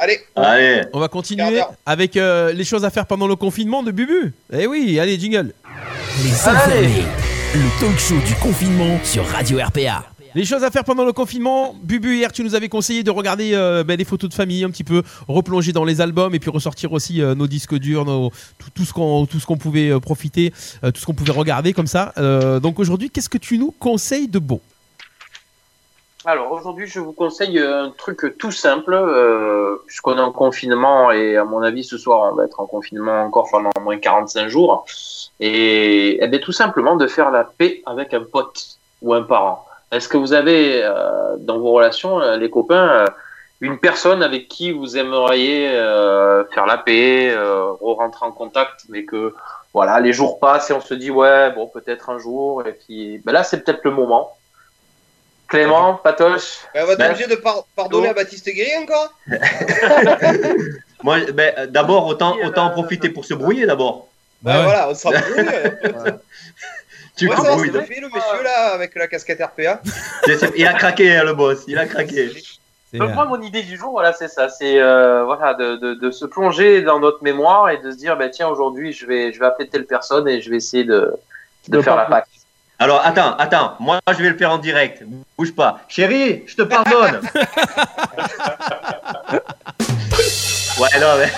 Speaker 6: Allez,
Speaker 5: Allez.
Speaker 4: On va
Speaker 6: Quart
Speaker 4: continuer
Speaker 6: d'heure.
Speaker 4: avec euh, les choses à faire pendant le confinement de Bubu. Eh oui, allez, jingle.
Speaker 3: Les enfermés. Le talk show du confinement sur Radio RPA.
Speaker 4: Les choses à faire pendant le confinement. Bubu, hier, tu nous avais conseillé de regarder euh, ben, les photos de famille un petit peu, replonger dans les albums et puis ressortir aussi euh, nos disques durs, nos- tout, tout ce qu'on tout ce qu'on pouvait euh, profiter, euh, tout ce qu'on pouvait regarder comme ça. Euh, donc aujourd'hui, qu'est-ce que tu nous conseilles de beau
Speaker 7: Alors aujourd'hui, je vous conseille euh, un truc tout simple, euh, puisqu'on est en confinement et à mon avis ce soir on va être en confinement encore pendant au moins 45 jours. Et eh bien, tout simplement de faire la paix avec un pote ou un parent. Est-ce que vous avez euh, dans vos relations, euh, les copains, euh, une personne avec qui vous aimeriez euh, faire la paix, euh, rentrer en contact, mais que voilà, les jours passent et on se dit ouais, bon peut-être un jour. Et puis ben là, c'est peut-être le moment. Clément, Patoche.
Speaker 6: Ben, on va être
Speaker 5: Ben.
Speaker 6: obligé de par- pardonner à Baptiste Guéry encore
Speaker 5: Moi, ben, euh, d'abord
Speaker 4: Bah
Speaker 6: Ben, Bah
Speaker 5: autant autant en profiter pour se brouiller d'abord.
Speaker 6: Ouais, voilà, on sera brûlé.
Speaker 5: Tu
Speaker 6: euh. Ouais, ça, c'est
Speaker 5: brouilles. hein.
Speaker 6: le fait, le monsieur là avec la casquette RPA.
Speaker 5: Il a craqué, hein, le boss. Il a craqué.
Speaker 4: euh,
Speaker 7: Donc, moi, mon idée du jour, voilà, c'est ça. C'est euh, voilà, de, de- de se plonger dans notre mémoire et de se dire, bah, tiens, aujourd'hui, je vais, je vais appeler telle personne et je vais essayer de, de faire la PAC.
Speaker 5: Alors, attends, attends. Moi, je vais le faire en direct. Bouge pas. Chérie, je te pardonne. ouais, non, mais.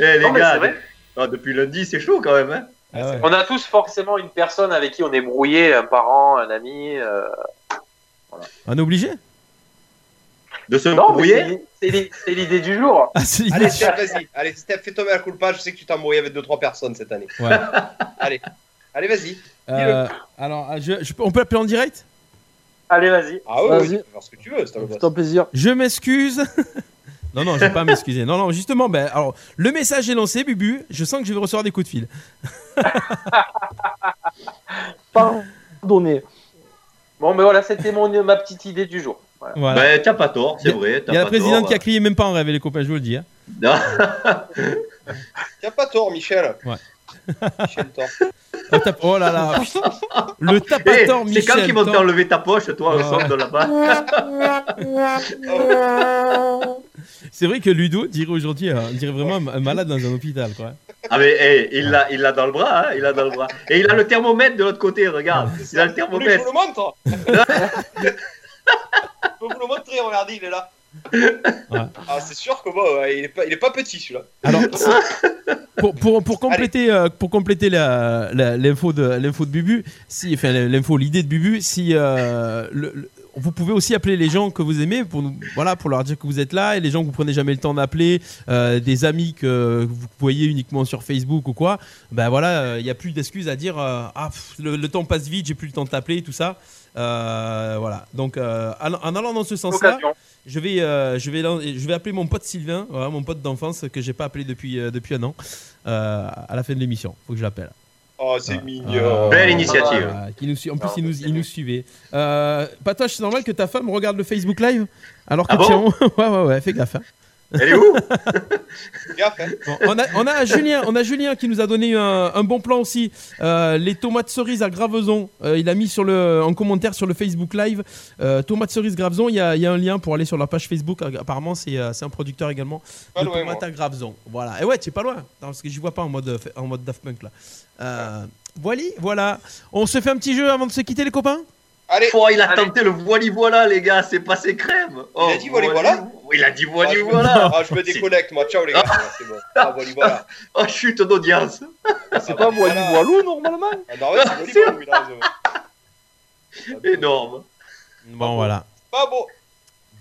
Speaker 5: Eh, les
Speaker 7: Non, mais
Speaker 5: gars.
Speaker 7: c'est vrai.
Speaker 5: non, depuis lundi, c'est chaud quand même. Hein.
Speaker 7: On a tous forcément une personne avec qui on est brouillé, un parent, un ami. euh,
Speaker 4: On est obligé
Speaker 5: De se
Speaker 7: Non, mais
Speaker 5: brouiller
Speaker 7: c'est l'i- c'est l'idée du jour.
Speaker 4: Ah, c'est
Speaker 6: Allez, Steph, vas-y. Allez, Steph, fais tomber la culpa. Je sais que tu t'embrouilles avec 2-3 personnes cette année.
Speaker 4: Ouais.
Speaker 6: Allez, allez, vas-y.
Speaker 4: Euh, alors, euh, je- je peux- on peut l'appeler en direct
Speaker 7: Allez, vas-y.
Speaker 6: Ah ouais,
Speaker 8: Vas-y.
Speaker 6: oui, tu peux faire ce que tu veux, c'est un
Speaker 8: C'est un plaisir.
Speaker 4: Je m'excuse. non, non, je vais pas m'excuser. Non, non, justement, ben, alors, le message est lancé, Bubu. Je sens que je vais recevoir des coups de fil.
Speaker 8: Pardonnez.
Speaker 7: Bon, ben voilà, c'était mon, ma petite idée du jour. Voilà.
Speaker 4: Voilà.
Speaker 5: Ben, t'as pas tort, c'est
Speaker 4: Y a-
Speaker 5: vrai.
Speaker 4: Il y a la présidente qui a crié même pas en rêve, les copains, je vous le dis. hein.
Speaker 6: T'as pas tort, Michel.
Speaker 4: Ouais.
Speaker 6: Michel tort.
Speaker 4: Le tap- Oh là là. putain. le tapator
Speaker 5: hein. Eh, c'est quand
Speaker 4: Michel.
Speaker 5: qu'ils vont
Speaker 4: Tan-
Speaker 5: t'enlever ta poche, toi, au
Speaker 4: Ouais.
Speaker 5: centre de là-bas
Speaker 4: C'est vrai que Ludo dirait aujourd'hui, euh, on dirait vraiment un malade dans un hôpital. Quoi.
Speaker 5: Ah mais hey, il l'a il l'a dans le bras, hein, il l'a dans le bras. Et il a le thermomètre de l'autre côté, regarde. Il a le
Speaker 6: Vous voulez que je
Speaker 5: thermomètre.
Speaker 6: vous le montre Je peux vous le montrer, regardez, il est là. Ah, c'est sûr que bon, ouais, il, est pas, il est pas petit celui-là.
Speaker 4: Alors, c'est- pour, pour, pour compléter, euh, pour compléter la- la- l'info de, l'info de Bubu, si, enfin l'info, l'idée de Bubu, si euh, le- le- vous pouvez aussi appeler les gens que vous aimez pour, nous, voilà, pour leur dire que vous êtes là et les gens que vous prenez jamais le temps d'appeler, euh, des amis que vous voyez uniquement sur Facebook ou quoi, ben voilà, euh, il n'y a plus d'excuses à dire euh, ah, pff, le, le temps passe vite, j'ai plus le temps de t'appeler, tout ça. Euh, voilà, donc euh, en en allant dans ce sens-là,
Speaker 7: Occasion.
Speaker 4: je vais, euh, je, vais, lan- je vais appeler mon pote Sylvain, voilà, mon pote d'enfance que j'ai pas appelé depuis, euh, depuis un an, euh, à la fin de l'émission. Faut que je l'appelle.
Speaker 6: Oh, c'est
Speaker 4: Ah,
Speaker 6: mignon.
Speaker 5: Belle initiative.
Speaker 4: Ah, qui nous suit- en plus, il nous, il nous suivait. Euh, Patoche, c'est normal que ta femme regarde le Facebook Live alors que
Speaker 5: Ah bon
Speaker 4: tiens, ouais, ouais, ouais, fais gaffe. hein.
Speaker 5: Elle est où
Speaker 6: Gaffe, hein.
Speaker 4: Bon, on, a, on a Julien, on a Julien qui nous a donné un, un bon plan aussi. Euh, les tomates cerises à Graveson. Euh, il a mis sur le, en commentaire sur le Facebook Live euh, tomates cerises Graveson. Il y, a, il y a un lien pour aller sur leur page Facebook. Apparemment, c'est euh, c'est un producteur également.
Speaker 6: Pas
Speaker 4: de
Speaker 6: loin,
Speaker 4: tomates
Speaker 6: moi.
Speaker 4: à Graveson. Voilà. Et ouais, tu es pas loin. Attends, parce que j'y vois pas en mode, en mode Daft Punk là. Euh, voilà, voilà. On se fait un petit jeu avant de se quitter, les copains.
Speaker 6: Allez,
Speaker 5: Oh, il a
Speaker 7: Allez.
Speaker 5: tenté le voili voilà les gars, c'est passé crème. Oh,
Speaker 6: Il a dit voili voilà
Speaker 5: Il a dit
Speaker 6: Ah,
Speaker 5: voili
Speaker 6: je me-
Speaker 5: voilà.
Speaker 6: Ah, je me déconnecte, moi. Ciao, les gars. C'est bon. Ah, voilà, voilà.
Speaker 5: Oh chute d'audience.
Speaker 6: C'est
Speaker 8: Pas voilou, voilou, normalement.
Speaker 6: Ah, bah ouais, c'est Wally Wallou, il a raison.
Speaker 5: Énorme.
Speaker 4: Bon, voilà.
Speaker 6: Pas bon.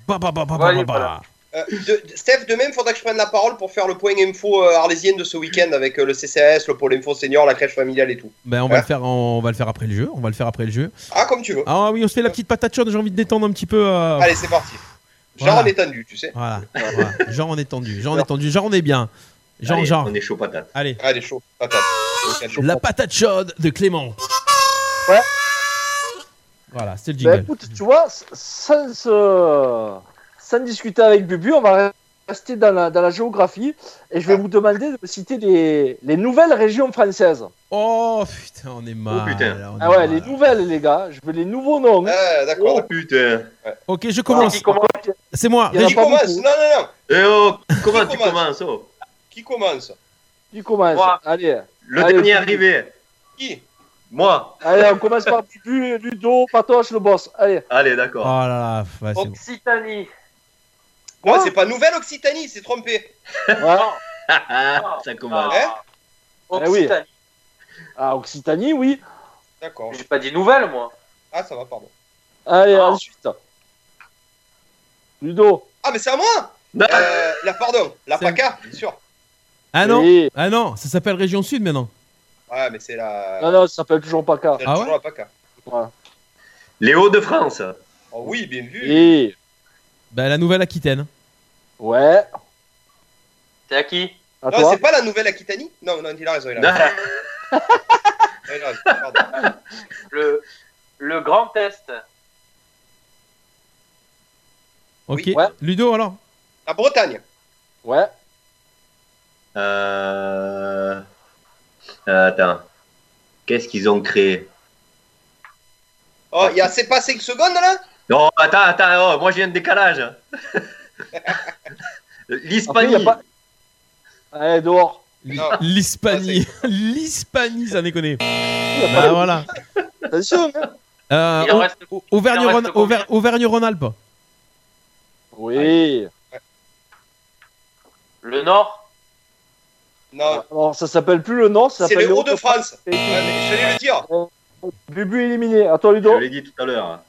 Speaker 4: Bah, bah, bah, bah, bah,
Speaker 7: Voilà,
Speaker 4: bah, bah.
Speaker 7: voilà.
Speaker 6: Euh, de- de- Steph, de même, faudra que je prenne la parole pour faire le point info euh, arlésienne de ce week-end avec euh, le CCAS, le pôle info senior, la crèche familiale et tout.
Speaker 4: Ben, on va
Speaker 6: Hein
Speaker 4: le faire, en- on va le faire après le jeu. On va le faire après le jeu.
Speaker 6: Ah, comme tu veux.
Speaker 4: Ah oui, on se fait la petite patate chaude. J'ai envie de détendre un petit peu. euh,
Speaker 8: Ah.
Speaker 6: Allez, c'est parti. Genre
Speaker 4: Voilà.
Speaker 6: en étendu, tu sais.
Speaker 4: Voilà, voilà. Genre on est tendu, genre on est tendu, genre on est bien. Genre,
Speaker 5: Allez,
Speaker 4: genre.
Speaker 5: On est chaud patate.
Speaker 4: Allez,
Speaker 6: Allez, chaud. Patate.
Speaker 8: Ah.
Speaker 6: Nickel.
Speaker 4: la patate chaude de Clément.
Speaker 8: Ouais.
Speaker 4: Voilà, c'est le
Speaker 8: Bah,
Speaker 4: jingle.
Speaker 8: écoute, tu vois, s- sans, se- sans discuter avec Bubu, on va rester dans la, dans la géographie et je vais vous demander de me citer les, les nouvelles régions françaises.
Speaker 4: Oh putain, on est mal.
Speaker 5: Oh, putain.
Speaker 4: on est
Speaker 8: Ah ouais,
Speaker 4: mal.
Speaker 8: les nouvelles, les gars. Je veux les nouveaux noms.
Speaker 6: Ah,
Speaker 5: Oh
Speaker 6: d'accord.
Speaker 5: putain.
Speaker 4: Ok, je
Speaker 8: Comment
Speaker 4: commence. C'est moi.
Speaker 8: Il y en a
Speaker 6: Qui
Speaker 8: pas
Speaker 6: commence
Speaker 8: beaucoup.
Speaker 6: Non, non, non.
Speaker 5: Eh oh, comment
Speaker 6: Qui
Speaker 5: tu
Speaker 6: commence
Speaker 5: commences oh
Speaker 6: Qui commence
Speaker 8: Tu commences.
Speaker 7: Moi.
Speaker 8: Allez,
Speaker 5: Le
Speaker 8: Allez,
Speaker 5: dernier
Speaker 8: Philippe.
Speaker 5: arrivé.
Speaker 6: Qui
Speaker 5: Moi.
Speaker 8: allez, on commence par Bubu, Ludo, Patoche, le boss. Allez.
Speaker 5: Allez,
Speaker 4: Oh
Speaker 5: d'accord.
Speaker 4: là là, ouais, c'est bon.
Speaker 7: Occitanie.
Speaker 6: Moi, c'est pas Nouvelle-Occitanie, c'est trompé.
Speaker 8: Ouais.
Speaker 5: Ça commence.
Speaker 7: Ah.
Speaker 8: Eh oui.
Speaker 7: Occitanie.
Speaker 8: Ah, Occitanie, oui.
Speaker 6: D'accord.
Speaker 7: J'ai pas dit nouvelle, moi.
Speaker 6: Ah, ça va, pardon.
Speaker 8: Allez,
Speaker 7: Ah.
Speaker 8: ensuite. Ludo.
Speaker 6: Ah, mais c'est à moi
Speaker 8: Bah.
Speaker 5: Non.
Speaker 6: euh, La pardon, la
Speaker 4: C'est-
Speaker 6: PACA, bien sûr.
Speaker 4: Ah non,
Speaker 8: Oui.
Speaker 4: ah non, ça s'appelle Région Sud maintenant.
Speaker 6: Ouais, mais c'est la.
Speaker 8: Non, non, ça s'appelle toujours pas cas.
Speaker 6: c'est
Speaker 4: Ah
Speaker 6: toujours
Speaker 4: ouais
Speaker 6: la PACA. Ah.
Speaker 5: Les Hauts-de-France.
Speaker 6: Oh oui, bien vu.
Speaker 8: Et...
Speaker 4: Bah la Nouvelle-Aquitaine.
Speaker 8: Eh. Ouais.
Speaker 7: C'est à qui
Speaker 8: À
Speaker 6: Non,
Speaker 8: toi. Bah,
Speaker 6: c'est pas la Nouvelle-Aquitanie Non, non, il a raison, il a raison. Il a raison, Eh, pardon.
Speaker 7: le, le Grand Est.
Speaker 4: Ok.
Speaker 8: Oui. Ouais.
Speaker 4: Ludo alors.
Speaker 6: La Bretagne.
Speaker 8: Ouais.
Speaker 5: Euh... Attends. Qu'est-ce euh, qu'ils ont créé
Speaker 6: Oh, il y a c'est pas 5 secondes là
Speaker 5: Non, attends, attends, oh, moi j'ai un décalage.
Speaker 8: Après, il
Speaker 5: L'Hispanie.
Speaker 8: y a pas. Allez, dehors.
Speaker 6: Non.
Speaker 4: L'Hispanie. L'Hispanie, ça déconne. Bah voilà.
Speaker 8: Attention. hein.
Speaker 4: Euh,
Speaker 7: Il en reste-
Speaker 4: Au- Auvergne-
Speaker 7: il en reste
Speaker 4: Rhône- Auver- Auvergne-Rhône-Alpes.
Speaker 8: Oui.
Speaker 7: Le Nord
Speaker 6: Non,
Speaker 8: Alors, ça s'appelle plus le nom, ça
Speaker 6: c'est
Speaker 8: s'appelle
Speaker 6: le Haut de France.
Speaker 8: Et-
Speaker 6: Ouais, mais J'allais le dire.
Speaker 8: Bubu éliminé. À toi,
Speaker 5: Je
Speaker 8: Ludo.
Speaker 5: l'ai dit tout à l'heure. hein.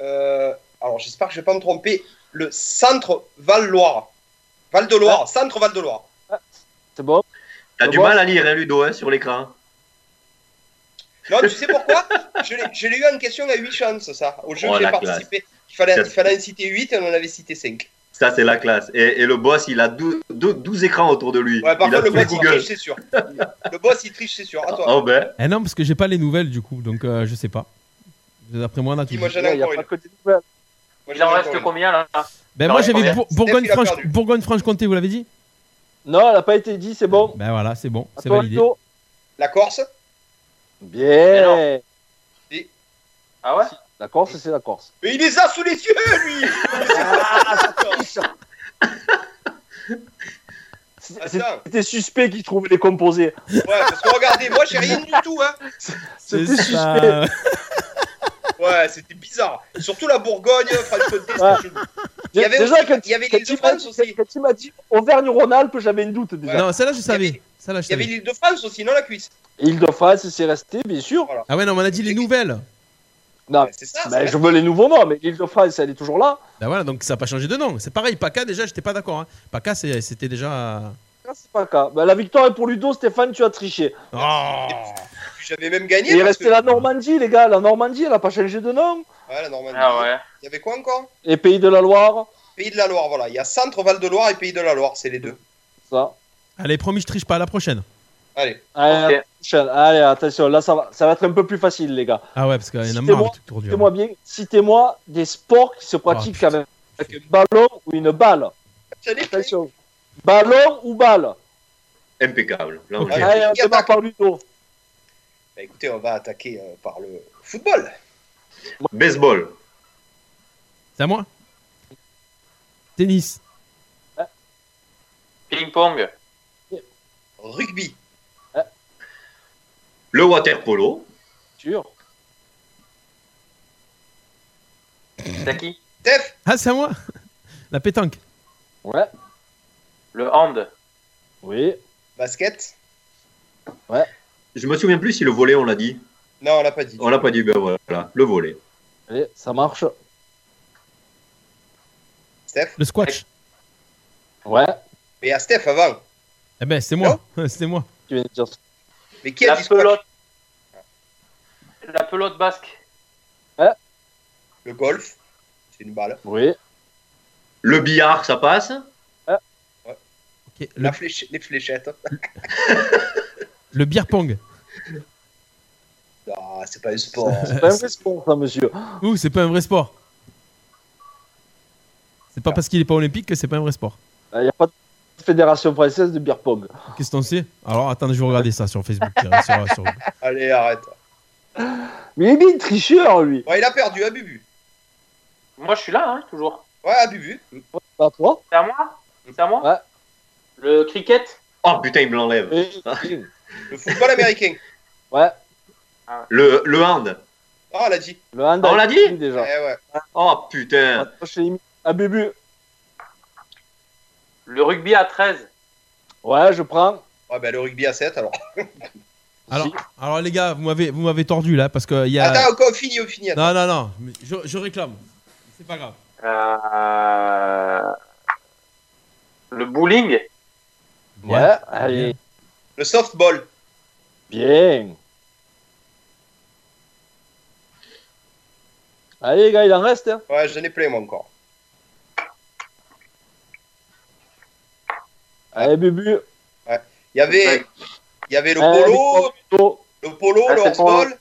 Speaker 6: Euh, alors j'espère que je vais pas me tromper. Le centre Val-Loire.
Speaker 5: Ah.
Speaker 6: Val-de-Loire, centre Val-de-Loire.
Speaker 8: C'est bon.
Speaker 5: T'as
Speaker 8: Au
Speaker 5: du
Speaker 8: revoir.
Speaker 5: mal à lire, hein, Ludo, hein, sur l'écran.
Speaker 6: Non, tu sais pourquoi Je l'ai- je l'ai eu en question à 8 chances, ça. Au jeu,
Speaker 5: Oh,
Speaker 6: j'ai
Speaker 5: la
Speaker 6: participé. Il fallait,
Speaker 5: Ça-
Speaker 6: il fallait en citer 8 et on en avait cité 5.
Speaker 5: Ça, c'est la classe. Et, et le boss, il a 12, 12 12 écrans autour de lui.
Speaker 6: Ouais, par
Speaker 5: il a
Speaker 6: contre, le
Speaker 5: tous les
Speaker 6: boss, il
Speaker 5: Google.
Speaker 6: triche, c'est sûr. Le boss, il triche, c'est sûr. À toi.
Speaker 5: Oh ben,
Speaker 4: Eh non, parce que j'ai pas les nouvelles du coup, donc euh, je sais pas. D'après moi, on a tout
Speaker 6: Dis-moi,
Speaker 4: dit.
Speaker 6: j'en
Speaker 8: Ouais,
Speaker 6: ai
Speaker 8: y a
Speaker 6: encore
Speaker 8: pas
Speaker 6: une.
Speaker 8: que des nouvelles.
Speaker 6: Moi,
Speaker 7: Il
Speaker 6: j'en
Speaker 7: en
Speaker 6: ai
Speaker 7: reste
Speaker 6: encore une.
Speaker 7: combien là
Speaker 4: Ben
Speaker 7: Non,
Speaker 4: moi
Speaker 7: ouais,
Speaker 4: j'avais
Speaker 7: Steph,
Speaker 4: Bour-
Speaker 6: il a
Speaker 4: Bourgogne-Franche-
Speaker 6: perdu.
Speaker 4: Bourgogne-Franche-Comté, vous l'avez dit
Speaker 8: Non, elle a pas été dit, c'est bon.
Speaker 4: Ben voilà, c'est bon,
Speaker 8: À
Speaker 4: c'est
Speaker 8: toi,
Speaker 4: validé.
Speaker 8: Ludo.
Speaker 6: La Corse
Speaker 8: Bien.
Speaker 7: Ah ouais
Speaker 8: La Corse, c'est la Corse.
Speaker 6: Mais il les a sous les yeux, lui
Speaker 8: C'est-
Speaker 6: Attends.
Speaker 8: C'était suspect qui trouvait les composés.
Speaker 6: Ouais, parce que regardez, moi, j'ai rien du tout, hein.
Speaker 8: C'était
Speaker 4: ça.
Speaker 8: suspect.
Speaker 6: Ouais, c'était bizarre. Surtout la Bourgogne, Franche-Comté, c'était chelou. Il y avait
Speaker 8: Déjà,
Speaker 6: aussi-
Speaker 8: quand-
Speaker 6: il y avait
Speaker 8: quand
Speaker 6: l'île
Speaker 8: tu
Speaker 6: de
Speaker 8: m'as
Speaker 6: France
Speaker 8: dit-
Speaker 6: aussi.
Speaker 8: quand tu m'as dit Auvergne-Rhône-Alpes, j'avais une doute déjà.
Speaker 4: Non, celle-là je
Speaker 6: y avait-
Speaker 4: savais. Celle-là je
Speaker 6: Il y avait
Speaker 4: savais.
Speaker 6: l'île de France aussi, non la cuisse
Speaker 8: Île-de-France, c'est resté, bien sûr.
Speaker 4: Ah ouais, non, mais on a dit les nouvelles.
Speaker 8: Non,
Speaker 6: Ouais, C'est ça
Speaker 8: mais
Speaker 6: c'est-
Speaker 8: Ah. Bah, je veux les nouveaux noms, mais l'Île-de-France, elle est toujours là.
Speaker 4: Ben voilà, donc ça a pas changé de nom. C'est pareil, PACA déjà, j'étais pas d'accord. Hein. PACA c'est- c'était déjà. euh,
Speaker 8: Ah, C'est pas le cas. Bah, la victoire est pour Ludo, Stéphane, tu as triché.
Speaker 6: Ah.
Speaker 4: Oh
Speaker 6: J'avais même
Speaker 8: Et
Speaker 6: gagné.
Speaker 8: il
Speaker 6: parce
Speaker 8: restait
Speaker 6: que-
Speaker 8: la Normandie, les gars. La Normandie, elle a pas changé de nom.
Speaker 6: Ouais, la Normandie.
Speaker 7: Ah ouais.
Speaker 6: Il y avait quoi encore
Speaker 8: Et Pays de la Loire,
Speaker 6: Pays de la Loire, voilà. Il y a Centre, Val de Loire et Pays de la Loire, c'est les deux.
Speaker 8: ça.
Speaker 4: Allez, promis, je triche pas à la prochaine.
Speaker 6: Allez.
Speaker 8: Allez,
Speaker 7: Ok.
Speaker 8: la prochaine. Allez, attention, là, ça va, ça va être un peu plus facile, les gars.
Speaker 4: Ah ouais, parce qu'il y en a
Speaker 8: Citez-moi-
Speaker 4: marre, le truc trop dur.
Speaker 8: Citez-moi bien, citez-moi des sports qui se pratiquent
Speaker 4: putain.
Speaker 8: avec avec un ballon ou une balle.
Speaker 6: J'allais faire-
Speaker 8: Attention. Ballon ou balle Eh,
Speaker 5: impeccable. Là, on
Speaker 4: Ok.
Speaker 5: est-
Speaker 8: Allez, on
Speaker 6: qui
Speaker 8: démarre
Speaker 6: attaque
Speaker 8: par Ludo.
Speaker 6: Bah, écoutez, on va attaquer euh, par le football.
Speaker 5: Baseball.
Speaker 4: C'est à moi Tennis.
Speaker 7: Ping-pong
Speaker 6: Rugby.
Speaker 5: Le water polo.
Speaker 8: Sûr.
Speaker 7: T'as qui
Speaker 6: Steph,
Speaker 4: Ah, c'est à moi La pétanque.
Speaker 8: Ouais.
Speaker 7: Le Hand
Speaker 8: Oui.
Speaker 6: basket.
Speaker 5: Je me souviens plus si le volet, on l'a dit.
Speaker 6: Non, on l'a pas dit.
Speaker 5: On l'a pas dit, ben voilà, le volet.
Speaker 8: Allez, ça marche.
Speaker 6: Steph.
Speaker 4: Le squash.
Speaker 8: Ouais.
Speaker 6: Mais à Steph avant.
Speaker 4: Eh ben, c'est moi. C'est moi.
Speaker 8: Tu viens de dire ça.
Speaker 6: Mais qui a
Speaker 7: La
Speaker 6: dit squash
Speaker 7: pelote La pelote basque
Speaker 6: Le golf. C'est une balle.
Speaker 8: Oui.
Speaker 5: Le billard, ça passe.
Speaker 4: Ok, Le,
Speaker 6: La fléche- Les fléchettes.
Speaker 4: le beer pong.
Speaker 6: Ah, c'est pas un sport.
Speaker 8: C'est pas un vrai sport, ça, monsieur.
Speaker 4: Ouh, c'est pas un vrai sport. C'est pas parce qu'il est pas olympique que c'est pas un vrai sport.
Speaker 8: Il n'y a pas de fédération française de beer pong.
Speaker 4: Qu'est-ce que t'en sais Alors, attendez, je vais regarder ça sur Facebook. tiens, sur- sur-
Speaker 6: Allez, arrête.
Speaker 8: Mais il est bien tricheur, lui.
Speaker 6: Bon, il a perdu à Bubu.
Speaker 7: Moi je suis là, hein, toujours.
Speaker 6: Ouais, ah, à Bubu.
Speaker 8: Pas toi
Speaker 7: C'est à moi C'est à moi
Speaker 8: Ouais.
Speaker 7: Le cricket
Speaker 5: Oh putain, il me l'enlève.
Speaker 8: Oui.
Speaker 6: Le football américain.
Speaker 8: Ouais.
Speaker 5: Le, le hand.
Speaker 6: Ah, on l'a dit.
Speaker 8: Le hand
Speaker 5: On l'a dit
Speaker 6: Eh
Speaker 8: déjà.
Speaker 6: ouais.
Speaker 5: Oh putain.
Speaker 8: Moi, je l'ai mis à Bubu.
Speaker 7: Le rugby à 13
Speaker 8: Ouais, je prends.
Speaker 6: Ouais, bah, le rugby à 7 alors.
Speaker 4: Alors,
Speaker 8: Si.
Speaker 4: alors, les gars, vous m'avez, vous m'avez tordu là parce que il y a.
Speaker 6: Attends, encore, on finit, on finit.
Speaker 4: non, non, non. mais Je, je réclame. C'est pas grave.
Speaker 7: Euh, Le bowling
Speaker 4: Bien.
Speaker 8: Ouais. Allez.
Speaker 6: Le softball.
Speaker 8: Bien. Allez, les gars, il en reste. hein.
Speaker 6: Ouais, j'en ai plein, moi, encore.
Speaker 8: Allez, Bubu.
Speaker 6: Il y avait,
Speaker 7: Ouais.
Speaker 6: il y avait le
Speaker 8: Allez,
Speaker 6: polo,
Speaker 8: Ludo.
Speaker 6: le polo,
Speaker 7: Ah,
Speaker 6: le
Speaker 7: c'est pour-
Speaker 6: horseball,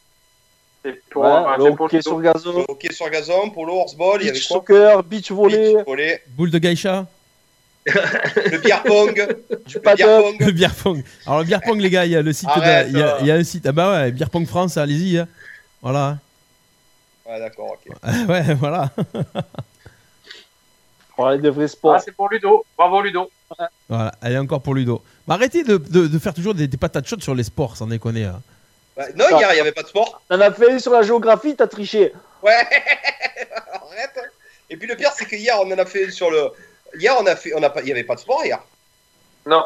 Speaker 7: C'est pour,
Speaker 8: Ouais,
Speaker 7: c'est
Speaker 8: le
Speaker 7: pour
Speaker 8: hockey
Speaker 7: le
Speaker 8: sur
Speaker 7: judo.
Speaker 8: gazon.
Speaker 6: le hockey sur gazon, polo, horseball, il y avait
Speaker 8: Beach
Speaker 6: quoi
Speaker 8: soccer, beach volley,
Speaker 6: Beach volley,
Speaker 4: Boule de gaïcha,
Speaker 6: le beer pong,
Speaker 8: du
Speaker 6: le beer
Speaker 8: paddle.
Speaker 4: le
Speaker 6: pong.
Speaker 4: beer pong. Alors, le beer pong, les gars, il y a le site. Ah de-
Speaker 6: Arrête,
Speaker 4: il, y a,
Speaker 6: euh.
Speaker 4: il y a un site. Ah bah ouais, beer pong France, allez-y. hein. Voilà. hein.
Speaker 6: Ouais, d'accord, ok.
Speaker 4: ouais, voilà.
Speaker 8: On va aller de vrai sport.
Speaker 7: Ah, c'est pour Ludo. Bravo, Ludo.
Speaker 4: Voilà, elle est encore pour Ludo. Mais arrêtez de, de- de faire toujours des, des patates chaudes sur les sports, sans déconner. hein.
Speaker 6: Bah, non, hier, il n'y avait pas de sport.
Speaker 8: T'en as fait une sur la géographie, t'as triché.
Speaker 6: Ouais, arrête. Et puis le pire, c'est que hier, on en a fait sur le. Hier, on a fait, on a pas, il n'y avait pas de sport hier.
Speaker 7: Non.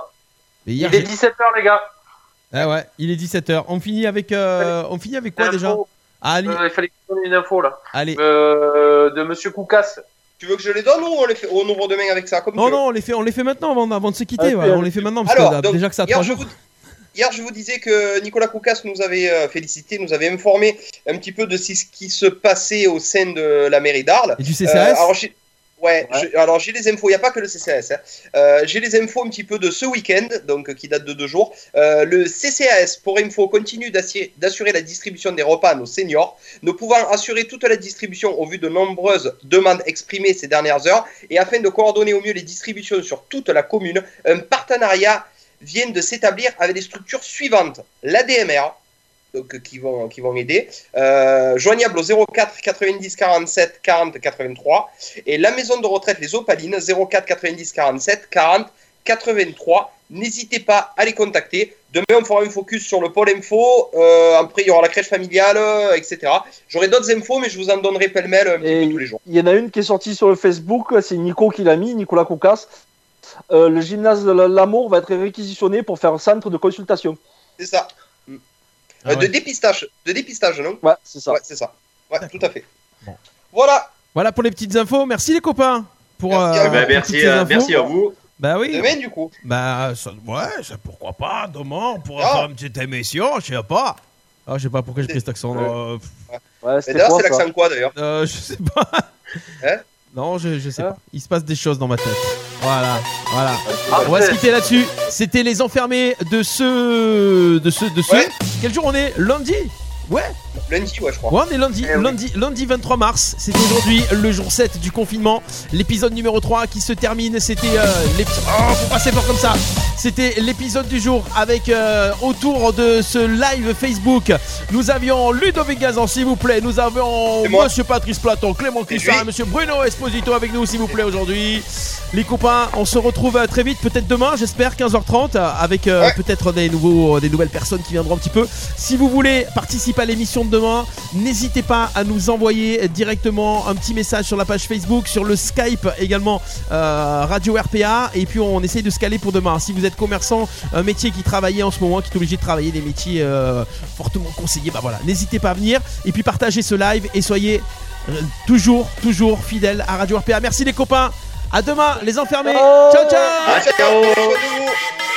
Speaker 4: Mais hier,
Speaker 7: Il est
Speaker 4: j'ai-
Speaker 7: 17h, les gars.
Speaker 4: Ah ouais, il est 17h. On finit avec, euh, on finit avec quoi
Speaker 7: Info.
Speaker 4: déjà Ah, Ali-
Speaker 7: Euh, il fallait que je donne une info, là.
Speaker 4: Allez.
Speaker 7: Euh, de Monsieur Koukas.
Speaker 6: Tu veux que je les donne ou on les fait, on ouvre demain avec ça comme tu
Speaker 4: Non,
Speaker 6: veux
Speaker 4: non, on les fait, on les fait maintenant avant, avant de se quitter.
Speaker 8: Ah,
Speaker 4: voilà,
Speaker 8: oui,
Speaker 4: on les fait maintenant parce
Speaker 6: Alors,
Speaker 4: que, euh,
Speaker 6: donc,
Speaker 4: déjà que ça a
Speaker 6: Hier
Speaker 4: trois
Speaker 6: je,
Speaker 4: jours.
Speaker 6: vous, hier, je vous disais que Nicolas Koukas nous avait euh, félicité, nous avait informé un petit peu de ce qui se passait au sein de la mairie d'Arles.
Speaker 4: Et du
Speaker 6: Euh,
Speaker 4: CCAS
Speaker 6: alors, j'ai- Ouais,
Speaker 8: Ouais.
Speaker 6: je- alors j'ai les infos, il n'y a pas que le CCAS. hein. Euh, j'ai les infos un petit peu de ce week-end, donc euh, qui date de deux jours. Euh, le CCAS, pour info, continue d'assi- d'assurer la distribution des repas à nos seniors, ne pouvant assurer toute la distribution au vu de nombreuses demandes exprimées ces dernières heures, et afin de coordonner au mieux les distributions sur toute la commune, un partenariat vient de s'établir avec les structures suivantes. L'ADMR, donc, euh, qui, vont, qui vont aider, euh, joignable au 04 90 47 40 83, et la maison de retraite Les Opalines 04 90 47 40 83. N'hésitez pas à les contacter. Demain, on fera un focus sur le pôle info. euh, après, il y aura la crèche familiale, euh, etc. J'aurai d'autres infos, mais je vous en donnerai pêle-mêle un petit
Speaker 8: Et
Speaker 6: peu tous les jours.
Speaker 8: Il y en a une qui est sortie sur le Facebook, c'est Nico qui l'a mis, Nicolas Koukas. Euh, le gymnase de la- l'amour va être réquisitionné pour faire un centre de consultation.
Speaker 6: C'est ça. Mm.
Speaker 4: Ah
Speaker 6: Euh,
Speaker 4: ouais.
Speaker 6: De dépistage. De dépistage, non
Speaker 8: Ouais, c'est ça.
Speaker 6: Ouais, c'est ça. Ouais, tout à fait.
Speaker 4: Bon.
Speaker 6: Voilà.
Speaker 4: Voilà pour les petites infos. Merci les copains. Pour,
Speaker 6: Merci à
Speaker 4: euh,
Speaker 5: Eh
Speaker 6: vous.
Speaker 5: ben,
Speaker 4: pour
Speaker 8: Ah,
Speaker 4: toutes
Speaker 5: merci,
Speaker 4: ces
Speaker 5: euh,
Speaker 4: infos.
Speaker 5: merci à vous.
Speaker 4: Bah
Speaker 8: Eh,
Speaker 4: oui.
Speaker 6: Demain, Eh, du coup.
Speaker 4: Bah ça- ouais, ça, pourquoi pas. Demain, on pourra
Speaker 6: Ah.
Speaker 4: faire une petite émission, je sais pas. Ah, je sais pas pourquoi j'ai pris cet accent. euh, pff,
Speaker 8: Ouais,
Speaker 6: Mais
Speaker 8: c'était
Speaker 6: D'ailleurs,
Speaker 8: quoi
Speaker 6: c'est
Speaker 8: ça
Speaker 6: l'accent quoi d'ailleurs
Speaker 4: euh, je sais pas.
Speaker 6: Hein
Speaker 4: non, je, je sais
Speaker 8: Hein
Speaker 4: pas. Il se passe des choses dans ma tête. Voilà, voilà.
Speaker 7: Ah,
Speaker 4: On va se
Speaker 7: peut-être.
Speaker 4: quitter là-dessus. C'était les enfermés de ce, de ce, de ce.
Speaker 6: Ouais.
Speaker 4: Quel jour on est Lundi. Ouais.
Speaker 6: Lundi, ouais, je crois.
Speaker 4: Ouais, on est lundi,
Speaker 7: Eh oui.
Speaker 4: lundi, lundi 23 mars. C'était aujourd'hui le jour 7 du confinement. L'épisode numéro 3 qui se termine. C'était euh, l'épi- Oh, faut passer fort comme ça. C'était l'épisode du jour avec euh, autour de ce live Facebook. Nous avions Ludovic Gazan, s'il vous plaît. Nous avions
Speaker 6: C'est moi.
Speaker 4: Monsieur Patrice Platon, Clément
Speaker 6: C'est
Speaker 4: Crissin,
Speaker 6: lui.
Speaker 4: Monsieur Bruno Esposito avec nous, s'il vous plaît, aujourd'hui. Les copains, on se retrouve euh, très vite, peut-être demain, j'espère, 15h30, euh, avec euh,
Speaker 6: Ouais.
Speaker 4: peut-être des nouveaux, euh, des nouvelles personnes qui viendront un petit peu. Si vous voulez participer à l'émission de demain, n'hésitez pas à nous envoyer directement un petit message sur la page Facebook, sur le Skype également euh, Radio RPA, et puis on essaye de se caler pour demain. Si vous êtes commerçant, un métier qui travaillait en ce moment, qui est obligé de travailler des métiers euh, fortement conseillés, bah voilà, n'hésitez pas à venir, et puis partagez ce live et soyez euh, toujours, toujours fidèles à Radio RPA. Merci les copains. À demain, les enfermés. Ciao, ciao.
Speaker 5: Ah, ciao.
Speaker 6: Ciao, ciao.